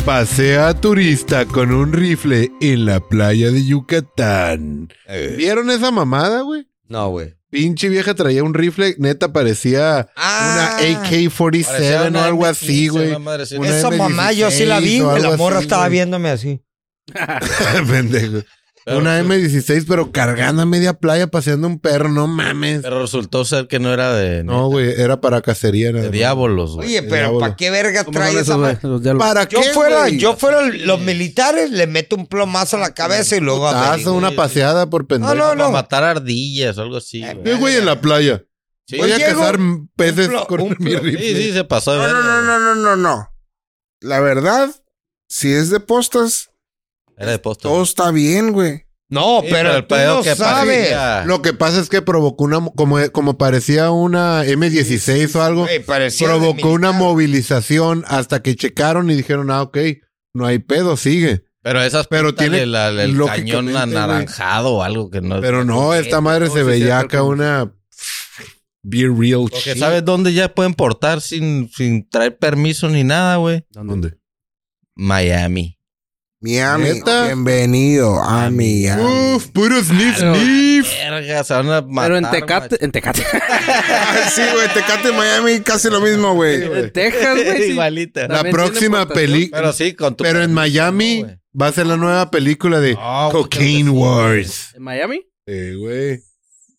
pasea a turista con un rifle en la playa de Yucatán. Eh. ¿Vieron esa mamada, güey? No, güey. Pinche vieja traía un rifle, neta parecía Ah, una AK-47 Parecía o una algo M15, así, güey. una madre así. Una- Esa mamá yo sí la vi, o güey. La algo morra así, estaba güey. viéndome así. Pendejo. Pero- Una M16, pero cargando a media playa paseando un perro, no mames. Pero resultó ser que no era de, No, güey, era para cacería. nada de más. diablos, güey. Oye, pero diablo. ¿para qué verga ¿Cómo son trae esa esos, madre? güey? Los diálogos. ¿Para Yo qué, fuera, güey? yo fuera los militares, le meto un plomazo a la cabeza y luego Ah, Haz averiguo. una paseada por pendejo. No, No, no. no. matar ardillas o algo así, güey. Sí, güey, en la playa. Sí, Voy a Oye, cazar peces un plo- con un mi plo- rifle. sí, sí, se pasó de No, no, verga, no, güey. no, no, no, no. La verdad, si es de postas, Era de posta. todo está bien, güey. No, Sí, pero, el tú pedo no que sabes. parecía- Lo que pasa es que provocó una, mo- como, como parecía una M16 o algo, Güey, parecía de provocó una militar. movilización hasta que checaron y dijeron, ah, ok, no hay pedo, sigue. Pero esas Pero píntale tiene- la- la- el cañón lógicamente, anaranjado o algo que no. Pero no, esta madre se sí, veía cierto, acá como- una... Be real Porque shit. sabes dónde ya pueden portar sin, sin traer permiso ni nada, güey. ¿Dónde? Miami. Miami, ¿Neta? bienvenido a Miami. Uf, puro sniff, Claro. sniff. Verga, se van a matar. Pero en Tecate, en Tecate, Ah, sí, güey, Tecate Miami, casi lo mismo, güey. en Texas, macho. güey. sí. Igualita. La También tiene próxima importación. película... Pero sí, con tu. Pero en Miami güey. va a ser la nueva película de Ah, güey, Cocaine creo que sí, Wars. ¿En Miami? Eh, güey.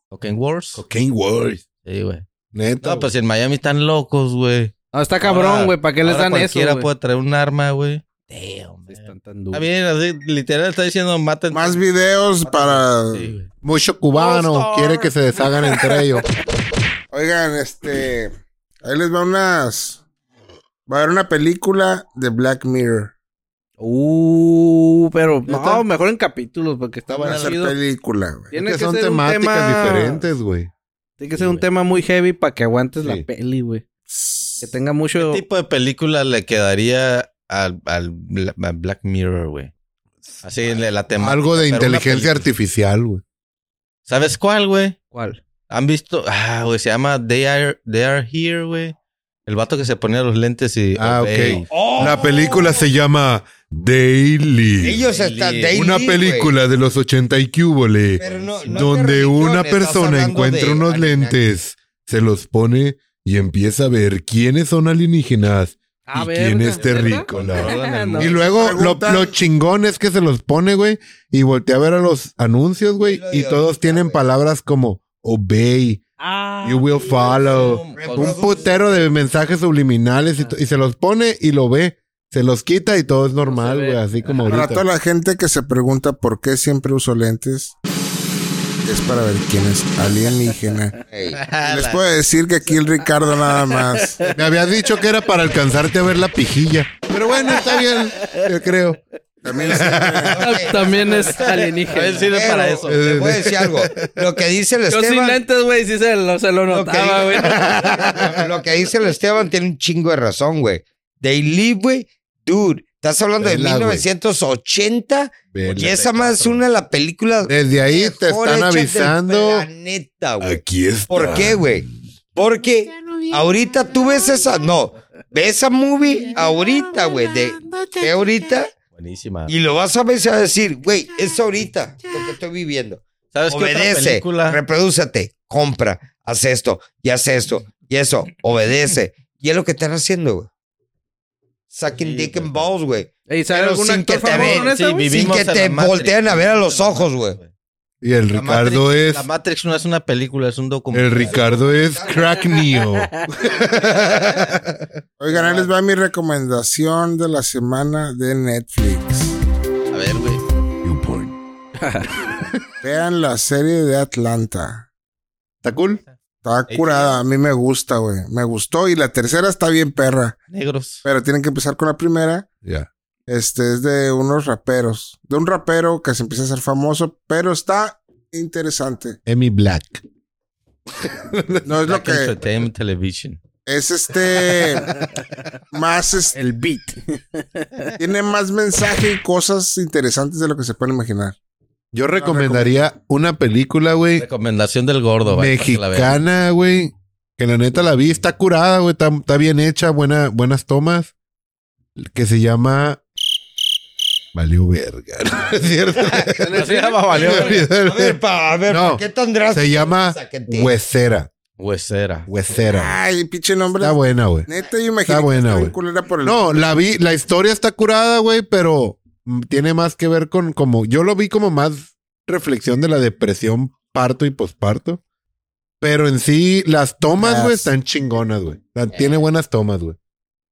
Cocaine Wars. Cocaine Wars. Sí, güey. Neta. No, pues en Miami están locos, güey. No, está Ahora- cabrón, güey. ¿Para qué les Ahora dan eso, Cualquiera güey? puede traer un arma, güey. Damn, man. Están tan Está duros. bien, así, literal está diciendo maten. Más videos para... Sí, güey. Mucho cubano quiere que se deshagan entre ellos. Oigan, este... Ahí les va unas... Va a haber una película de Black Mirror. Uh, pero ¿Neta? no, mejor en capítulos porque está Va a bueno. ser película, güey. Tiene que, son ser un temáticas tema- diferentes, güey. Tiene que ser un tema muy heavy para que aguantes la Sí. peli, güey. Que tenga mucho. ¿Qué tipo de película le quedaría al, al Bla- a Black Mirror, güey? Así en la temática. Algo de pero una inteligencia película. artificial, güey. ¿Sabes cuál, güey? ¿Cuál? ¿Han visto? Ah, güey, se llama They Are, They Are Here, güey. El vato que se ponía los lentes y... Ah, Obey. ok. La película se llama Daily. Ellos Oh, están Una daily, una güey. película de los 80 y cúbole, Pero no- no es de donde religión, una estás persona hablando encuentra de unos alienígenas. lentes, se los pone y empieza a ver quiénes son alienígenas A y ver. quién es terrícola. Y luego lo, Preguntan- lo chingón es que se los pone, güey, y voltea a ver a los anuncios, güey, Dilo de y todos ahorita, tienen güey. Ah, palabras como obey, Ah. you will follow, un Reproduce. putero de mensajes subliminales y, to- y se los pone y lo ve. Se los quita y todo es normal, ve. güey, así como Para ahorita. toda la gente que se pregunta por qué siempre uso lentes, es para ver quién es alienígena. Ey. Les puedo decir que aquí el Ricardo nada más. Me habías dicho que era para alcanzarte a ver la pijilla. Pero bueno, está bien, yo creo. También siempre- También es A ver, alienígena. sirve para Pero, eso. Te voy a decir algo. Lo que dice el Yo sin Esteban. lentes, güey, sí se lo, se lo Lo que, notaba, güey. dice, lo que dice el Esteban tiene un chingo de razón, güey. They live, güey. Dude, estás hablando de Vela, güey. 1980 y Vela. esa más es una de las películas. Desde ahí te mejor están hechas del avisando. planeta, güey. Aquí está. ¿Por qué, güey? Porque ahorita tú ves esa. No, ve esa movie ahorita, güey. De, de ahorita. Buenísima. Y lo vas a ver y vas a decir, güey, es ahorita lo que estoy viviendo. ¿Sabes qué otra Obedece, película? reprodúcete, compra, haz esto y haz esto y eso, obedece. Y es lo que están haciendo, güey. Sucking Sí, dick güey. and balls, güey. ¿Y sabe Pero algún sin actor que te famoso vean, en esa, sí, güey? Sin Vivimos que en la te Matrix. voltean a ver a los ojos, güey. Y el La Ricardo Matrix- es. La Matrix no es una película, es un El documental. Ricardo es crack neo. Oigan, ahí les va mi recomendación de la semana de Netflix. A ver, güey. Vean la serie de Atlanta. ¿Está cool? Está curada, a mí me gusta, güey. Me gustó y la tercera está bien perra. Negros. Pero tienen que empezar con la primera. Ya. Este es de unos raperos. De un rapero que se empieza a hacer famoso, pero está interesante. Emmy Black. No es lo Black que. Entertainment Television. Es este. Más. es- El beat. tiene más mensaje y cosas interesantes de lo que se pueden imaginar. Yo recomendaría una película, güey, Recomendación del gordo, güey. para que la vean. mexicana, güey. Que la neta la vi, está curada, güey, está, está bien hecha, buena, buenas tomas. Que se llama. Valió verga. ¿no es cierto? No se llama Valió Verga. A ver, pa, a ver, No, ¿por ¿qué tan drástico? Se llama Sucking dick. Huesera. Huesera. Huesera. Ay, pinche nombre. Está buena, güey. Neta, yo imagino Está buena, que bien güey. culera por el. No, la vi, la historia está curada, güey, pero mm, tiene más que ver con como yo lo vi como más reflexión de la depresión parto y posparto. Pero en sí las tomas, güey, Yes. están chingonas, güey. O sea, Tiene buenas tomas, güey.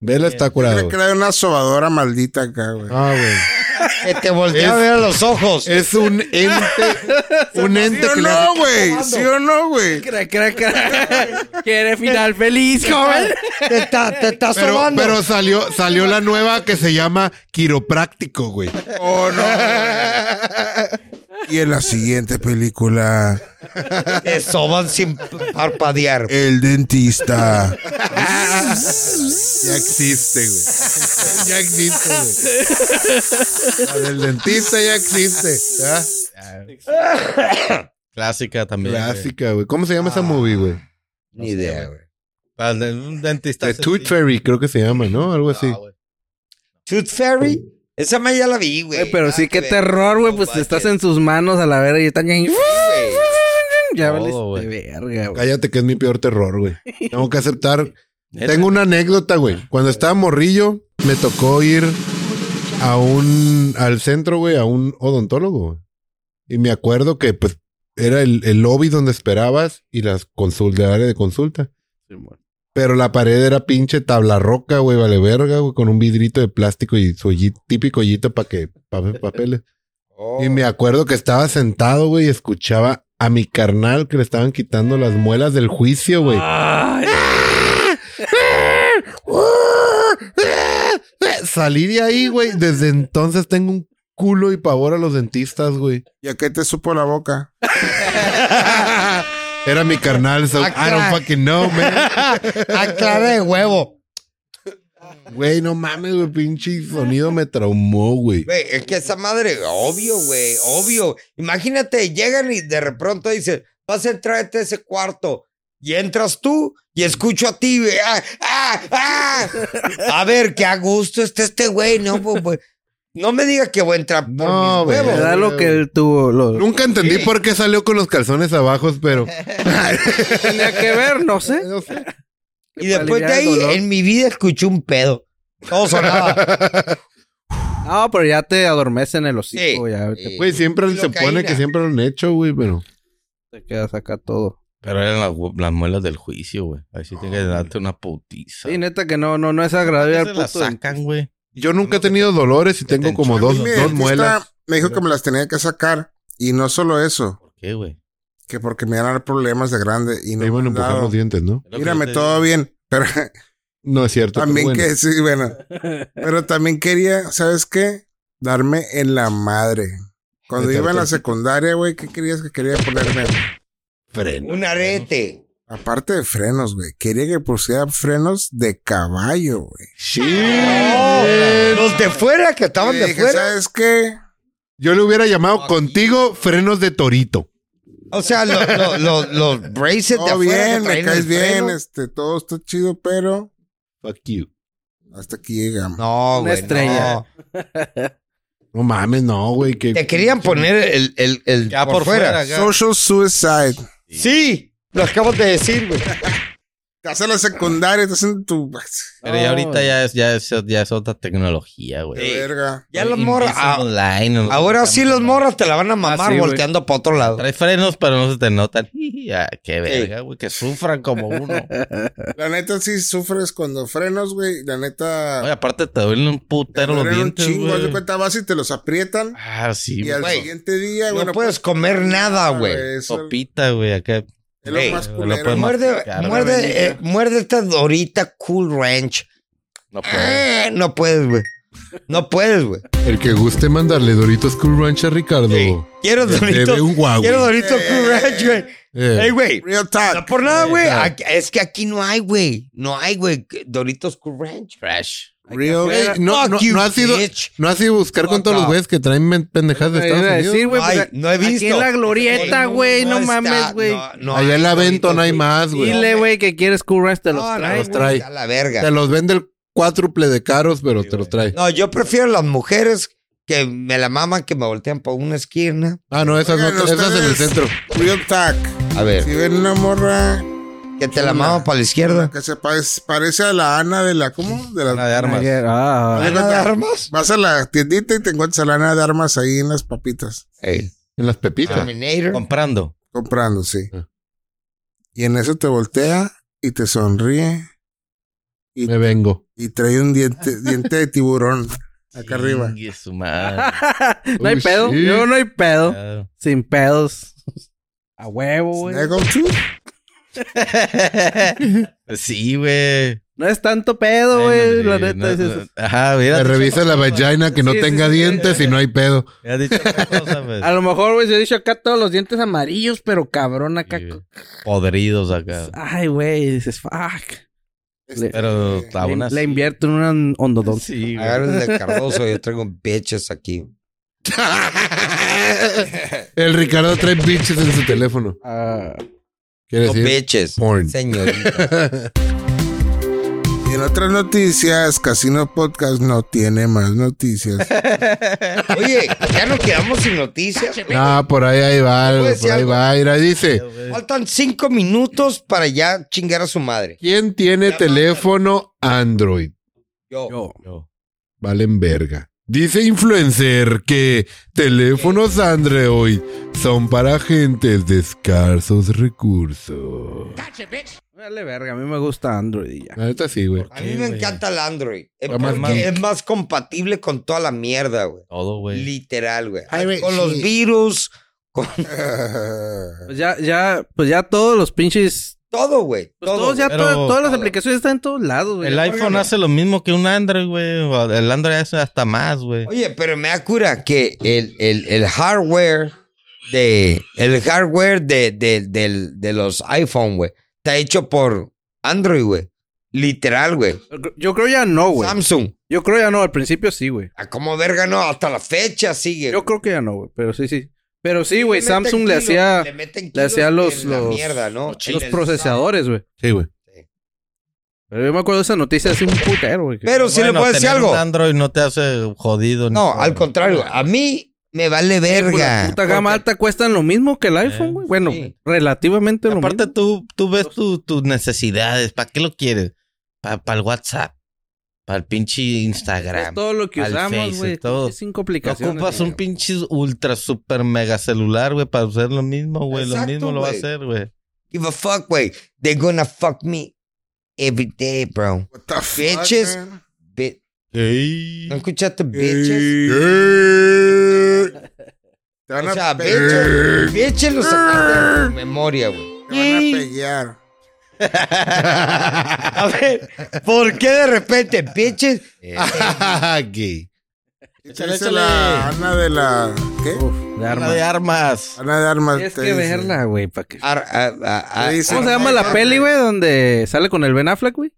Vela está curada. Eh. Creo que güey. era una sobadora maldita acá, güey. Ah, güey. Que te voltea a ver a los ojos. Es un ente, un ¿Sí ente o que le hace- no, güey? ¿Sí o no, güey? Cra, cra, cra. Quiere final feliz, joven. Te está, te está pero, sobando. pero salió, salió la nueva que se llama quiropráctico, güey. Oh, no. Y en la siguiente película, Te soban sin parpadear. El Dentista. Ya existe, güey. Ya existe, güey. La del dentista ya existe. ¿ya? Clásica también. güey. Clásica, güey. ¿Cómo se llama esa movie, güey? Ni idea, güey. Para el de- Un dentista. The así. Tooth Fairy, creo que se llama, ¿no? Algo así. Ah, güey. Tooth Fairy. Esa más ya la vi, güey. Güey, pero sí, Ah, qué güey. terror, güey. Pues No estás manches. en sus manos a la verga y están ahí. Güey. Ya Todo, valiste verga, güey. Cállate que es mi peor terror, güey. Tengo que aceptar. Neta. Tengo una anécdota, güey. Cuando estaba morrillo, me tocó ir a un, al centro, güey, a un odontólogo. güey. Y me acuerdo que, pues, era el, el lobby donde esperabas y las consultas, el área de consulta. Pero la pared era pinche tabla roca, güey, vale verga, güey, con un vidrito de plástico y su hoyi- típico hoyito para que pase papeles. Oh, Y me acuerdo que estaba sentado, güey, y escuchaba a mi carnal que le estaban quitando las muelas del juicio, güey. Salí de ahí, güey. Desde entonces tengo un culo y pavor a los dentistas, güey. ¿Y a qué te supo la boca? Era mi carnal, so I don't fucking know, man. Ah, clara de huevo. Güey, no mames, güey. Pinche sonido me traumó, güey. Güey, es que esa madre, obvio, güey, obvio. Imagínate, llegan y de pronto dicen, vas a entrar a ese cuarto. Y entras tú y escucho a ti, güey. ¡Ah, ah, ah! A ver, qué a gusto está este güey, ¿no? Pues, pues, no me digas que voy a entrar por No, mis güey. huevos. Me da lo que él tuvo. Lo... Nunca entendí por qué salió con los calzones abajo, pero. Tenía que ver, no sé. No sé. Y después de aliviar el ahí, dolor. en mi vida escuché un pedo. Todo sonaba. Ah, pero ya te adormece en el hocico. Sí. Ya te, Sí. Güey, siempre se pone Locaína. que siempre lo han hecho, güey, pero. te quedas acá todo. Pero eran las, gu- las muelas del juicio, güey. Ahí sí tiene que darte una putiza. Sí, neta que no, no, no es agradable Se al la puto. sacan, güey. Yo nunca he tenido dolores y te tengo como dos, enchuelan Y mi dos dentista muelas. Me dijo que me las tenía que sacar. Y no solo eso, ¿Por qué, güey? que porque me iban a dar problemas de grande. Y no Me iban a me han empujar dado. los dientes, ¿no? Es lo que Mírame, yo te todo digo. bien. Pero No es cierto. también pero bueno. que, sí, bueno. Pero también quería, ¿sabes qué? Darme en la madre. Cuando Meterte iba en la el- secundaria, güey, ¿qué querías que quería ponerme? Freno. Un arete. Aparte de frenos, güey. Quería que pusiera frenos de caballo, güey. No, los de fuera que estaban Y de dije, fuera. ¿Sabes qué? Yo le hubiera llamado contigo frenos de torito. O sea, lo- lo- lo- los braces de Todo afuera. que bien, me traían caes el freno. bien, este, todo está chido, pero Fuck you. hasta aquí llegamos. No, Una güey. estrella. no. No mames, no, güey. Que... Te querían poner el, el, el Ya por, fuera. acá. Social suicide. Sí, lo acabas de decir, güey. Estás en la secundaria, estás en tu. Pero ya No, ahorita güey. ya es, ya, es, ya es otra tecnología, güey. De verga. Ya los Oye, morras. empiezan ah, online, no- ahora sí, los morras te la van a mamar sí, güey. volteando para otro lado. Trae frenos, pero no se te notan. Ah, qué verga, güey. Que sufran como uno. La neta, sí sufres cuando frenos, güey. La Oye, neta. aparte te duelen un putero los duelen un dientes, chingo. Haz de güey. cuenta, vas y te los aprietan. Ah, sí, Y güey. al güey. siguiente día, No bueno, pues, puedes comer nada, güey. Eso Sopita, güey, acá. es lo Ey, más no culero. puedes más- Muerde, masticar, muerde, eh, muerde esta dorita Cool Ranch. No puedo. Ah, No puedes, güey. No puedes, güey. El que guste mandarle Doritos Cool Ranch a Ricardo. Quiero le debe dorito. un guau. Quiero dorito Cool Ranch, güey. Eh, Ey, güey. Real talk. No por nada, güey. claro. Aquí- Es que aquí no hay, güey. No hay, güey. Doritos Cool Ranch. Fresh. Real. Ey, no, Fuck no, you, no has ido, bitch. no has ido a buscar con Fuck todos los off. güeyes que traen men- pendejadas de Te iba a Estados decir, Unidos. güey. Ay, pues, no he visto. Aquí en la glorieta, No, güey. No, está, mames, güey. no, no Allá en hay la venta no hay doritos, más, güey. güey. Dile, güey, que quieres Cool Ranch, te los No, no, trae. los güey, trae. A la verga. Te los vende el cuádruple de caros, pero te los trae. No, yo prefiero las mujeres que me la maman que me voltean por una esquina. Ah, no, esas, Oigan, no, esas en el ustedes- centro. Real talk. A ver, Si ven una morra que te la chula. maman para la izquierda. que se parece, parece a la Ana de la. ¿Cómo? De Una la. de armas. Ah, Haz de ¿Ana de cuenta, armas? Vas a la tiendita y te encuentras a la Ana de armas ahí en las papitas. Ey. En las pepitas. Terminator. Comprando. Comprando, sí. Ah. Y en eso te voltea y te sonríe Me vengo. y trae un diente, diente de tiburón acá arriba. Chingue su madre. ah. no hay Uy, pedo. sí. Yo no hay pedo. Claro. Sin pedos. A huevo, güey. Snaggle Tooth. Sí, güey. No es tanto pedo, güey. La neta No, es no. eso. Ajá, Me mira. revisa la vagina que no Sí, sí, tenga sí. dientes y no hay pedo. Ya has dicho otra cosa, pues. A lo mejor, güey, se ha dicho acá todos los dientes amarillos, pero cabrón acá. Sí, güey. Podridos acá. Ay, güey, dices, fuck. este, Le, Pero aún le- así. le invierto en un hondodón. Sí, güey. Agarren de Cardoso, yo traigo bitches aquí. El Ricardo trae bitches en su teléfono. Ah, Quiere No decir, bitches. porn. Señorita. Y en otras noticias, Casino Podcast no tiene más noticias. Oye, ya nos quedamos sin noticias. Ah, por ahí, ahí va, algo, puedes por decir ahí algo? va. Mira, dice, Faltan cinco minutos para ya chingar a su madre. ¿quién tiene teléfono Android? Yo. yo. Yo. Valen verga. Dice influencer que teléfonos Android son para gentes de escasos recursos. Dale verga, a mí me gusta Android y ya. La neta sí, güey. A mí me encanta el Android. Es, Está más porque man- es más compatible con toda la mierda, güey. Todo, güey. Literal, güey. Ay, güey, Con los sí. virus, Eh, Pues ya, ya, pues ya todos los pinches. todo, güey. Pues todo, todos ya, pero- todas- todas las todo. aplicaciones están en todos lados, güey. El iPhone hace lo mismo que un Android, güey. O El Android hace hasta más, güey. güey. Oye, pero me da cura que el, el- el hardware de el hardware de, de- del- de los iPhone, güey, está hecho por Android, güey. Literal, güey. Yo creo ya no, güey. Samsung. Yo creo ya no, al principio sí, güey. A como verga no, hasta la fecha sigue. Yo creo que ya no, güey, pero sí, sí. Pero sí, güey, meten Samsung le kilos, hacía le, meten le hacía kilos los- en la los- mierda, ¿no? En los el- procesadores, güey. Sí, güey. Pero yo me acuerdo de esa noticia hace un putero, güey. que- Pero sí le puedo decir tener algo. un Android no te hace jodido. ni No, nada. al contrario, a mí me vale Pues verga. La puta gama Porque- alta cuestan lo mismo que el Eh, iPhone, güey. Bueno, sí. relativamente lo Aparte, mismo. tú, tú ves tu- tus necesidades. ¿Para qué lo quieres? Para el WhatsApp. Para el pinche Es Instagram. todo lo que al usamos, Face, güey. todo. Pinches Cinco No aplicaciones. ocupas güey. un pinche ultra super mega celular, güey, para hacer lo mismo, güey. Lo Exacto, mismo lo va a güey. hacer, güey. Give a fuck, güey. They're gonna fuck me every day, bro. What the fuck, Bitches. man? Bi- Ey. ¿No escuchaste bitches? Te van O a sea, pegar. bitches. Bitches lo sacaste de tu memoria, güey. Te van a pegar. A ver, ¿por qué de repente bitches? Gay. Y te dice la Ana de la. ¿Qué? De Arma arma. de Ah, armas. Ana de armas. Tienes te que dice. verla, güey. pa' que- Ar- a- a- a- Te dice- ¿Cómo se llama la peli, güey? Donde sale con el Ben Affleck, güey.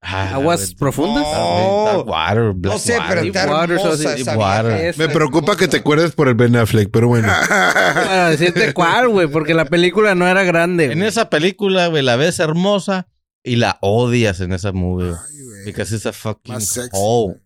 Aguas profundas. Ah. No. Ah, Dark Water, Black no sé, pero Water. está Water, hermosa Sassy, esa Water. vieja. Esa Me preocupa que te acuerdes por el Ben Affleck, pero bueno. Para decirte cuál, güey, porque la película no era grande. En güey. esa película, güey, la ves hermosa y la odias en esa movie. güey. Ay, güey. Because it's a fucking Más sexy. hole.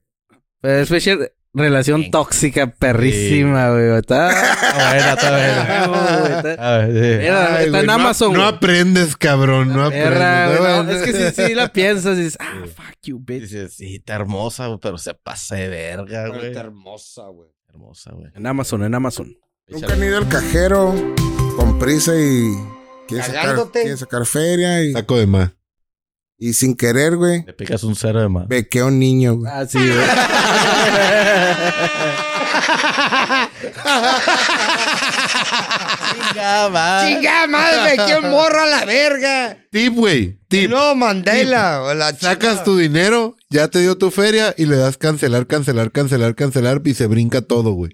Pero es fecha- relación tóxica, perrísima, güey. Está. Está buena, está buena. güey, está- A ver, Ah, sí. Mira, Ay, está güey, en no- Amazon, No güey. aprendes, cabrón. No Perra, aprendes. güey, No, no, es que si sí, la piensas y dices, ah, fuck you, bitch. Dices, sí, está hermosa, güey, pero se pasa de verga, Pero güey. Está hermosa, güey. Hermosa, güey. En Amazon, en Amazon. Nunca han ido al cajero con prisa y. Quieren sacar, Cagándote. quieren sacar feria y, Saco de más. y sin querer, güey. Le picas un cero de más. Bequea a un niño, güey. Ah, sí, güey. Venga, va. Chingada madre, qué morra la verga. Tip, güey. Tip. No, Mandela. o La Sacas chica. tu dinero, ya te dio tu feria y le das cancelar, cancelar, cancelar, cancelar y se brinca todo, güey.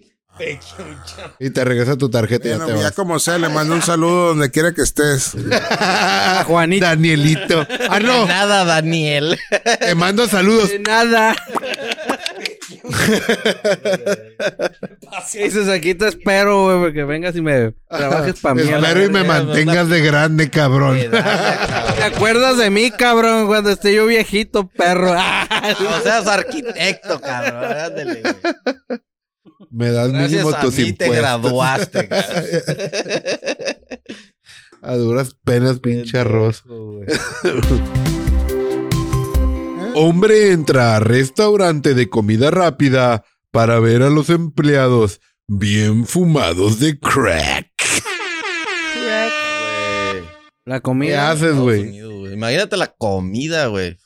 Y te regresa tu tarjeta y ya Bueno, te ya vas. como sea, le mando un saludo donde quiera que estés. A Juanito. Danielito. Ah, no. Nada, Daniel. Te mando saludos. De nada. ¿Qué dices? Aquí te espero, güey, porque vengas y me trabajes para mí. Te espero y me mantengas de grande, cabrón. ¿Te acuerdas de mí, cabrón? Cuando esté yo viejito, perro. Ah, No seas arquitecto, cabrón. Ándale, güey. Me das Gracias mínimo a tus mí te impuestos. graduaste, cabrón. A duras penas, pinche arroz. Hombre entra a restaurante de comida rápida para ver a los empleados bien fumados de crack. Güey. La ¿Qué comida. haces, Estados güey? Unidos, güey. Imagínate la comida, güey.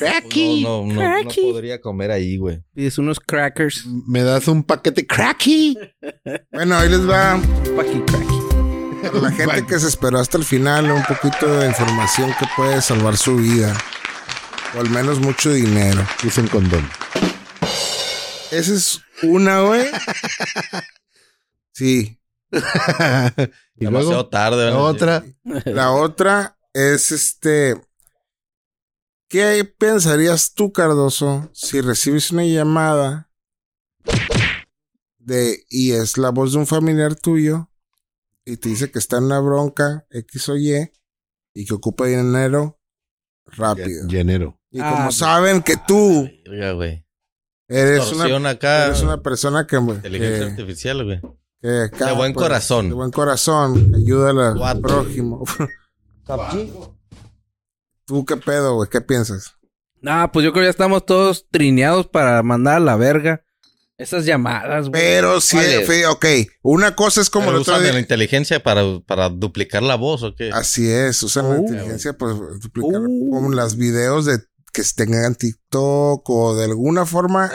No, no, no, no podría comer ahí, güey. Pides unos crackers. Me das un paquete cracky. Bueno, ahí les va Paqui crack. para la gente que se esperó hasta el final un poquito de información que puede salvar su vida. O al menos mucho dinero. Puse un condón. Esa es una, güey. Sí. y Demasiado luego tarde, la ¿verdad? otra. La otra es este. ¿Qué pensarías tú, Cardoso, si recibes una llamada de y es la voz de un familiar tuyo y te dice que está en una bronca X o Y y que ocupa dinero rápido? Llenero. Y Ah, como güey. saben que tú Verga, güey. eres una, Torsión acá. eres una persona que, Inteligencia que, artificial, güey. que acá, De buen pues, corazón. de buen corazón, que ayuda al- al Guapo. prójimo. ¿Tú qué pedo, güey? ¿Qué piensas? Nah, pues yo creo que ya estamos todos trineados para mandar a la verga esas llamadas, güey. Pero sí, ¿Cuál es? fe- ok, una cosa es como Pero el otro usan de la día. inteligencia para, para duplicar la voz, ¿o qué? Así es, usan Oh. la inteligencia, pues, duplicar Uh. como las videos de que tengan TikTok o de alguna forma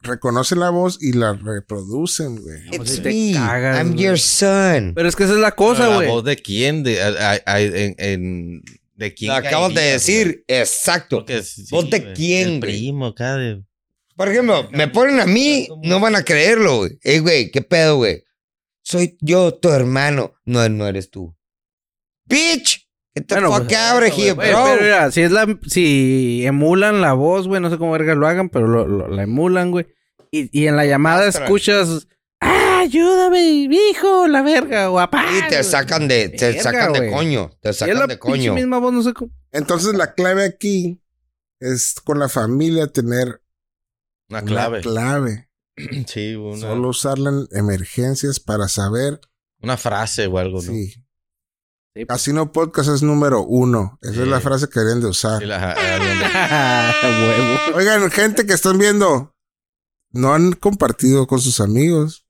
reconocen la voz y la reproducen, güey. It's Te me. cagas, I'm güey. your son. Pero es que esa es la Pero cosa, ¿La güey. voz de quién? De, a- a- a- en- en- ¿de quién Lo acabas de caerías, güey? decir. Exacto. Porque sí, ¿Voz de güey. quién, El güey? primo acá de... Por ejemplo, me ponen a mí, no van a creerlo, güey. Ey, güey, ¿qué pedo, güey? Soy yo, tu hermano. No, no eres tú. Bitch, Get the Bueno, fuck pues, out of here, Güey, bro. pero mira, si es la si emulan la voz, güey, no sé cómo verga lo hagan, pero lo- lo- la emulan, güey. Y, y en la llamada escuchas, "Ah, ayúdame, hijo, la verga, o apá. y te güey". sacan de, te Verga, sacan de güey. coño. Te Y es sacan la de pinche coño. misma voz, no sé cómo. Entonces la clave aquí es con la familia tener Una una clave. clave. sí, una, Solo usarla en emergencias para saber. una frase o algo, ¿no? Sí. Sí. Casino Podcast es número uno. Esa es Sí. la frase que deberían de usar. Sí, la- la- la- Ah, huevo. Oigan, gente que están viendo, no han compartido con sus amigos.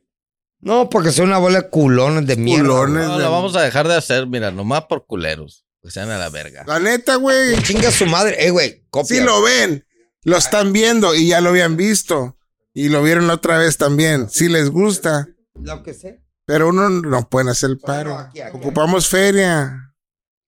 No, porque son una bola de culones de mierda. Culones. No, la vamos a dejar de hacer, mira, nomás por culeros. Que sean a la verga. La neta, güey. güey. Chinga su madre. Eh, güey, copia. Si lo ven, lo están viendo y ya lo habían visto. Y lo vieron la otra vez también. Si les gusta. Lo que sea. Pero uno no pueden hacer el paro. Aquí, aquí, Ocupamos feria.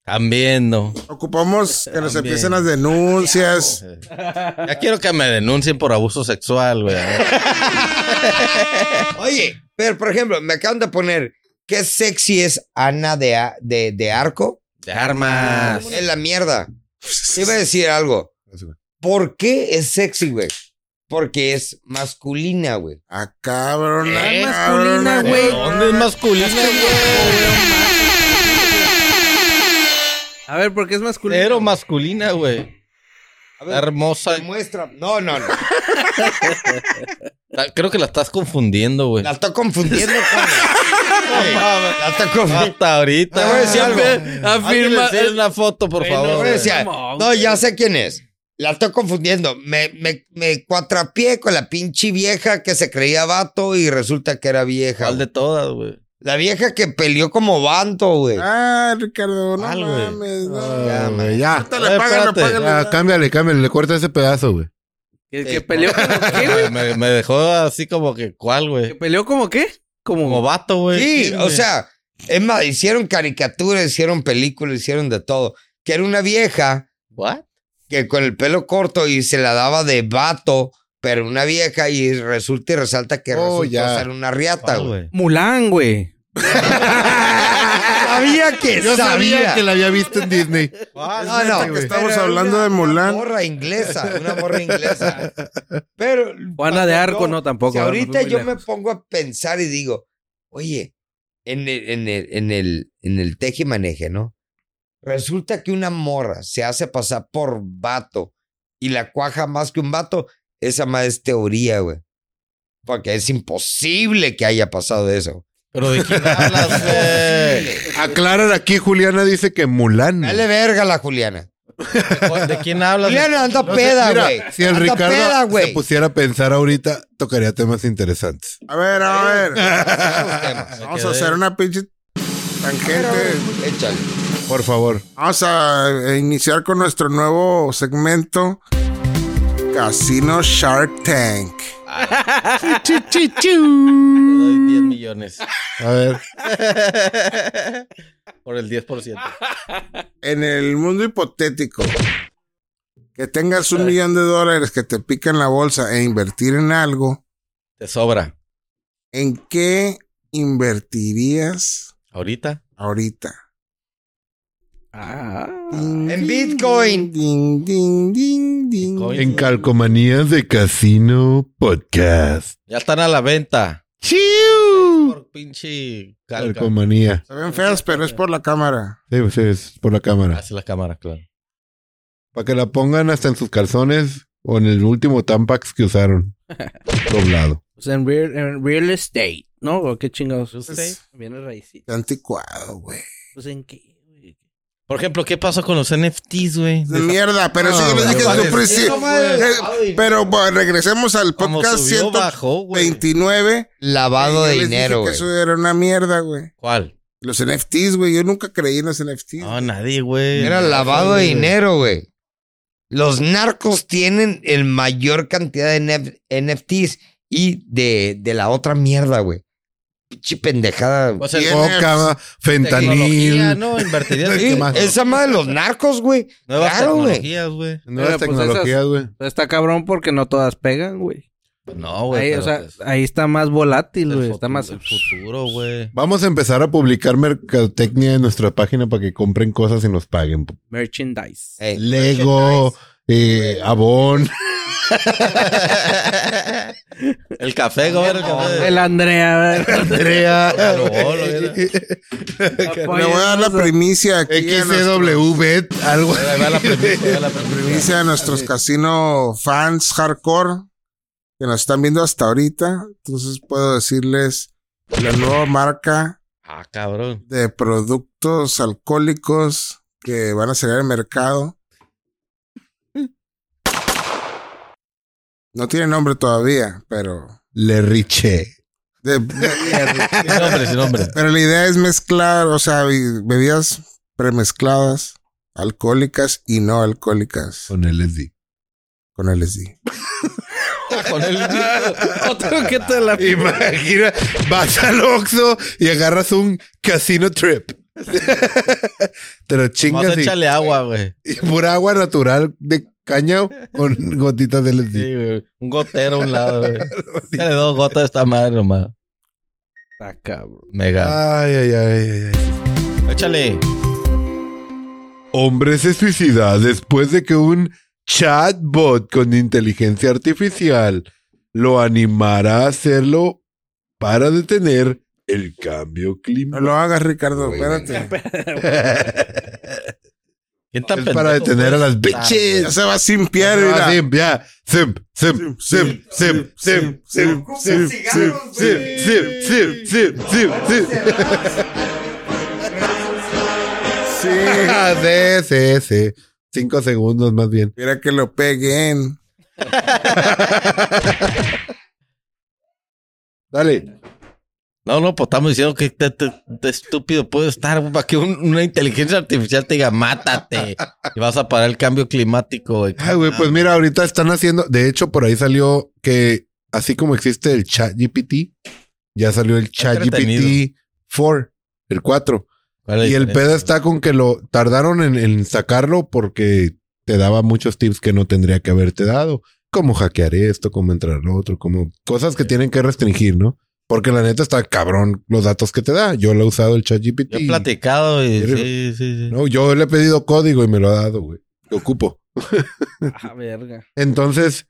También, no. Ocupamos que nos También. empiecen las denuncias. Ya quiero que me denuncien por abuso sexual, güey. aquí. Oye, pero por ejemplo, me acaban de poner qué sexy es Ana de, a- de, de Arco. De armas. Es la mierda. Iba a decir algo. ¿Por qué es sexy, güey? Porque es masculina, güey. Ah, cabrón. ah, Es cabrón, masculina, ah, güey. ¿Dónde es masculina, güey? A ver, ¿por qué es masculino? Pero masculina, güey. A Está ver, hermosa. muestra. No, no, no. Está- Creo que la estás confundiendo, güey. La estoy confundiendo con. Güey, La estoy confundiendo. Hasta ahorita. Te voy a decir Afirma- algo. Afirma. Alguien le- una foto, por Güey, no, favor. Yo güey. decía, Come on, no, ya sé quién es. La estoy confundiendo. Me, me, me cuatrapié con la pinche vieja que se creía vato y resulta que era vieja. ¿Cuál de güey. todas, güey? La vieja que peleó como banto, güey. Ah, Ricardo, no ¿Cuál, güey? mames. No. Ah, güey, ya. Ahorita le pagan, le Eh, espérate. Ah, pagan, Ya, le- Ah, cámbiale, cámbiale, le corta ese pedazo, güey. ¿Que, que peleó como qué, güey? ah, me, me dejó así como que, ¿cuál, ¿Que güey? peleó como qué? Como Como vato, güey. Pues, Sí, o güey. sea, es más, hicieron caricaturas, hicieron películas, hicieron de todo. Que era una vieja ¿What? que con el pelo corto y se la daba de vato, pero una vieja y resulta y resalta que Oh, resultó ya. ser una riata, ¿Cuál, Ah, güey. güey? Mulán, güey. Sabía que Yo sabía. sabía. que la había visto en Disney. No, Ah, no, güey. Estamos Pero era hablando una- de Mulan. Una morra inglesa, una morra inglesa. Pero. Juana de cuando Arco, yo- no, tampoco. si a ver, me ahorita fui muy yo lejos. me pongo a pensar y digo, oye, en el, en el, en el, en el tejimaneje, ¿no? Resulta que una morra se hace pasar por vato y la cuaja más que un vato, esa más es teoría, güey. Porque es imposible que haya pasado eso. Pero de quién hablas, güey. Aclaran aquí, Juliana dice que Mulan. Dale verga a la Juliana. ¿De quién hablas? Juliana anda No sé, peda, mira, güey. Si el Anda Ricardo peda, güey. se pusiera a pensar ahorita, tocaría temas interesantes. A ver, a ver. Esos temas. Me Vamos a quedé. hacer una pinche tangente. Échale. Por favor. Vamos a eh, iniciar con nuestro nuevo segmento Casino Shark Tank. Te doy 10 millones. A ver. Por el 10%. En el mundo hipotético, que tengas un millón de dólares que te pica en la bolsa e invertir en algo, Te sobra. ¿en qué invertirías ¿Ahorita? ahorita? Ah. En Bitcoin. Ding, ding, ding, ding. Bitcoin. En Calcomanías de Casino Podcast. Ya están a la venta. ¡Chiu! Por pinche calca. Calcomanía. Se ven feas, pero es por la cámara. Sí, pues, sí, es por la cámara. Hace la cámara, claro. Para que la pongan hasta en sus calzones o en el último Tampax que usaron. Doblado. Pues en real, en real estate, ¿no? ¿O qué chingados? Pues, estate. Viene raicito. Qué anticuado, güey. Pues en qué, güey? Por ejemplo, ¿qué pasó con los NFTs, güey? Es De mierda, pero eso yo les dije desde un vale. principio. Eh, Pero bueno, regresemos al Como podcast subió, 100 bajó, güey. 29. Lavado Yo de les dinero, dije güey. que eso era una mierda, güey. ¿Cuál? Los NFTs, güey. Yo nunca creí en los NFTs. No, nadie, güey. Era lavado de dinero, güey. Los narcos tienen el mayor cantidad de nef- NFTs y de, de la otra mierda, güey. Pinche pendejada. O sea, Bien. Coca, tecnología, fentanil. ¿no? Invertiría Sí, en Sí, más? Esa madre de los narcos, güey. nuevas claro, güey. tecnologías, güey. Nuevas Pero, pues, tecnologías, güey. Está cabrón porque no todas pegan, güey. No, ahí, güey. o pero pues, sea, es ahí está más volátil, el güey. fut- Está más. el futuro, güey. Vamos a empezar a publicar mercadotecnia en nuestra página para que compren cosas y nos paguen. Merchandise. Ey. Lego, eh, Avon. El café, güey. El café. El Andrea, a ver. Andrea. Claro, hola, mira. Le voy a dar la Apóyennos, primicia aquí. a nuestro- XCW, algo. Ahí va la premisa, ahí va la premisa. primicia de nuestros casino fans hardcore que nos están viendo hasta ahorita. Entonces puedo decirles la nueva marca Ah, cabrón. de productos alcohólicos que van a salir al mercado. No tiene nombre todavía, pero... Le Riche. de- de- Sin nombre, sin nombre. pero la idea es mezclar, o sea, y- bebidas premezcladas, alcohólicas y no alcohólicas Con el SD. con LSD. Con el Otro que te la Imagina, vas al Oxxo y agarras un casino trip. Te lo Vamos chingas a y, echarle agua, güey. y pura agua natural de caña con gotitas de LSD. Sí, güey. Un gotero a un lado, güey. Dale dos gotas a esta madre nomás. Está cabrón. Mega. Ay, ay, ay, ay, ay. Échale. Hombre se suicida después de que un chatbot con inteligencia artificial lo animara a hacerlo para detener el cambio No climático. lo hagas, Ricardo, espérate. ¿Quién tan Es para pendejo, detener a güey? las bitches. Ya se va a simpiar, Ah, mira. simp, ya. Simp, simp, simp, simp, simp, simp, simp, simp, simp, simp, simp, simp, simp, simp. Ah, Sí, sí, sí. Cinco segundos más bien. Mira que lo peguen. Dale. No, no, pues estamos diciendo que te, te- te estúpido puede estar güey, para que un- una inteligencia artificial te diga, mátate. Y vas a parar el cambio climático, güey. Ay, güey, pues mira, ahorita están haciendo. De hecho, por ahí salió que así como existe el chat GPT, ya salió el chat GPT 4, el 4. ¿Cuál es la Y el diferencia? pedo está con que lo tardaron en, en sacarlo porque te daba muchos tips que no tendría que haberte dado. Cómo hackear esto, cómo entrar lo otro, como cosas que tienen que restringir, ¿no? Porque la neta está cabrón los datos que te da. Yo lo he usado el ChatGPT. Yo he platicado y Pero- sí, sí, sí. No, yo le he pedido código y me lo ha dado, güey. Lo ocupo. Ah, verga. Entonces,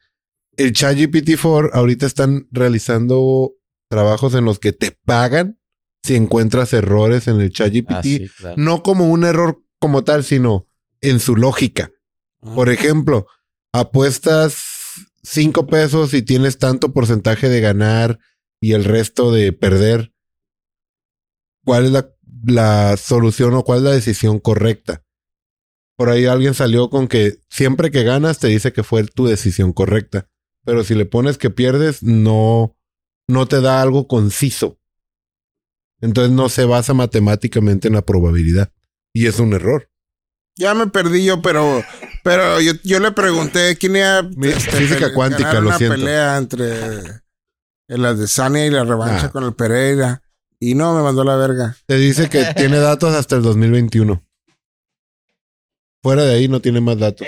el ChatGPT 4 ahorita están realizando trabajos en los que te pagan si encuentras errores en el ChatGPT. Ah, sí, claro. no como un error como tal, sino en su lógica. Por ejemplo, apuestas cinco pesos y tienes tanto porcentaje de ganar y el resto de perder. ¿Cuál es la, la solución o cuál es la decisión correcta? Por ahí alguien salió con que siempre que ganas te dice que fue tu decisión correcta, pero si le pones que pierdes, no, no te da algo conciso. Entonces no se basa matemáticamente en la probabilidad. Y es un error. Ya me perdí yo, pero pero yo, yo le pregunté quién iba a Mi- física pele- cuántica, ganar lo una siento. pelea entre la de Sania y la revancha Ah. con el Pereira. Y no, me mandó la verga. Te dice que tiene datos hasta el 2021. Fuera de ahí no tiene más datos.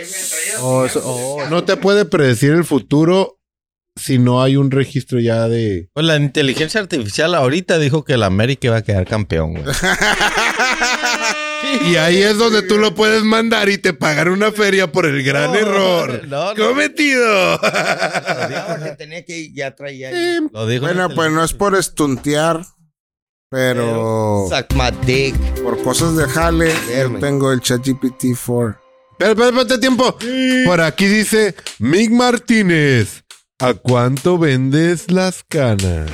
Oh, eso- oh, No te puede predecir el futuro si no hay un registro ya de... Pues la inteligencia artificial ahorita dijo que el América iba a quedar campeón, güey. Y ahí es donde tú lo puedes mandar y te pagan una feria por el gran error. No, no, Cometido. Lo dijo que tenía que ir, ya traía. lo dijo. Bueno, la pues no es por estuntear, pero Oh. Suck my dick. por cosas de jale, yo Verme. tengo el ChatGPT 4. Espera, espera, espérate, tiempo. Por aquí dice Mick Martínez. ¿A cuánto vendes las canas?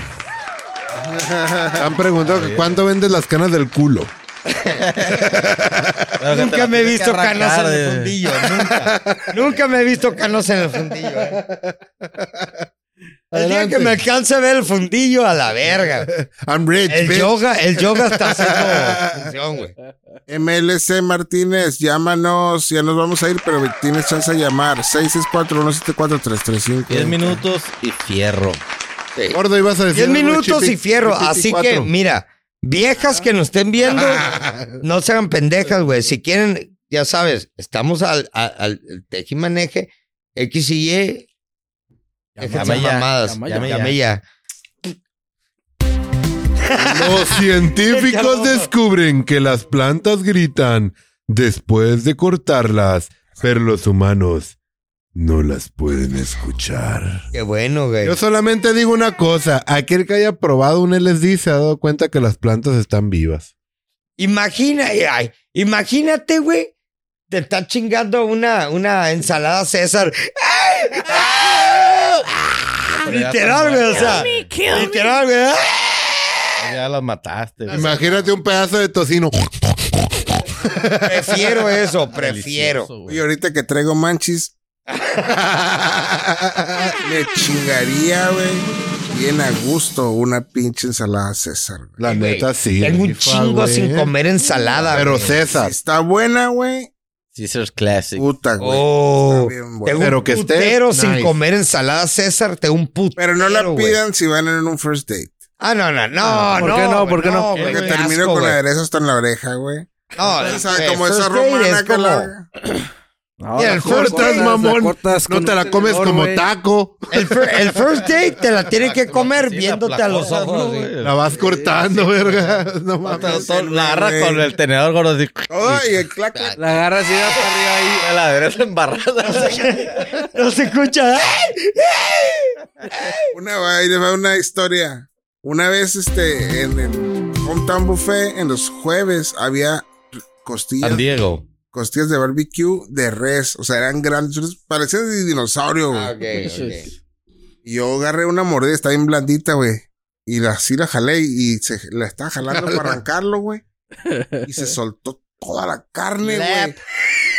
Han preguntado que cuánto vendes las canas del culo. inteligencia. Nunca me he visto canas en el fundillo. fundillo. Nunca. Nunca me he visto canas en el fundillo. eh. El día Adelante. que me alcance a ver el fundillo, a la verga. I'm rich, El bitch. yoga, el yoga está haciendo función, güey. MLC Martínez, llámanos, ya nos vamos a ir, pero tienes chance de llamar. 664-174-335. 10 minutos y fierro. Gordo, ibas a decir. 10 algo, minutos Chipi- y fierro. Chipi Así cuatro. que, mira, viejas que nos estén viendo, no se hagan pendejas, güey. Si quieren, ya sabes, estamos al, al, al tejimaneje, X y Y. Dejen Llamella. esas mamadas. Llamella. Llamella. Los científicos descubren que las plantas gritan después de cortarlas, pero los humanos no las pueden escuchar. Qué bueno, güey. Yo solamente digo una cosa, aquel que haya probado un LSD se ha dado cuenta que las plantas están vivas. Imagina, eh, ay, imagínate, güey. Te está chingando una, una ensalada César. ¡Ay! ¡Ah! ¡Ah! Literal, güey, o sea. Literal, güey. ¡Ah! Ya las mataste. güey. Imagínate un pedazo de tocino. Prefiero eso, prefiero. Delicioso, güey. Y ahorita que traigo manchis, me chingaría, güey. Bien a gusto una pinche ensalada César. güey. La neta sí. Tengo un rifa, chingo güey. sin comer ensalada, Pero güey. Si César, está buena, güey. Caesar's Classic. Puta, güey. Oh, Está bien buena. tengo Pero un que esté putero sin nice. comer ensalada César, tengo un putero. Pero no la güey. pidan si van en un first date. Ah, no, no, no, ¿Por no. qué no? güey, ¿Por qué no? güey, Porque qué termino asco, con güey. aderezo hasta en la oreja, güey. No, O sea, güey, como esa Pues, first date romana es que como- la- No, Mira, la el cortas, cortas, la mamón. cortas no con te un la comes tenedor, como güey. taco. El, fir- el first date te la tiene que comer Sí, la- viéndote la a los cortas, ojos. ¿no, güey. güey? La vas cortando, verga. No mames. Todo- La agarra güey. con el tenedor gordo. así. Ay, el clac, clac. La agarras y vas Ah, para arriba ahí. A la derecha embarrada. No se escucha. Una, ahí les va una historia. Una vez, este, en el Hometown Buffet, en los jueves, había costillas, San Diego. costillas de barbecue de res. O sea, eran grandes, parecían de dinosaurio, Ah, güey. Y yo agarré una mordida, está bien blandita, güey. Y la, así la jalé y se, la estaba jalando para arrancarlo, güey. Y se soltó toda la carne, güey. Lap.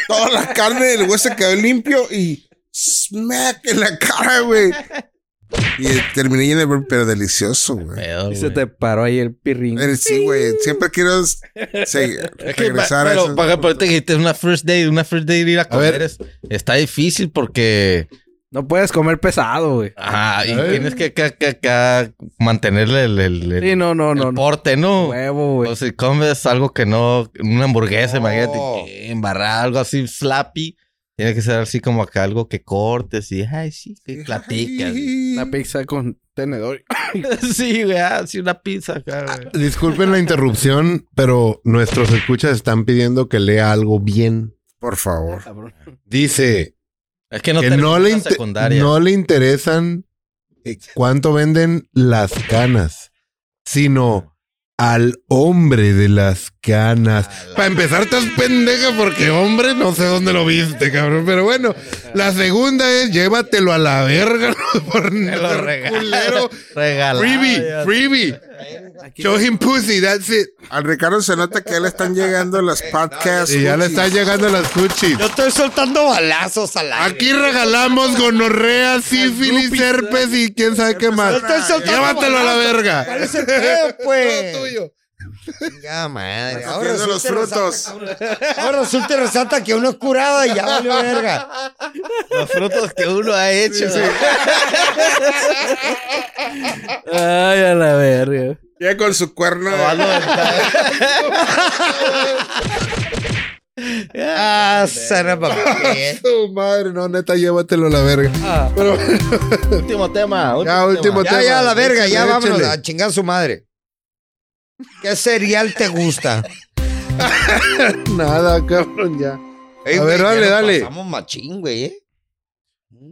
Toda la carne del güey se quedó limpio y smack en la cara, güey. Y eh, terminé lleno de bur- pero delicioso, güey. Pedo, Y güey. se te paró ahí el pirrín. Eh, Sí, güey. Siempre quiero s- se- Es que, regresar a pero, eso. por ejemplo, te dijiste una first date, una first date ir a comer ver. es- está difícil porque No puedes comer pesado, güey. ajá, y ver. tienes que, que- que- que mantenerle el, el- el- Sí, no, no, el Pues no. no. porte, ¿no? Huevo, O güey. si comes algo que no, una hamburguesa, imagínate, No. que embarrada, algo así slappy, tiene que ser así como acá algo que cortes y, ay, sí, que platicas. La pizza con tenedor. sí, güey, así una pizza acá, güey. Disculpen la interrupción, pero nuestros escuchas están pidiendo que lea algo bien. Por favor. Cabrón. Dice Es que no, que terminas no le, la inte- secundaria. no le interesan eh, cuánto venden las canas, sino al hombre de las canas. Para empezar, estás pendeja porque hombre, no sé dónde lo viste, cabrón. Pero bueno, la segunda es llévatelo a la verga por lo ser regalan. culero. Regalado, Freebie, ya. freebie. Show him pussy, that's it. Al Ricardo se nota que ya le están llegando las Eh, podcasts. Y ya le cookies. están llegando las cuchis. Yo estoy soltando balazos al aire. Aquí regalamos gonorrea, sífilis, herpes y quién sabe qué más. Estoy soltando Llévatelo a la balazos. verga. ¿Cuál es el pedo, pues? Todo tuyo. Ya, madre. Estás viendo los resulta frutos. resalta- Ahora resulta y resalta que uno es curado y ya valió verga. Los frutos que uno ha hecho. Ay, a la verga. Ya con su cuerno. Ah, será papel. Tu madre, no, neta, llévatelo a la verga. último tema. Ya, último tema. Ya, ya, la verga, ya Échale, vámonos échale. a chingar a su madre. ¿Qué cereal te gusta? Nada, cabrón, ya. Ey, A güey, ver, ya dale, nos dale. Pasamos machín, güey, ¿eh?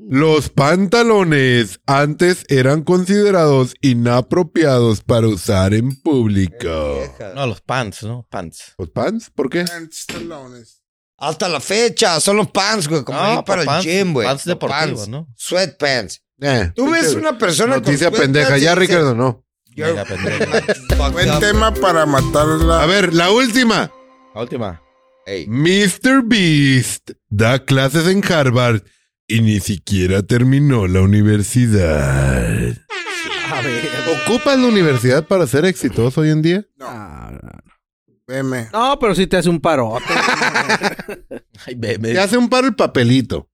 Los pantalones antes eran considerados inapropiados para usar en público. No, los pants, ¿no? Pants. ¿Los pants? ¿Por qué? Hasta la fecha, son los pants, güey, como No, ir para pants- el gym, güey. pants Los deportivos, ¿no? Sweatpants. Eh, Tú ves una persona Noticia con pendeja. sweatpants y Ya, dices, Ricardo, no. "You're Mega pendeja. fucked Buen up". tema para matarla. A ver, la última. La última. Ey, Mr. Beast da clases en Harvard y ni siquiera terminó la universidad. ¿Ocupas la universidad para ser exitoso hoy en día? Ah, no. Veme. No, pero sí te hace un paro. Ay, bebé. Te hace un paro el papelito.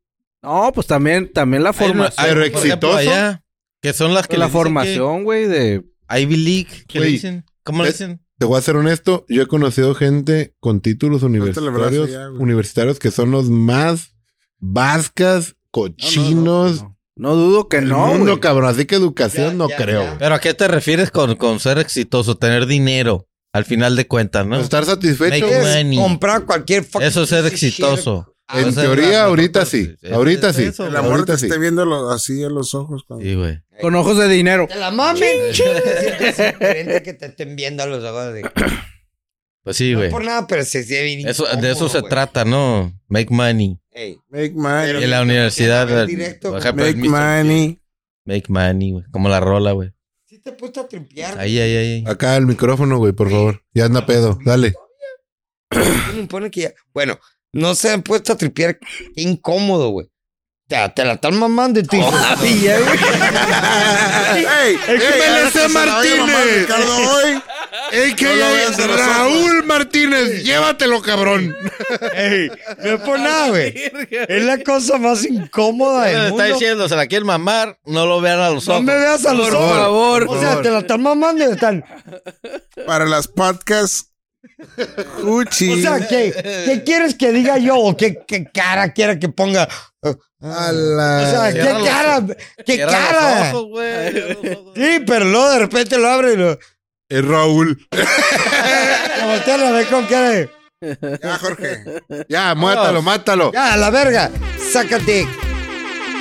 No, pues también, también la Hay formación. una- hay, Pero por ejemplo, exitoso. allá, que son las que la les dicen formación, güey, de... que- Ivy League. ¿Qué le Güey, dicen? ¿Cómo le es- dicen? Te voy a ser honesto, yo he conocido gente con títulos Suéltale el brazo universitarios, ya, güey. universitarios que son los más vascas, No, no, no, cochinos, no. No dudo que El no. mundo, güey. cabrón. Así que educación Ya, no ya, creo. ya. güey. Pero ¿a qué te refieres con, con ser exitoso? Tener dinero, al final de cuentas, Pues ¿no? Estar satisfecho. Make güey. money. Ni- Comprar cualquier fucking Eso es ser piece of shit. exitoso. En Eso es teoría, la- ahorita sí. Es- Ahorita es sí. eso, El güey. amor Ahorita te sí. esté viendo lo- así en los ojos. cuando- Sí, güey. Con ojos de dinero. Te la mamen. Es diferente que te estén viendo a los ojos de... Pues sí, No güey. por nada, pero se siente bien Eso, de incómodo, eso se güey. trata, ¿no? Make money. Ey, Make Pero money. en la mientras universidad. quieras ver directo, baja Make permiso. money. Make money, güey. Como la rola, güey. Sí te puse a trimpear. Ahí, ahí, ahí. Acá el micrófono, güey, por favor. Ya anda pedo. Dale. Me impone que ya- Bueno, no se han puesto a tripear. Qué incómodo, güey. Te, te la están mamando y tú dices, "Todavía, güey". ¡Ey! ¡El que me le sé Martínez! Ricardo, hoy. ¡A.K.A. No lo veas a Raúl Martínez! ¡Llévatelo, cabrón! Ey, no es por nada, güey. Es la cosa más incómoda Eso le del está mundo. diciendo, se la quieren mamar, no lo vean a los No ojos. me veas a los Por ojos. favor. O sea, te la están mamando y están. Para las podcasts. Cuchi. O sea, ¿qué, qué quieres que diga yo? ¿O qué, qué cara quiera que ponga? a O la. sea, Cierra ¿qué los- cara? ¿Qué Cierra cara? los ojos, güey, cierra los ojos. Sí, pero luego de repente lo abre y lo. Es Raúl. lo voltea a ver con cara de. Ya, Jorge. Ya, mátalo, mátalo. Ya, a la verga. Sácate.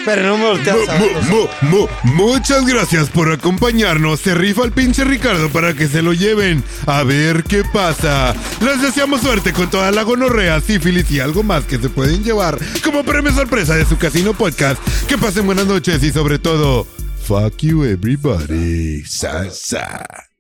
Pero no me volteas a ver. Mu- mu- mu- muchas gracias por acompañarnos. Se rifa el pinche Ricardo para que se lo lleven. A ver qué pasa. Les deseamos suerte con toda la gonorrea, sífilis y algo más que se pueden llevar como premio sorpresa de su casino podcast. Que pasen buenas noches y sobre todo, fuck you everybody. Salsa.